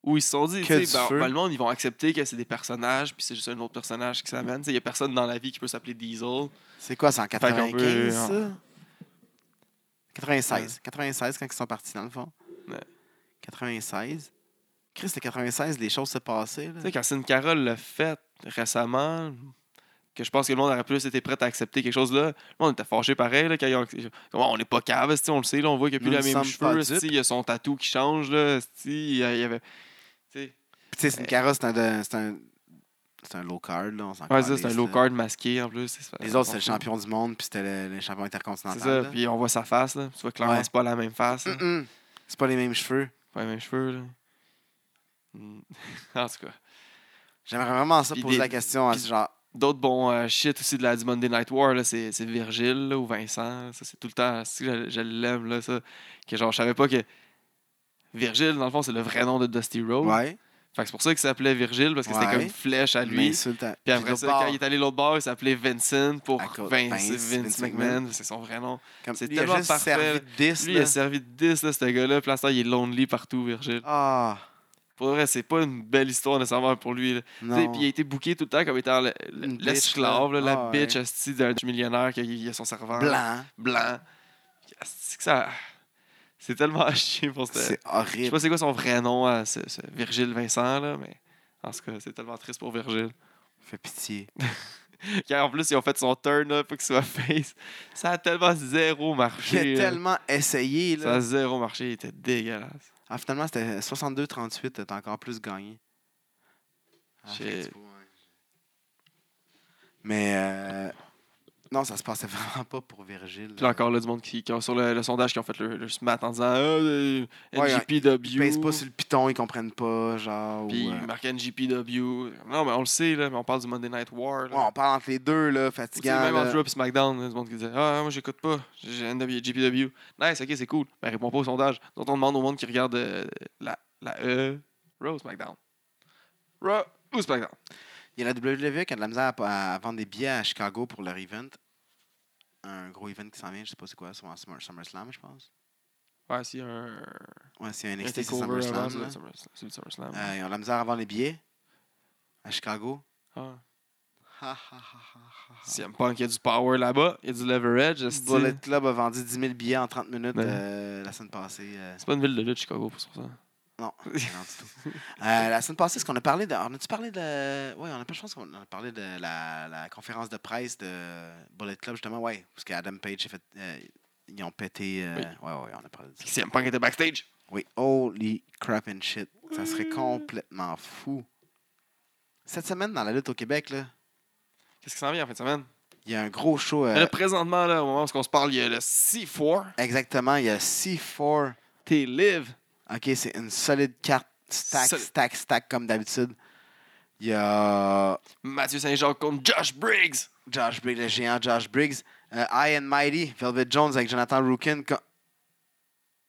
[SPEAKER 2] ou ils se sont dit,
[SPEAKER 1] Que
[SPEAKER 2] tu
[SPEAKER 1] du
[SPEAKER 2] sais, ben,
[SPEAKER 1] feu.
[SPEAKER 2] ben, le monde, ils vont accepter que c'est des personnages, puis c'est juste un autre personnage qui s'amène. Il n'y a personne dans la vie qui peut s'appeler Diesel.
[SPEAKER 1] C'est quoi, c'est en
[SPEAKER 2] qu'on peut-
[SPEAKER 1] 95, ça? 96. 96, quand ils sont partis, dans le fond.
[SPEAKER 2] Ouais.
[SPEAKER 1] 96. Chris, le 96, les choses se passaient. là.
[SPEAKER 2] Tu sais, quand Sin Carole l'a fait récemment, que je pense que le monde aurait plus été prêt à accepter quelque chose là, le monde était fâché pareil. Là, quand ils ont- Comment, on n'est pas cave, esti, on le sait, là, on voit qu'il n'y
[SPEAKER 1] Nous
[SPEAKER 2] a
[SPEAKER 1] ne
[SPEAKER 2] plus la même
[SPEAKER 1] sommes pas
[SPEAKER 2] cheveux, esti,
[SPEAKER 1] dupes.
[SPEAKER 2] il y a son tatou qui change. Là, esti, il y a- il y avait... tu sais.
[SPEAKER 1] Puis tu sais, c'est une carrosse, c'est un, c'est un, c'est un low card, là. On s'en
[SPEAKER 2] euh, Ouais, ça,
[SPEAKER 1] calisse,
[SPEAKER 2] c'est un
[SPEAKER 1] là.
[SPEAKER 2] low card masqué en plus.
[SPEAKER 1] Les autres, c'est le champion du monde, puis c'était le, le champion intercontinental.
[SPEAKER 2] C'est ça,
[SPEAKER 1] là.
[SPEAKER 2] puis on voit sa face. Là. Tu vois clairement,
[SPEAKER 1] Ouais. Mm.
[SPEAKER 2] c'est pas la même face. là.
[SPEAKER 1] Mm-mm. C'est pas les mêmes cheveux.
[SPEAKER 2] Pas les mêmes cheveux, là. Mm. en tout cas.
[SPEAKER 1] J'aimerais vraiment ça
[SPEAKER 2] Puis
[SPEAKER 1] poser
[SPEAKER 2] des-
[SPEAKER 1] la question à
[SPEAKER 2] puis-
[SPEAKER 1] ce genre.
[SPEAKER 2] D'autres bons euh, shit aussi de la, du Monday Night War, là, c'est, c'est Virgile là, ou Vincent. là. Ça, c'est tout le temps. Si je, je l'aime, là, ça. Que genre, je savais pas que. Virgile, dans le fond, c'est le vrai nom de Dusty Road.
[SPEAKER 1] Ouais.
[SPEAKER 2] Fait que c'est pour ça qu'il s'appelait Virgile, parce que c'était
[SPEAKER 1] Ouais.
[SPEAKER 2] comme une flèche Oh, à lui.
[SPEAKER 1] Mais c'est le temps.
[SPEAKER 2] Puis après
[SPEAKER 1] d'autre
[SPEAKER 2] ça,
[SPEAKER 1] part,
[SPEAKER 2] quand il est allé l'autre bord, il s'appelait Vincent pour
[SPEAKER 1] À cause-
[SPEAKER 2] Vince,
[SPEAKER 1] Vince-
[SPEAKER 2] Vince,
[SPEAKER 1] Vince
[SPEAKER 2] McMahon.
[SPEAKER 1] McMahon.
[SPEAKER 2] C'est son vrai nom.
[SPEAKER 1] comme-
[SPEAKER 2] c'est
[SPEAKER 1] lui, il a
[SPEAKER 2] tellement
[SPEAKER 1] juste
[SPEAKER 2] parfait.
[SPEAKER 1] servi de 10.
[SPEAKER 2] Lui, il
[SPEAKER 1] là.
[SPEAKER 2] a servi de 10, là, ce gars-là. Puis l'instant, il est lonely partout, Virgile.
[SPEAKER 1] Ah,
[SPEAKER 2] Pour vrai, c'est pas une belle histoire nécessairement pour lui. là. Tu sais,
[SPEAKER 1] non.
[SPEAKER 2] Puis il a été booké tout le temps comme étant le- le-
[SPEAKER 1] Une bitch,
[SPEAKER 2] l'esclave,
[SPEAKER 1] là.
[SPEAKER 2] là, la
[SPEAKER 1] Ah,
[SPEAKER 2] bitch
[SPEAKER 1] ouais.
[SPEAKER 2] asti d'un millionnaire qui a- qui a son serveur.
[SPEAKER 1] Blanc.
[SPEAKER 2] Blanc. Asti que ça- C'est tellement à chier pour ce.
[SPEAKER 1] C'est
[SPEAKER 2] Je sais
[SPEAKER 1] horrible.
[SPEAKER 2] pas c'est quoi son vrai nom à ce, ce Virgile Vincent, là, mais en tout cas, c'est tellement triste pour Virgile.
[SPEAKER 1] Fait pitié.
[SPEAKER 2] Car en plus, ils ont fait son turn up pour qu'il soit face. Ça a tellement zéro
[SPEAKER 1] Il a
[SPEAKER 2] marché. là.
[SPEAKER 1] tellement essayé.
[SPEAKER 2] euh, Ça
[SPEAKER 1] Là.
[SPEAKER 2] a zéro marché, il était dégueulasse.
[SPEAKER 1] Ah, finalement, c'était 62-38. T'as encore plus gagné. Ah,
[SPEAKER 2] Shit.
[SPEAKER 1] fait que tu vois, ouais. Mais euh, non, ça se passait vraiment pas pour Virgile.
[SPEAKER 2] Puis là, encore, là, du monde qui, qui ont- sur le, le sondage qui ont fait le, le smat en disant euh,
[SPEAKER 1] Ouais,
[SPEAKER 2] NGPW.
[SPEAKER 1] Ils pèsent pas sur le piton, ils comprennent pas, genre. ou,
[SPEAKER 2] Puis
[SPEAKER 1] euh,
[SPEAKER 2] il marque NGPW. Non, mais on le sait, là, mais on parle du Monday Night War.
[SPEAKER 1] ouais, on parle entre les deux, là,
[SPEAKER 2] C'est
[SPEAKER 1] fatigant.
[SPEAKER 2] même
[SPEAKER 1] là.
[SPEAKER 2] entre Raw et SmackDown, là, du monde qui disait Ah, moi, j'écoute pas, j'ai NWGPW. Nice, ok, c'est cool. Mais réponds pas au sondage. Donc, on demande au monde qui regarde euh, la, la E, Raw ou SmackDown. Raw ou SmackDown.
[SPEAKER 1] Il y a la WWE qui a de la misère à, à vendre des billets à Chicago pour leur event. Un gros event qui s'en vient, je sais pas c'est quoi, sûrement Summer, SummerSlam, je pense.
[SPEAKER 2] Ouais, si un.
[SPEAKER 1] Ouais, c'est un
[SPEAKER 2] un
[SPEAKER 1] NXT, c'est
[SPEAKER 2] takeover avant,
[SPEAKER 1] SummerSlam.
[SPEAKER 2] c'est
[SPEAKER 1] là.
[SPEAKER 2] le Summer- C'est le SummerSlam.
[SPEAKER 1] Euh, ils ont de la misère à vendre les billets à Chicago.
[SPEAKER 2] Ah.
[SPEAKER 1] Ha, ha, ha, ha, ha.
[SPEAKER 2] CM Punk, il y a du power là-bas, il y a du leverage. esti.
[SPEAKER 1] Bullet Club a vendu 10 000 billets en 30 minutes
[SPEAKER 2] Ben.
[SPEAKER 1] euh, la semaine passée. euh,
[SPEAKER 2] C'est pas une ville de lutte, Chicago, pour ça.
[SPEAKER 1] Non, non du tout. Euh, la semaine passée, est-ce qu'on a parlé de. On a-tu parlé de. Oui, on a pas, je pense qu'on a parlé de la, la conférence de presse de Bullet Club, justement, ouais. Parce qu'Adam Page a fait. euh, ils ont pété. euh,
[SPEAKER 2] Oui.
[SPEAKER 1] Ouais, ouais, on a parlé de ça.
[SPEAKER 2] CM Punk était backstage.
[SPEAKER 1] Oui, holy crap and shit. Ça serait complètement fou. Cette semaine, dans la lutte au Québec, là,
[SPEAKER 2] Qu'est-ce qui s'en vient en fin de semaine?
[SPEAKER 1] il y a un gros show. euh,
[SPEAKER 2] Mais là, présentement, là, au moment où on se parle, il y a le C4.
[SPEAKER 1] exactement, il y a C4.
[SPEAKER 2] T'es live.
[SPEAKER 1] OK, c'est une solide carte. Stack,
[SPEAKER 2] Solide.
[SPEAKER 1] stack, stack, comme d'habitude. Il y a.
[SPEAKER 2] Mathieu Saint-Jean contre Josh Briggs.
[SPEAKER 1] Josh Briggs, le géant Josh Briggs. Euh, High and Mighty, Velvet Jones avec Jonathan Rookin. co-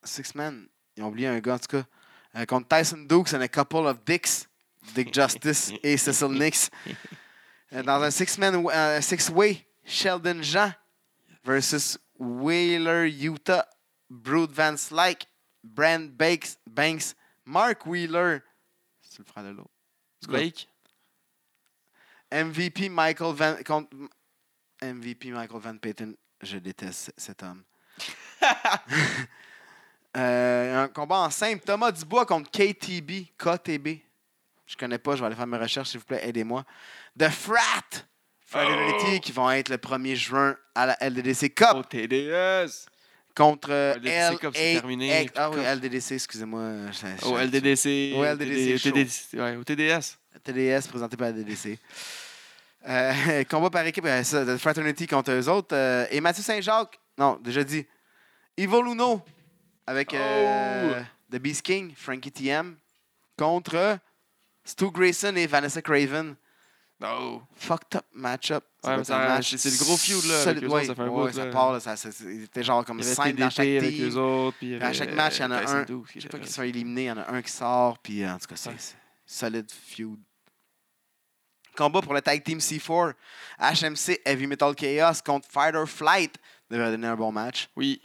[SPEAKER 1] Six Man, ils ont oublié un gars en tout cas. Euh, contre Tyson Dukes and a couple of dicks. Dick Justice et Cecil Nix. Euh, dans un six-man, w- euh, six-way, Sheldon Jean versus Wheeler Utah, Brood Van Slyke, Brand Bakes, Banks, Mark Wheeler. C'est le frère de l'autre. quoi?
[SPEAKER 2] Blake.
[SPEAKER 1] MVP Michael Van contre MVP Michael Van Payton. Je déteste cet homme. Euh, un combat en simple. Thomas Dubois contre KTB. KTB. Je connais pas, je vais aller faire mes recherches, s'il vous plaît, aidez-moi. The Frat Fraternity
[SPEAKER 2] Oh.
[SPEAKER 1] qui vont être le 1er juin à la LDDC Cup
[SPEAKER 2] Au TDS.
[SPEAKER 1] contre euh,
[SPEAKER 2] LDDC Cup, c'est
[SPEAKER 1] LAX.
[SPEAKER 2] terminé, puis
[SPEAKER 1] Ah oui,
[SPEAKER 2] Cup. Oh,
[SPEAKER 1] LDDC, excusez-moi. je-
[SPEAKER 2] Au
[SPEAKER 1] je-
[SPEAKER 2] LDDC.
[SPEAKER 1] Au LDDC show.
[SPEAKER 2] TDS. Ouais, au TDS.
[SPEAKER 1] TDS présenté par la DDC. Euh, combat par équipe, euh, ça, de Fraternity contre eux autres. euh, et Mathieu Saint-Jacques, non, déjà dit. Ivo Luno avec
[SPEAKER 2] Oh!
[SPEAKER 1] euh, The Beast King, Frankie TM, contre Stu Grayson et Vanessa Craven.
[SPEAKER 2] No.
[SPEAKER 1] Fucked up match-up. Ça
[SPEAKER 2] Ouais,
[SPEAKER 1] doit
[SPEAKER 2] mais
[SPEAKER 1] être
[SPEAKER 2] ça-
[SPEAKER 1] un match
[SPEAKER 2] c'est le gros feud, là, avec
[SPEAKER 1] solide,
[SPEAKER 2] eux autres, ça fait un bout,
[SPEAKER 1] ça
[SPEAKER 2] là.
[SPEAKER 1] part, là, ça, ça- c'était genre
[SPEAKER 2] Il
[SPEAKER 1] comme
[SPEAKER 2] y avait
[SPEAKER 1] 5 dans chaque
[SPEAKER 2] TDT
[SPEAKER 1] team.
[SPEAKER 2] avec eux autres. puis il y
[SPEAKER 1] Puis à
[SPEAKER 2] avait,
[SPEAKER 1] chaque match, il y en a
[SPEAKER 2] Euh, Tyson
[SPEAKER 1] un.
[SPEAKER 2] Dukes
[SPEAKER 1] Je
[SPEAKER 2] qui
[SPEAKER 1] sais
[SPEAKER 2] était
[SPEAKER 1] pas qui
[SPEAKER 2] là.
[SPEAKER 1] sont éliminés, il y en a un qui sort, puis euh, en tout cas, c'est
[SPEAKER 2] Ouais.
[SPEAKER 1] c'est solide feud. Combat pour le tag team C4, HMC Heavy Metal Chaos contre Fight or Flight. Devrait donner un bon match.
[SPEAKER 2] Oui.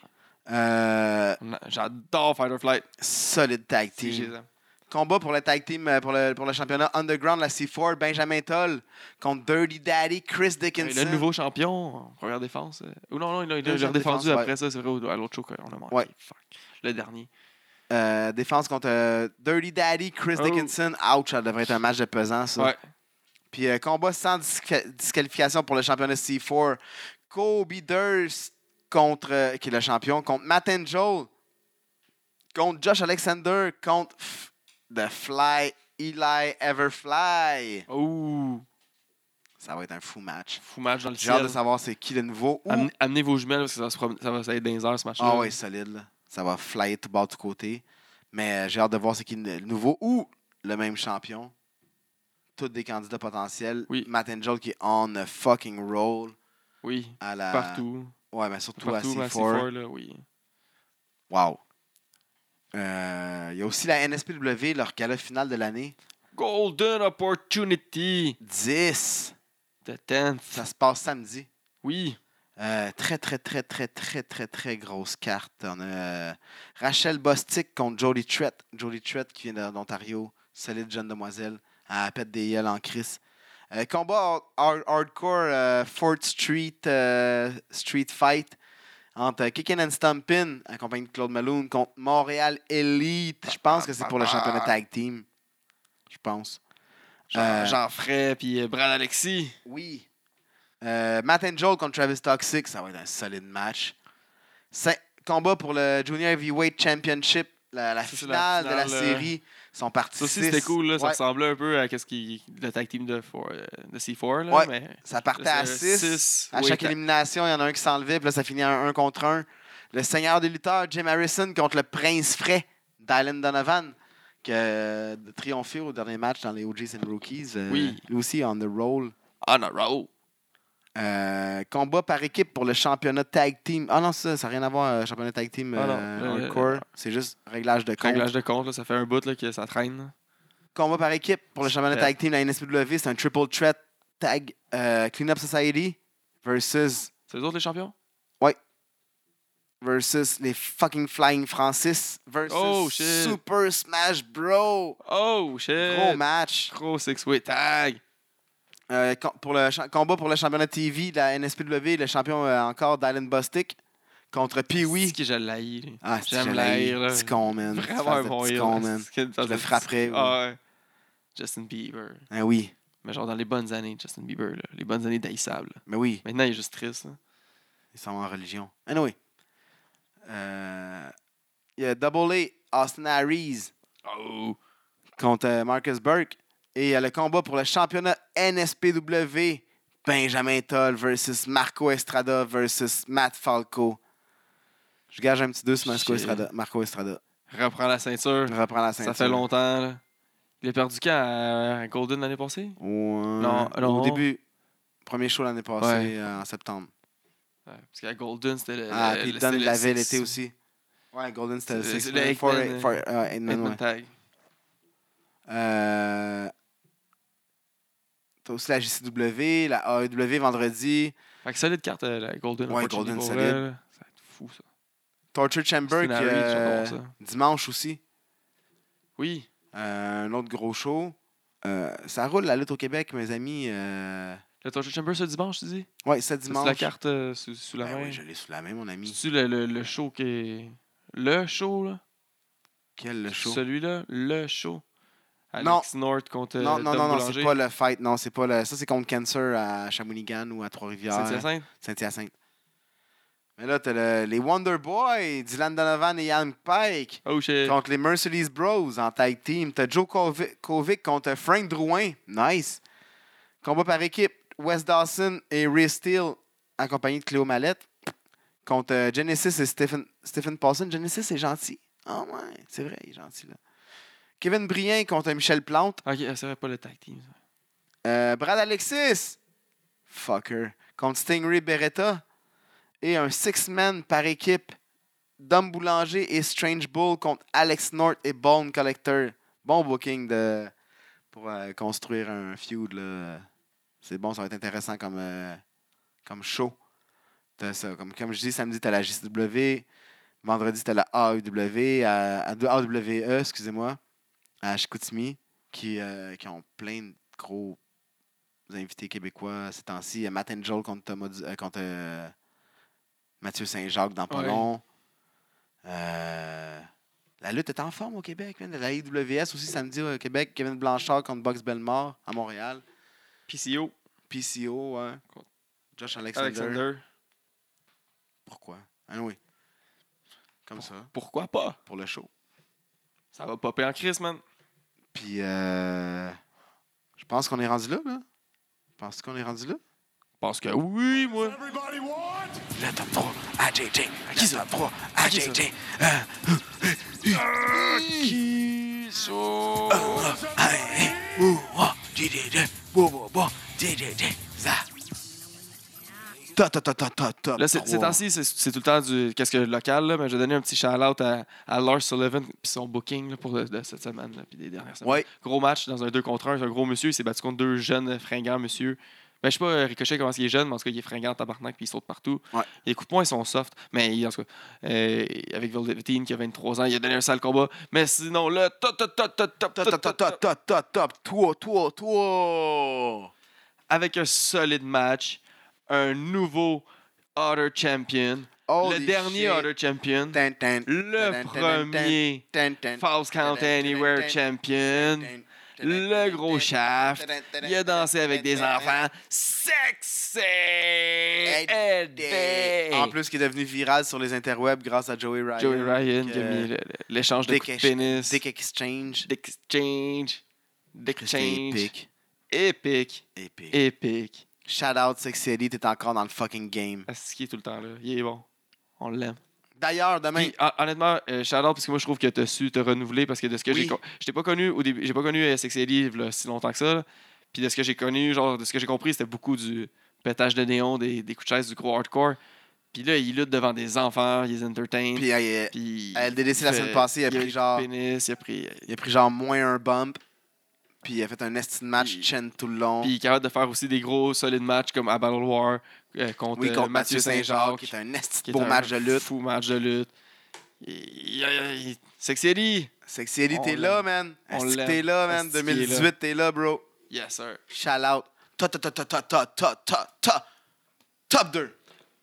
[SPEAKER 1] Euh,
[SPEAKER 2] J'adore Fight or Flight.
[SPEAKER 1] solide tag
[SPEAKER 2] Si, je les
[SPEAKER 1] team.
[SPEAKER 2] aime.
[SPEAKER 1] Combat pour le tag team euh, pour le, pour le championnat underground, la C4, Benjamin Toll contre Dirty Daddy, Chris
[SPEAKER 2] Ouais,
[SPEAKER 1] Dickinson.
[SPEAKER 2] Le nouveau champion en première défense. euh, Ou non, non, il l'a- il l'a
[SPEAKER 1] Deuxième
[SPEAKER 2] redéfendu
[SPEAKER 1] défense,
[SPEAKER 2] après ça, c'est vrai, au- à l'autre show qu'on a manqué.
[SPEAKER 1] Ouais.
[SPEAKER 2] Fuck. Le dernier.
[SPEAKER 1] Euh, défense contre euh, Dirty Daddy, Chris
[SPEAKER 2] Oh.
[SPEAKER 1] Dickinson. Ouch, ça devrait être un match de pesant, ça.
[SPEAKER 2] Ouais.
[SPEAKER 1] Puis euh, combat sans disqua- disqualification pour le championnat C4. Kobe Durst contre, euh, qui est le champion, contre Matt Angel, contre Josh Alexander, contre F- The Fly, Eli Everfly.
[SPEAKER 2] Ouh.
[SPEAKER 1] Ça va être un fou match.
[SPEAKER 2] Fou match dans le
[SPEAKER 1] J'ai hâte de
[SPEAKER 2] ciel.
[SPEAKER 1] savoir c'est qui le nouveau. Ouh.
[SPEAKER 2] Amenez, amenez vos jumelles parce que ça va, se promener- ça va ça va être dans les heures ce match-là.
[SPEAKER 1] Ah ouais, solide. là. Ça va flyer tout bas, tout côté. Mais euh, j'ai hâte de voir c'est qui le nouveau ou le même champion. tous des candidats potentiels.
[SPEAKER 2] Oui.
[SPEAKER 1] Matt Angel qui est on a fucking roll
[SPEAKER 2] Oui,
[SPEAKER 1] à la.
[SPEAKER 2] partout.
[SPEAKER 1] Ouais, mais surtout
[SPEAKER 2] partout,
[SPEAKER 1] à
[SPEAKER 2] à
[SPEAKER 1] C4.
[SPEAKER 2] C4, là, oui.
[SPEAKER 1] Wow. Euh, Il y a aussi la NSPW, leur gala finale de l'année.
[SPEAKER 2] Golden Opportunity,
[SPEAKER 1] 10.
[SPEAKER 2] the 10th.
[SPEAKER 1] Ça se passe samedi.
[SPEAKER 2] Oui,
[SPEAKER 1] Euh, très, très, très, très, très, très, très grosse carte. On a euh, Rachel Bostic contre Jodie Trett. Jodie Trett qui vient de- d'Ontario. Solide jeune demoiselle. Elle pète des yeux en crise. Euh, combat hard- hardcore euh, Fort Street euh, Street Fight entre Kickin' and Stompin, accompagné de Claude Malone, contre Montréal Elite. Je pense que c'est pour le championnat tag team. Je pense.
[SPEAKER 2] Jean,
[SPEAKER 1] Euh,
[SPEAKER 2] Jean Frey puis euh, Brad Alexis.
[SPEAKER 1] Oui. Euh, Matt Angel contre Travis Toxic, ça va être un solide match. Cin- combat pour le Junior Heavyweight Championship, la, la
[SPEAKER 2] Ça, c'est la
[SPEAKER 1] finale de la
[SPEAKER 2] finale, euh,
[SPEAKER 1] série. Ils sont partis
[SPEAKER 2] Ça aussi,
[SPEAKER 1] six.
[SPEAKER 2] c'était cool. Là, Ça
[SPEAKER 1] Ouais,
[SPEAKER 2] ressemblait un peu à qu'est-ce qui, le tag team de, four- euh, de C4. Là,
[SPEAKER 1] Ouais.
[SPEAKER 2] mais
[SPEAKER 1] ça partait à
[SPEAKER 2] Euh,
[SPEAKER 1] 6.
[SPEAKER 2] six,
[SPEAKER 1] À
[SPEAKER 2] oui,
[SPEAKER 1] chaque
[SPEAKER 2] ta-
[SPEAKER 1] élimination, il y en a un qui s'enlevait, puis là, ça finit à 1 contre 1. Le seigneur des lutteurs, Jim Harrison, contre le prince frais, Dylan Donovan, qui a triomphé au dernier match dans les OGs and Rookies. Euh,
[SPEAKER 2] Oui.
[SPEAKER 1] Lui aussi, on the roll.
[SPEAKER 2] On a roll.
[SPEAKER 1] Euh, combat par équipe pour le championnat tag team. Ah non, ça, ça n'a rien à voir, euh, championnat tag team
[SPEAKER 2] Ah non,
[SPEAKER 1] euh,
[SPEAKER 2] le-
[SPEAKER 1] hardcore. C'est juste réglage de compte.
[SPEAKER 2] Réglage de compte, là, ça fait un bout là, que ça traîne.
[SPEAKER 1] Combat par équipe pour le championnat
[SPEAKER 2] Euh.
[SPEAKER 1] tag team de la NSPW. C'est un triple threat tag euh, Cleanup Society versus,
[SPEAKER 2] C'est eux autres les champions?
[SPEAKER 1] versus les fucking Flying Francis versus
[SPEAKER 2] Oh, shit.
[SPEAKER 1] Super Smash Bro.
[SPEAKER 2] Oh, shit!
[SPEAKER 1] Gros match.
[SPEAKER 2] Gros six-way tag!
[SPEAKER 1] Euh, com- pour le cha- combat pour le championnat TV de la NSPW, le champion euh, encore Dylan Bostic contre Pee-Wee.
[SPEAKER 2] C'est que je l'haïs. là.
[SPEAKER 1] Ah, c'est je
[SPEAKER 2] J'aime
[SPEAKER 1] l'ai.
[SPEAKER 2] l'air, là.
[SPEAKER 1] Petit con, man.
[SPEAKER 2] Vraiment
[SPEAKER 1] Face
[SPEAKER 2] un
[SPEAKER 1] de
[SPEAKER 2] bon
[SPEAKER 1] petit
[SPEAKER 2] heel.
[SPEAKER 1] con,
[SPEAKER 2] là.
[SPEAKER 1] man.
[SPEAKER 2] C'est que dans
[SPEAKER 1] Je le
[SPEAKER 2] un-
[SPEAKER 1] frapperais,
[SPEAKER 2] Ah, ouais. Justin Bieber.
[SPEAKER 1] Ah oui,
[SPEAKER 2] Mais genre dans les bonnes années, Justin Bieber. là. Les bonnes années d'Aïssable. là.
[SPEAKER 1] mais ben oui,
[SPEAKER 2] Maintenant, il est juste triste. là.
[SPEAKER 1] ils sont en religion. Anyway. Euh, Il y a Double A, Austin Aries
[SPEAKER 2] Oh!
[SPEAKER 1] contre euh, Marcus Burke. Et il y a le combat pour le championnat NSPW. Benjamin Toll versus Marco Estrada versus Matt Falco. Je gage un petit 2 sur Marco
[SPEAKER 2] Shit.
[SPEAKER 1] Estrada. Marco Estrada.
[SPEAKER 2] Reprend la ceinture.
[SPEAKER 1] Je reprends la ceinture.
[SPEAKER 2] Ça fait longtemps. là. Il a perdu quand à à Golden l'année passée?
[SPEAKER 1] Ouais.
[SPEAKER 2] Non, non.
[SPEAKER 1] Au début, premier show l'année passée,
[SPEAKER 2] Ouais.
[SPEAKER 1] euh, en septembre.
[SPEAKER 2] Ouais, parce qu'à Golden, c'était le.
[SPEAKER 1] Ah,
[SPEAKER 2] le-
[SPEAKER 1] puis
[SPEAKER 2] Euh, le-
[SPEAKER 1] Dunn
[SPEAKER 2] c'était le
[SPEAKER 1] l'avait
[SPEAKER 2] six-
[SPEAKER 1] l'été aussi. Ouais, Golden, c'était le
[SPEAKER 2] C'est-
[SPEAKER 1] 6
[SPEAKER 2] c'est le Eggman, euh, Eggman Tag.
[SPEAKER 1] Euh, T'as aussi la JCW, la AEW vendredi,
[SPEAKER 2] Fait que solide carte, euh, la Golden.
[SPEAKER 1] Ouais,
[SPEAKER 2] Opportunity
[SPEAKER 1] Golden,
[SPEAKER 2] pour
[SPEAKER 1] solide.
[SPEAKER 2] elle, là. Ça va être fou, ça.
[SPEAKER 1] Torture Chamber,
[SPEAKER 2] Stinary,
[SPEAKER 1] qui, euh,
[SPEAKER 2] j'adore ça.
[SPEAKER 1] dimanche aussi.
[SPEAKER 2] Oui.
[SPEAKER 1] Euh, un autre gros show. Euh, ça roule la lutte au Québec, mes amis. euh,
[SPEAKER 2] Le Torture Chamber ce dimanche, tu dis
[SPEAKER 1] Ouais, c'est
[SPEAKER 2] C'est
[SPEAKER 1] dimanche.
[SPEAKER 2] la carte euh, sous, sous la
[SPEAKER 1] Ben
[SPEAKER 2] main.
[SPEAKER 1] oui, je l'ai sous la main, mon ami.
[SPEAKER 2] C'est-tu le, le, le show qui est. Le show, là
[SPEAKER 1] Quel le show.
[SPEAKER 2] Celui-là, le show.
[SPEAKER 1] Non.
[SPEAKER 2] Alex North contre.
[SPEAKER 1] Non,
[SPEAKER 2] euh,
[SPEAKER 1] non,
[SPEAKER 2] Dom
[SPEAKER 1] non, non,
[SPEAKER 2] Boulanger.
[SPEAKER 1] c'est pas le fight. Non, c'est pas le. Ça, c'est contre Cancer à Shawinigan ou à
[SPEAKER 2] C'est
[SPEAKER 1] Trois-Rivières.
[SPEAKER 2] simple.
[SPEAKER 1] Saint-Hyacinthe. Mais là, t'as le- les Wonder Boys, Dylan Donovan et Ian Pike
[SPEAKER 2] Oh shit.
[SPEAKER 1] contre les Mercedes Bros en tag team. T'as Joe Kovi- Kovic contre Frank Drouin. Nice. Combat par équipe, Wes Dawson et Ray Steele accompagnés de Cléo Mallette contre euh, Genesis et Stephen, Stephen Paulson. Genesis est gentil. Ah ouais, c'est vrai, il est gentil là. Kevin Brien contre Michel Plante.
[SPEAKER 2] Ok, ah, c'est vrai, pas le tag team. ça.
[SPEAKER 1] Euh, Brad Alexis. Fucker. Contre Stingray Beretta. Et un six-man par équipe. Dom Boulanger et Strange Bull contre Alex North et Bone Collector. Bon booking de, pour euh, construire un feud. là. C'est bon, ça va être intéressant comme, euh, comme show. T'as ça. Comme, comme je dis, samedi, t'as la JCW. Vendredi, t'as la AEW. À, à- AWE, E, excusez-moi. À Chicoutimi. Qui, euh, qui ont plein de gros les invités québécois ces temps-ci. Il y a Matt Angel contre, Thomas Du- euh, contre euh, Mathieu Saint-Jacques dans pas
[SPEAKER 2] Ouais.
[SPEAKER 1] long. Euh, la lutte est en forme au Québec. man. La IWS aussi samedi au Québec. Kevin Blanchard contre Box Belmore à Montréal.
[SPEAKER 2] PCO.
[SPEAKER 1] PCO, hein.
[SPEAKER 2] Contre-
[SPEAKER 1] Josh Alexander.
[SPEAKER 2] Alexander.
[SPEAKER 1] Pourquoi? Ah oui. Comme ça,
[SPEAKER 2] Pourquoi pas
[SPEAKER 1] pour le show.
[SPEAKER 2] Ça va popper en crise, man.
[SPEAKER 1] Puis, euh, je pense qu'on est rendu là, là. Penses-tu qu'on est rendu là?
[SPEAKER 2] Parce que oui, moi.
[SPEAKER 1] Le top 3 à JJ. Qui Ah, ça? 3 à Euh,
[SPEAKER 2] Qui ça?
[SPEAKER 1] JJ.
[SPEAKER 2] Qui sont-
[SPEAKER 1] euh, Ouah, JJ. DDD, bo, bo, bo, DDD, za. Ta, ta, ta, ta, ta, ta.
[SPEAKER 2] Là, c'est- ces
[SPEAKER 1] trois.
[SPEAKER 2] temps-ci, c'est c'est tout le temps du qu'est-ce que local, là, mais j'ai donné un petit shout-out à, à Lars Sullivan puis son booking là, pour de, de cette semaine là, puis des dernières semaines.
[SPEAKER 1] Ouais.
[SPEAKER 2] Gros match dans un 2 contre 1, un gros monsieur, il s'est battu contre deux jeunes fringants monsieur. Ben, je sais pas euh, Ricochet comment il est jeune, mais en tout cas, il est fringant en tabarnak puis il saute partout.
[SPEAKER 1] Ouais.
[SPEAKER 2] Les coups de poing ils sont soft, mais il- en tout cas, euh, avec Velveteen qui a 23 ans, il a donné un sale combat. Mais sinon, là, top, top, top, top, top,
[SPEAKER 1] Ta,
[SPEAKER 2] top,
[SPEAKER 1] ta, ta,
[SPEAKER 2] top,
[SPEAKER 1] ta,
[SPEAKER 2] top,
[SPEAKER 1] ta, ta, ta, toi, toi, toi.
[SPEAKER 2] avec un solide match, un nouveau Other Champion, le
[SPEAKER 1] Holy
[SPEAKER 2] dernier
[SPEAKER 1] shit.
[SPEAKER 2] Other Champion.
[SPEAKER 1] Tin, tin,
[SPEAKER 2] Le premier
[SPEAKER 1] tin, tin,
[SPEAKER 2] False Count Anywhere Champion.
[SPEAKER 1] tin, tin,
[SPEAKER 2] Le gros
[SPEAKER 1] tin,
[SPEAKER 2] shaft.
[SPEAKER 1] tin, tin,
[SPEAKER 2] Il a dansé avec des
[SPEAKER 1] tin, tin,
[SPEAKER 2] enfants. Sexy!
[SPEAKER 1] tin.
[SPEAKER 2] Eddie!
[SPEAKER 1] En plus, qui est devenu viral sur les interwebs grâce à Joey Ryan.
[SPEAKER 2] Joey Ryan
[SPEAKER 1] Donc,
[SPEAKER 2] qui a
[SPEAKER 1] euh,
[SPEAKER 2] mis le- le- l'échange de
[SPEAKER 1] Dick
[SPEAKER 2] coups de
[SPEAKER 1] Ex-
[SPEAKER 2] pénis.
[SPEAKER 1] Dick Exchange.
[SPEAKER 2] Dick Exchange. Dick
[SPEAKER 1] Christy,
[SPEAKER 2] Exchange.
[SPEAKER 1] épique.
[SPEAKER 2] Épique.
[SPEAKER 1] Épique.
[SPEAKER 2] Épique.
[SPEAKER 1] Shout out Sexy Eddie, t'es encore dans le fucking game.
[SPEAKER 2] C'est ce qui est tout le temps là. Il est bon. On l'aime.
[SPEAKER 1] D'ailleurs, demain,
[SPEAKER 2] Puis, hon- honnêtement, euh, shout-out, parce que moi, je trouve que tu as su te renouveler, parce que de ce que
[SPEAKER 1] Oui.
[SPEAKER 2] j'ai... con- Je t'ai pas connu au début, j'ai pas connu euh, Sexy Eddie v'là si longtemps que ça, là. Puis de ce que j'ai connu, genre, de ce que j'ai compris, c'était beaucoup du pétage de néon, des, des coups de chaise, du gros hardcore. Puis là, il lutte devant des enfants, il les entertain. Puis...
[SPEAKER 1] puis euh, à LDDC la
[SPEAKER 2] fait-
[SPEAKER 1] semaine passée, il a
[SPEAKER 2] eu
[SPEAKER 1] pris
[SPEAKER 2] le
[SPEAKER 1] genre-
[SPEAKER 2] pénis, il a pris...
[SPEAKER 1] il a pris genre moins un bump, puis il a fait un esti de match
[SPEAKER 2] Puis-
[SPEAKER 1] chain tout le long.
[SPEAKER 2] Puis il est capable de faire aussi des gros, solides matchs, comme à Battle War, euh, contre,
[SPEAKER 1] oui,
[SPEAKER 2] euh,
[SPEAKER 1] contre Mathieu Saint-Jacques, qui est un
[SPEAKER 2] qui
[SPEAKER 1] esti de
[SPEAKER 2] est
[SPEAKER 1] beau
[SPEAKER 2] un
[SPEAKER 1] match de lutte.
[SPEAKER 2] Fou match de lutte. Il- il- il- Sexy Eddie!
[SPEAKER 1] Sexy Eddie,
[SPEAKER 2] On
[SPEAKER 1] t'es
[SPEAKER 2] l'aime.
[SPEAKER 1] là, man.
[SPEAKER 2] On
[SPEAKER 1] Esti que
[SPEAKER 2] l'aime.
[SPEAKER 1] T'es là, man.
[SPEAKER 2] Esti qu'il est
[SPEAKER 1] 2018, t'es là, bro.
[SPEAKER 2] Yes, sir.
[SPEAKER 1] Shout out. Ta ta ta ta ta ta ta ta ta. Top 2.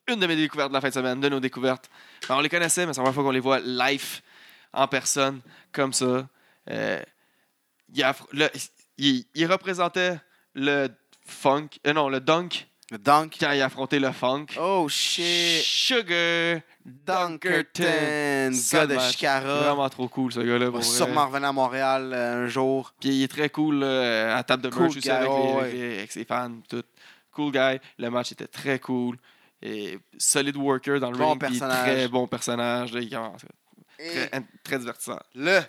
[SPEAKER 2] une de mes découvertes de la fin de semaine, de nos découvertes. Ben, on les connaissait, mais c'est la première fois qu'on les voit live, en personne, comme ça. Euh, il, aff- le- il- il représentait le funk, euh, non, le dunk,
[SPEAKER 1] Le dunk.
[SPEAKER 2] quand il affrontait le funk.
[SPEAKER 1] Oh shit.
[SPEAKER 2] Sugar Dunkerton.
[SPEAKER 1] Dunkerton. Gars
[SPEAKER 2] Sale
[SPEAKER 1] de
[SPEAKER 2] match.
[SPEAKER 1] Chicara.
[SPEAKER 2] Vraiment trop cool, ce gars-là.
[SPEAKER 1] On va
[SPEAKER 2] pour vrai.
[SPEAKER 1] sûrement revenir à Montréal euh, un jour.
[SPEAKER 2] Puis il est très cool là, à la table de
[SPEAKER 1] Cool
[SPEAKER 2] merch aussi
[SPEAKER 1] guy,
[SPEAKER 2] avec, les-
[SPEAKER 1] ouais,
[SPEAKER 2] avec les- avec ses fans. Tout. Cool guy. Le match était très cool. Et solid worker dans le
[SPEAKER 1] Bon
[SPEAKER 2] ring. puis
[SPEAKER 1] personnage.
[SPEAKER 2] Très bon personnage. là, il commence-
[SPEAKER 1] Et
[SPEAKER 2] très, in- très divertissant.
[SPEAKER 1] le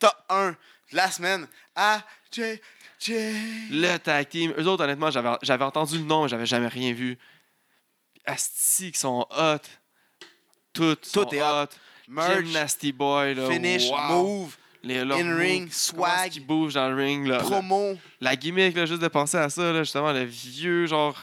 [SPEAKER 1] top 1 de la semaine à J. J.
[SPEAKER 2] Le tag team. Eux autres, honnêtement, j'avais j'avais entendu le nom, mais j'avais jamais rien vu. Asti qui sont hot. Toutes
[SPEAKER 1] Tout
[SPEAKER 2] sont
[SPEAKER 1] est hot.
[SPEAKER 2] hot. Jim
[SPEAKER 1] Merch,
[SPEAKER 2] Nasty Boy. Là.
[SPEAKER 1] finish,
[SPEAKER 2] wow.
[SPEAKER 1] move,
[SPEAKER 2] Les, leurs moves,
[SPEAKER 1] in-ring,
[SPEAKER 2] comment est-ce
[SPEAKER 1] swag,
[SPEAKER 2] qu'ils bougent dans le ring. Là.
[SPEAKER 1] promo,
[SPEAKER 2] La gimmick, là, juste de penser à ça, là, justement, le vieux genre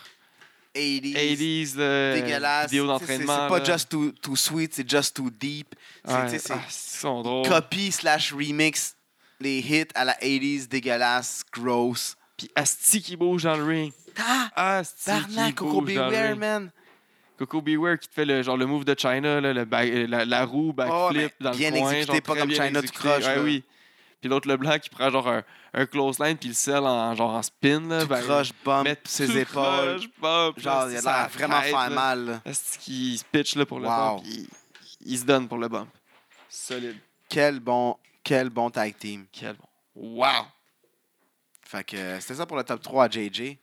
[SPEAKER 1] 80s.
[SPEAKER 2] 80s là,
[SPEAKER 1] dégueulasse. Tu
[SPEAKER 2] Euh, vidéo
[SPEAKER 1] sais, c'est-
[SPEAKER 2] d'entraînement.
[SPEAKER 1] C'est pas
[SPEAKER 2] là.
[SPEAKER 1] just too, too sweet, c'est just too deep. C'est
[SPEAKER 2] Ouais,
[SPEAKER 1] tu sais, c'est
[SPEAKER 2] ah, ils sont drôles.
[SPEAKER 1] copy slash remix les hits à la 80s dégueulasse, gross.
[SPEAKER 2] Puis Asti qui bouge dans le ring.
[SPEAKER 1] Ah,
[SPEAKER 2] Asti qui
[SPEAKER 1] Barnac, Coco
[SPEAKER 2] bouge dans le
[SPEAKER 1] Beware,
[SPEAKER 2] ring.
[SPEAKER 1] man.
[SPEAKER 2] Coco Beware qui te fait le genre le move de China, là, le ba- euh, la, la roue
[SPEAKER 1] Oh,
[SPEAKER 2] backflip
[SPEAKER 1] mais
[SPEAKER 2] dans le
[SPEAKER 1] bien
[SPEAKER 2] coin.
[SPEAKER 1] exécuté,
[SPEAKER 2] genre,
[SPEAKER 1] pas
[SPEAKER 2] très
[SPEAKER 1] comme
[SPEAKER 2] bien
[SPEAKER 1] China, tu
[SPEAKER 2] exécuté.
[SPEAKER 1] croches,
[SPEAKER 2] Ouais,
[SPEAKER 1] là.
[SPEAKER 2] oui. Puis l'autre Leblanc qui prend genre un, un close line puis le sell en genre en spin là.
[SPEAKER 1] Tu
[SPEAKER 2] ben,
[SPEAKER 1] croches, bump
[SPEAKER 2] mais tout
[SPEAKER 1] ses épaules.
[SPEAKER 2] croche, bump,
[SPEAKER 1] Genre,
[SPEAKER 2] là,
[SPEAKER 1] il a
[SPEAKER 2] c'est sa
[SPEAKER 1] l'air vraiment
[SPEAKER 2] tête,
[SPEAKER 1] faire
[SPEAKER 2] là.
[SPEAKER 1] mal. là.
[SPEAKER 2] Est-ce qu'il se pitch là pour le
[SPEAKER 1] Wow.
[SPEAKER 2] bump il, il se donne pour le bump. Solide.
[SPEAKER 1] Quel bon, quel bon tag team.
[SPEAKER 2] Quel bon. Wow.
[SPEAKER 1] Fait que euh, c'était ça pour le top 3 à JJ.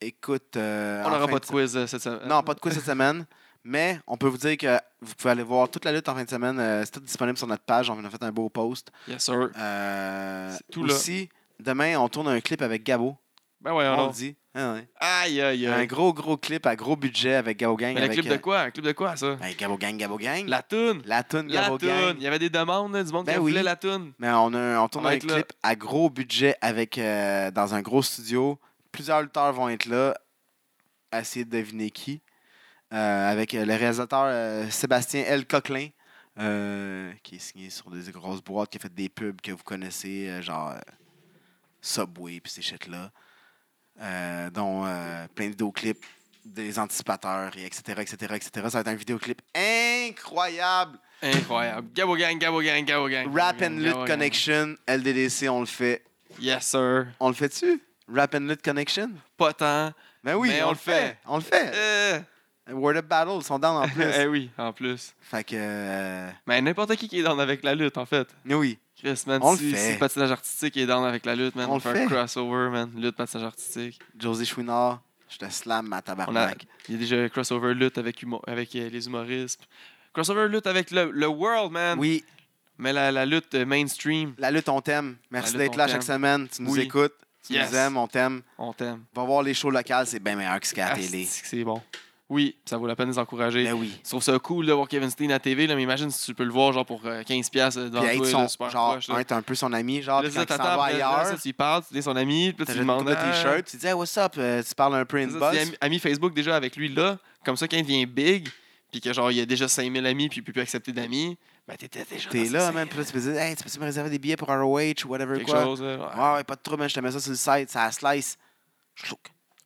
[SPEAKER 1] Écoute, euh,
[SPEAKER 2] On
[SPEAKER 1] en
[SPEAKER 2] n'aura
[SPEAKER 1] fin
[SPEAKER 2] pas
[SPEAKER 1] de
[SPEAKER 2] de quiz euh, cette semaine.
[SPEAKER 1] Non, pas de quiz cette semaine. Mais on peut vous dire que vous pouvez aller voir toute la lutte en fin de semaine. euh, c'est tout disponible sur notre page. On en a fait un beau post.
[SPEAKER 2] Yes sir.
[SPEAKER 1] Euh,
[SPEAKER 2] C'est tout là.
[SPEAKER 1] aussi, demain, on tourne un clip avec Gabo.
[SPEAKER 2] Ben ouais,
[SPEAKER 1] on
[SPEAKER 2] on
[SPEAKER 1] le dit. Ah ouais.
[SPEAKER 2] Aïe aïe
[SPEAKER 1] Un
[SPEAKER 2] aïe.
[SPEAKER 1] gros, gros clip à gros budget avec Gabo Gang.
[SPEAKER 2] Mais un
[SPEAKER 1] avec,
[SPEAKER 2] clip
[SPEAKER 1] euh,
[SPEAKER 2] de quoi Un clip de quoi ça
[SPEAKER 1] ben, Gabo Gang, Gabo Gang. La,
[SPEAKER 2] La toune.
[SPEAKER 1] toune
[SPEAKER 2] La
[SPEAKER 1] Gabo
[SPEAKER 2] toune. Il
[SPEAKER 1] Gang.
[SPEAKER 2] y avait des demandes là, du monde
[SPEAKER 1] Ben
[SPEAKER 2] qui
[SPEAKER 1] oui.
[SPEAKER 2] voulait la toune.
[SPEAKER 1] Mais on, a, un- on
[SPEAKER 2] On
[SPEAKER 1] tourne
[SPEAKER 2] va
[SPEAKER 1] un
[SPEAKER 2] être là.
[SPEAKER 1] clip à gros budget avec euh, dans un gros studio. Plusieurs lutteurs vont être là. à Essayer de deviner qui. Euh, avec euh, le réalisateur euh, Sébastien L. Coquelin, euh, qui est signé sur des grosses boîtes, qui a fait des pubs que vous connaissez, euh, genre euh, Subway puis ces shit-là. Euh, dont euh, plein de vidéoclips, des anticipateurs, et etc., etc., etc. Ça va être un vidéoclip incroyable.
[SPEAKER 2] Incroyable. Gabo gang, Gabo gang, Gabo gang.
[SPEAKER 1] Rap
[SPEAKER 2] Gabo
[SPEAKER 1] and Lut
[SPEAKER 2] gang, Gabo gang.
[SPEAKER 1] Connection, LDDC, on le fait.
[SPEAKER 2] Yes sir.
[SPEAKER 1] On le fait-tu? Rap and Lut Connection?
[SPEAKER 2] Pas tant.
[SPEAKER 1] Ben oui,
[SPEAKER 2] Mais
[SPEAKER 1] on,
[SPEAKER 2] on
[SPEAKER 1] le
[SPEAKER 2] le
[SPEAKER 1] fait.
[SPEAKER 2] fait.
[SPEAKER 1] On le fait.
[SPEAKER 2] Euh.
[SPEAKER 1] Word of Battle, ils sont down Eh. en plus.
[SPEAKER 2] Eh oui, en plus.
[SPEAKER 1] fait que. euh,
[SPEAKER 2] Mais n'importe qui qui est dans avec la lutte en fait.
[SPEAKER 1] oui.
[SPEAKER 2] Chris, man,
[SPEAKER 1] On le
[SPEAKER 2] si,
[SPEAKER 1] fait.
[SPEAKER 2] si le patinage artistique est down avec la lutte, man,
[SPEAKER 1] On
[SPEAKER 2] on,
[SPEAKER 1] le
[SPEAKER 2] fait,
[SPEAKER 1] fait.
[SPEAKER 2] un crossover, man. Lutte, patinage artistique.
[SPEAKER 1] José Chouinard, je te slam ma
[SPEAKER 2] On a,
[SPEAKER 1] tabarnak.
[SPEAKER 2] il y a déjà un crossover lutte avec, humo- avec euh, les humoristes. Crossover lutte avec le, le world, man.
[SPEAKER 1] Oui,
[SPEAKER 2] Mais la, la lutte euh, mainstream.
[SPEAKER 1] la lutte, on t'aime. Merci
[SPEAKER 2] La lutte,
[SPEAKER 1] d'être
[SPEAKER 2] on
[SPEAKER 1] là chaque
[SPEAKER 2] t'aime.
[SPEAKER 1] semaine. Tu nous
[SPEAKER 2] Oui.
[SPEAKER 1] écoutes. Tu
[SPEAKER 2] Yes.
[SPEAKER 1] nous aimes, on t'aime.
[SPEAKER 2] On t'aime.
[SPEAKER 1] Va voir les shows locales, c'est bien meilleur que ce qu'il y a à la télé.
[SPEAKER 2] Asti que C'est bon. Oui, ça vaut la peine de les encourager.
[SPEAKER 1] Ben oui.
[SPEAKER 2] Je trouve ça cool de voir Kevin Steen à TV, là, mais imagine si tu peux le voir genre pour euh, 15$ devant
[SPEAKER 1] Puis
[SPEAKER 2] toi,
[SPEAKER 1] être
[SPEAKER 2] là,
[SPEAKER 1] son,
[SPEAKER 2] super
[SPEAKER 1] genre,
[SPEAKER 2] proche. là.
[SPEAKER 1] un, t'es un peu son ami, genre,
[SPEAKER 2] Là,
[SPEAKER 1] puis quand
[SPEAKER 2] ça,
[SPEAKER 1] il s'en
[SPEAKER 2] t'attends,
[SPEAKER 1] va
[SPEAKER 2] puis là,
[SPEAKER 1] ailleurs,
[SPEAKER 2] ça, tu y parles, tu es son ami, puis là,
[SPEAKER 1] t'as
[SPEAKER 2] tu
[SPEAKER 1] juste
[SPEAKER 2] lui
[SPEAKER 1] une coupe
[SPEAKER 2] demandes
[SPEAKER 1] de t-shirt, tu dis Hey, what's up? Euh, tu parles un peu in
[SPEAKER 2] Ça,
[SPEAKER 1] the
[SPEAKER 2] tu
[SPEAKER 1] buzz.
[SPEAKER 2] dis ami, ami Facebook déjà avec lui là, comme ça quand il devient big, puis que genre il y a déjà 5000 amis, puis il peut plus accepter d'amis, ben t'étais déjà.
[SPEAKER 1] T'es
[SPEAKER 2] dans
[SPEAKER 1] là,
[SPEAKER 2] ses
[SPEAKER 1] même, puis là, tu peux dire Hey, tu peux me réserver des billets pour ROH ou whatever,
[SPEAKER 2] quelque
[SPEAKER 1] quoi.
[SPEAKER 2] chose. là. Ouais.
[SPEAKER 1] Ah, ouais, pas de trouble, man, je te mets ça sur le site, ça slice. Chlouk.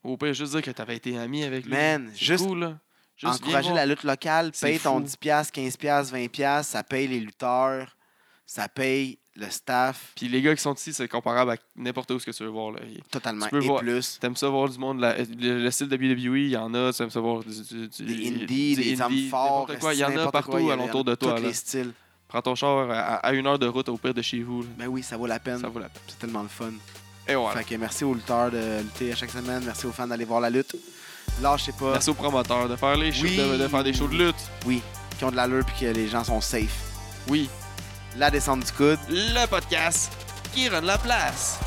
[SPEAKER 2] Au pire, juste dire que t'avais été ami avec lui.
[SPEAKER 1] Man,
[SPEAKER 2] C'est
[SPEAKER 1] juste
[SPEAKER 2] cool, là. Juste viens
[SPEAKER 1] encourager
[SPEAKER 2] voir.
[SPEAKER 1] la lutte locale,
[SPEAKER 2] C'est
[SPEAKER 1] paye ton
[SPEAKER 2] fou.
[SPEAKER 1] 10$, 15$, 20$, ça paye les lutteurs, ça paye le staff,
[SPEAKER 2] Puis les gars qui sont ici, c'est comparable à n'importe où ce que tu veux voir. Là. Il-
[SPEAKER 1] totalement,
[SPEAKER 2] Tu peux
[SPEAKER 1] et
[SPEAKER 2] voir-
[SPEAKER 1] plus.
[SPEAKER 2] T'aimes ça voir du monde, la- le, le style WWE, E, il y en a. T'aimes ça voir du, du- du-
[SPEAKER 1] Des indies,
[SPEAKER 2] du
[SPEAKER 1] des hommes
[SPEAKER 2] indie,
[SPEAKER 1] forts,
[SPEAKER 2] n'importe quoi. Il y en a
[SPEAKER 1] n'importe
[SPEAKER 2] partout
[SPEAKER 1] quoi, il y en a
[SPEAKER 2] alentour de toi.
[SPEAKER 1] Tous
[SPEAKER 2] là.
[SPEAKER 1] les styles.
[SPEAKER 2] Prends ton char à, à- à une heure de route au pire de chez vous. là.
[SPEAKER 1] Ben oui, ça vaut la peine.
[SPEAKER 2] Ça vaut la peine.
[SPEAKER 1] C'est tellement le fun.
[SPEAKER 2] Et voilà.
[SPEAKER 1] Fait que merci aux lutteurs de lutter à chaque semaine. Merci aux fans d'aller voir la lutte. Lâchez pas,
[SPEAKER 2] Merci aux promoteurs de faire, les shows,
[SPEAKER 1] Oui.
[SPEAKER 2] de, de faire des shows de lutte.
[SPEAKER 1] qui ont de l'allure puis que les gens sont safe.
[SPEAKER 2] Oui.
[SPEAKER 1] La descente du coude.
[SPEAKER 2] Le podcast qui rend la place.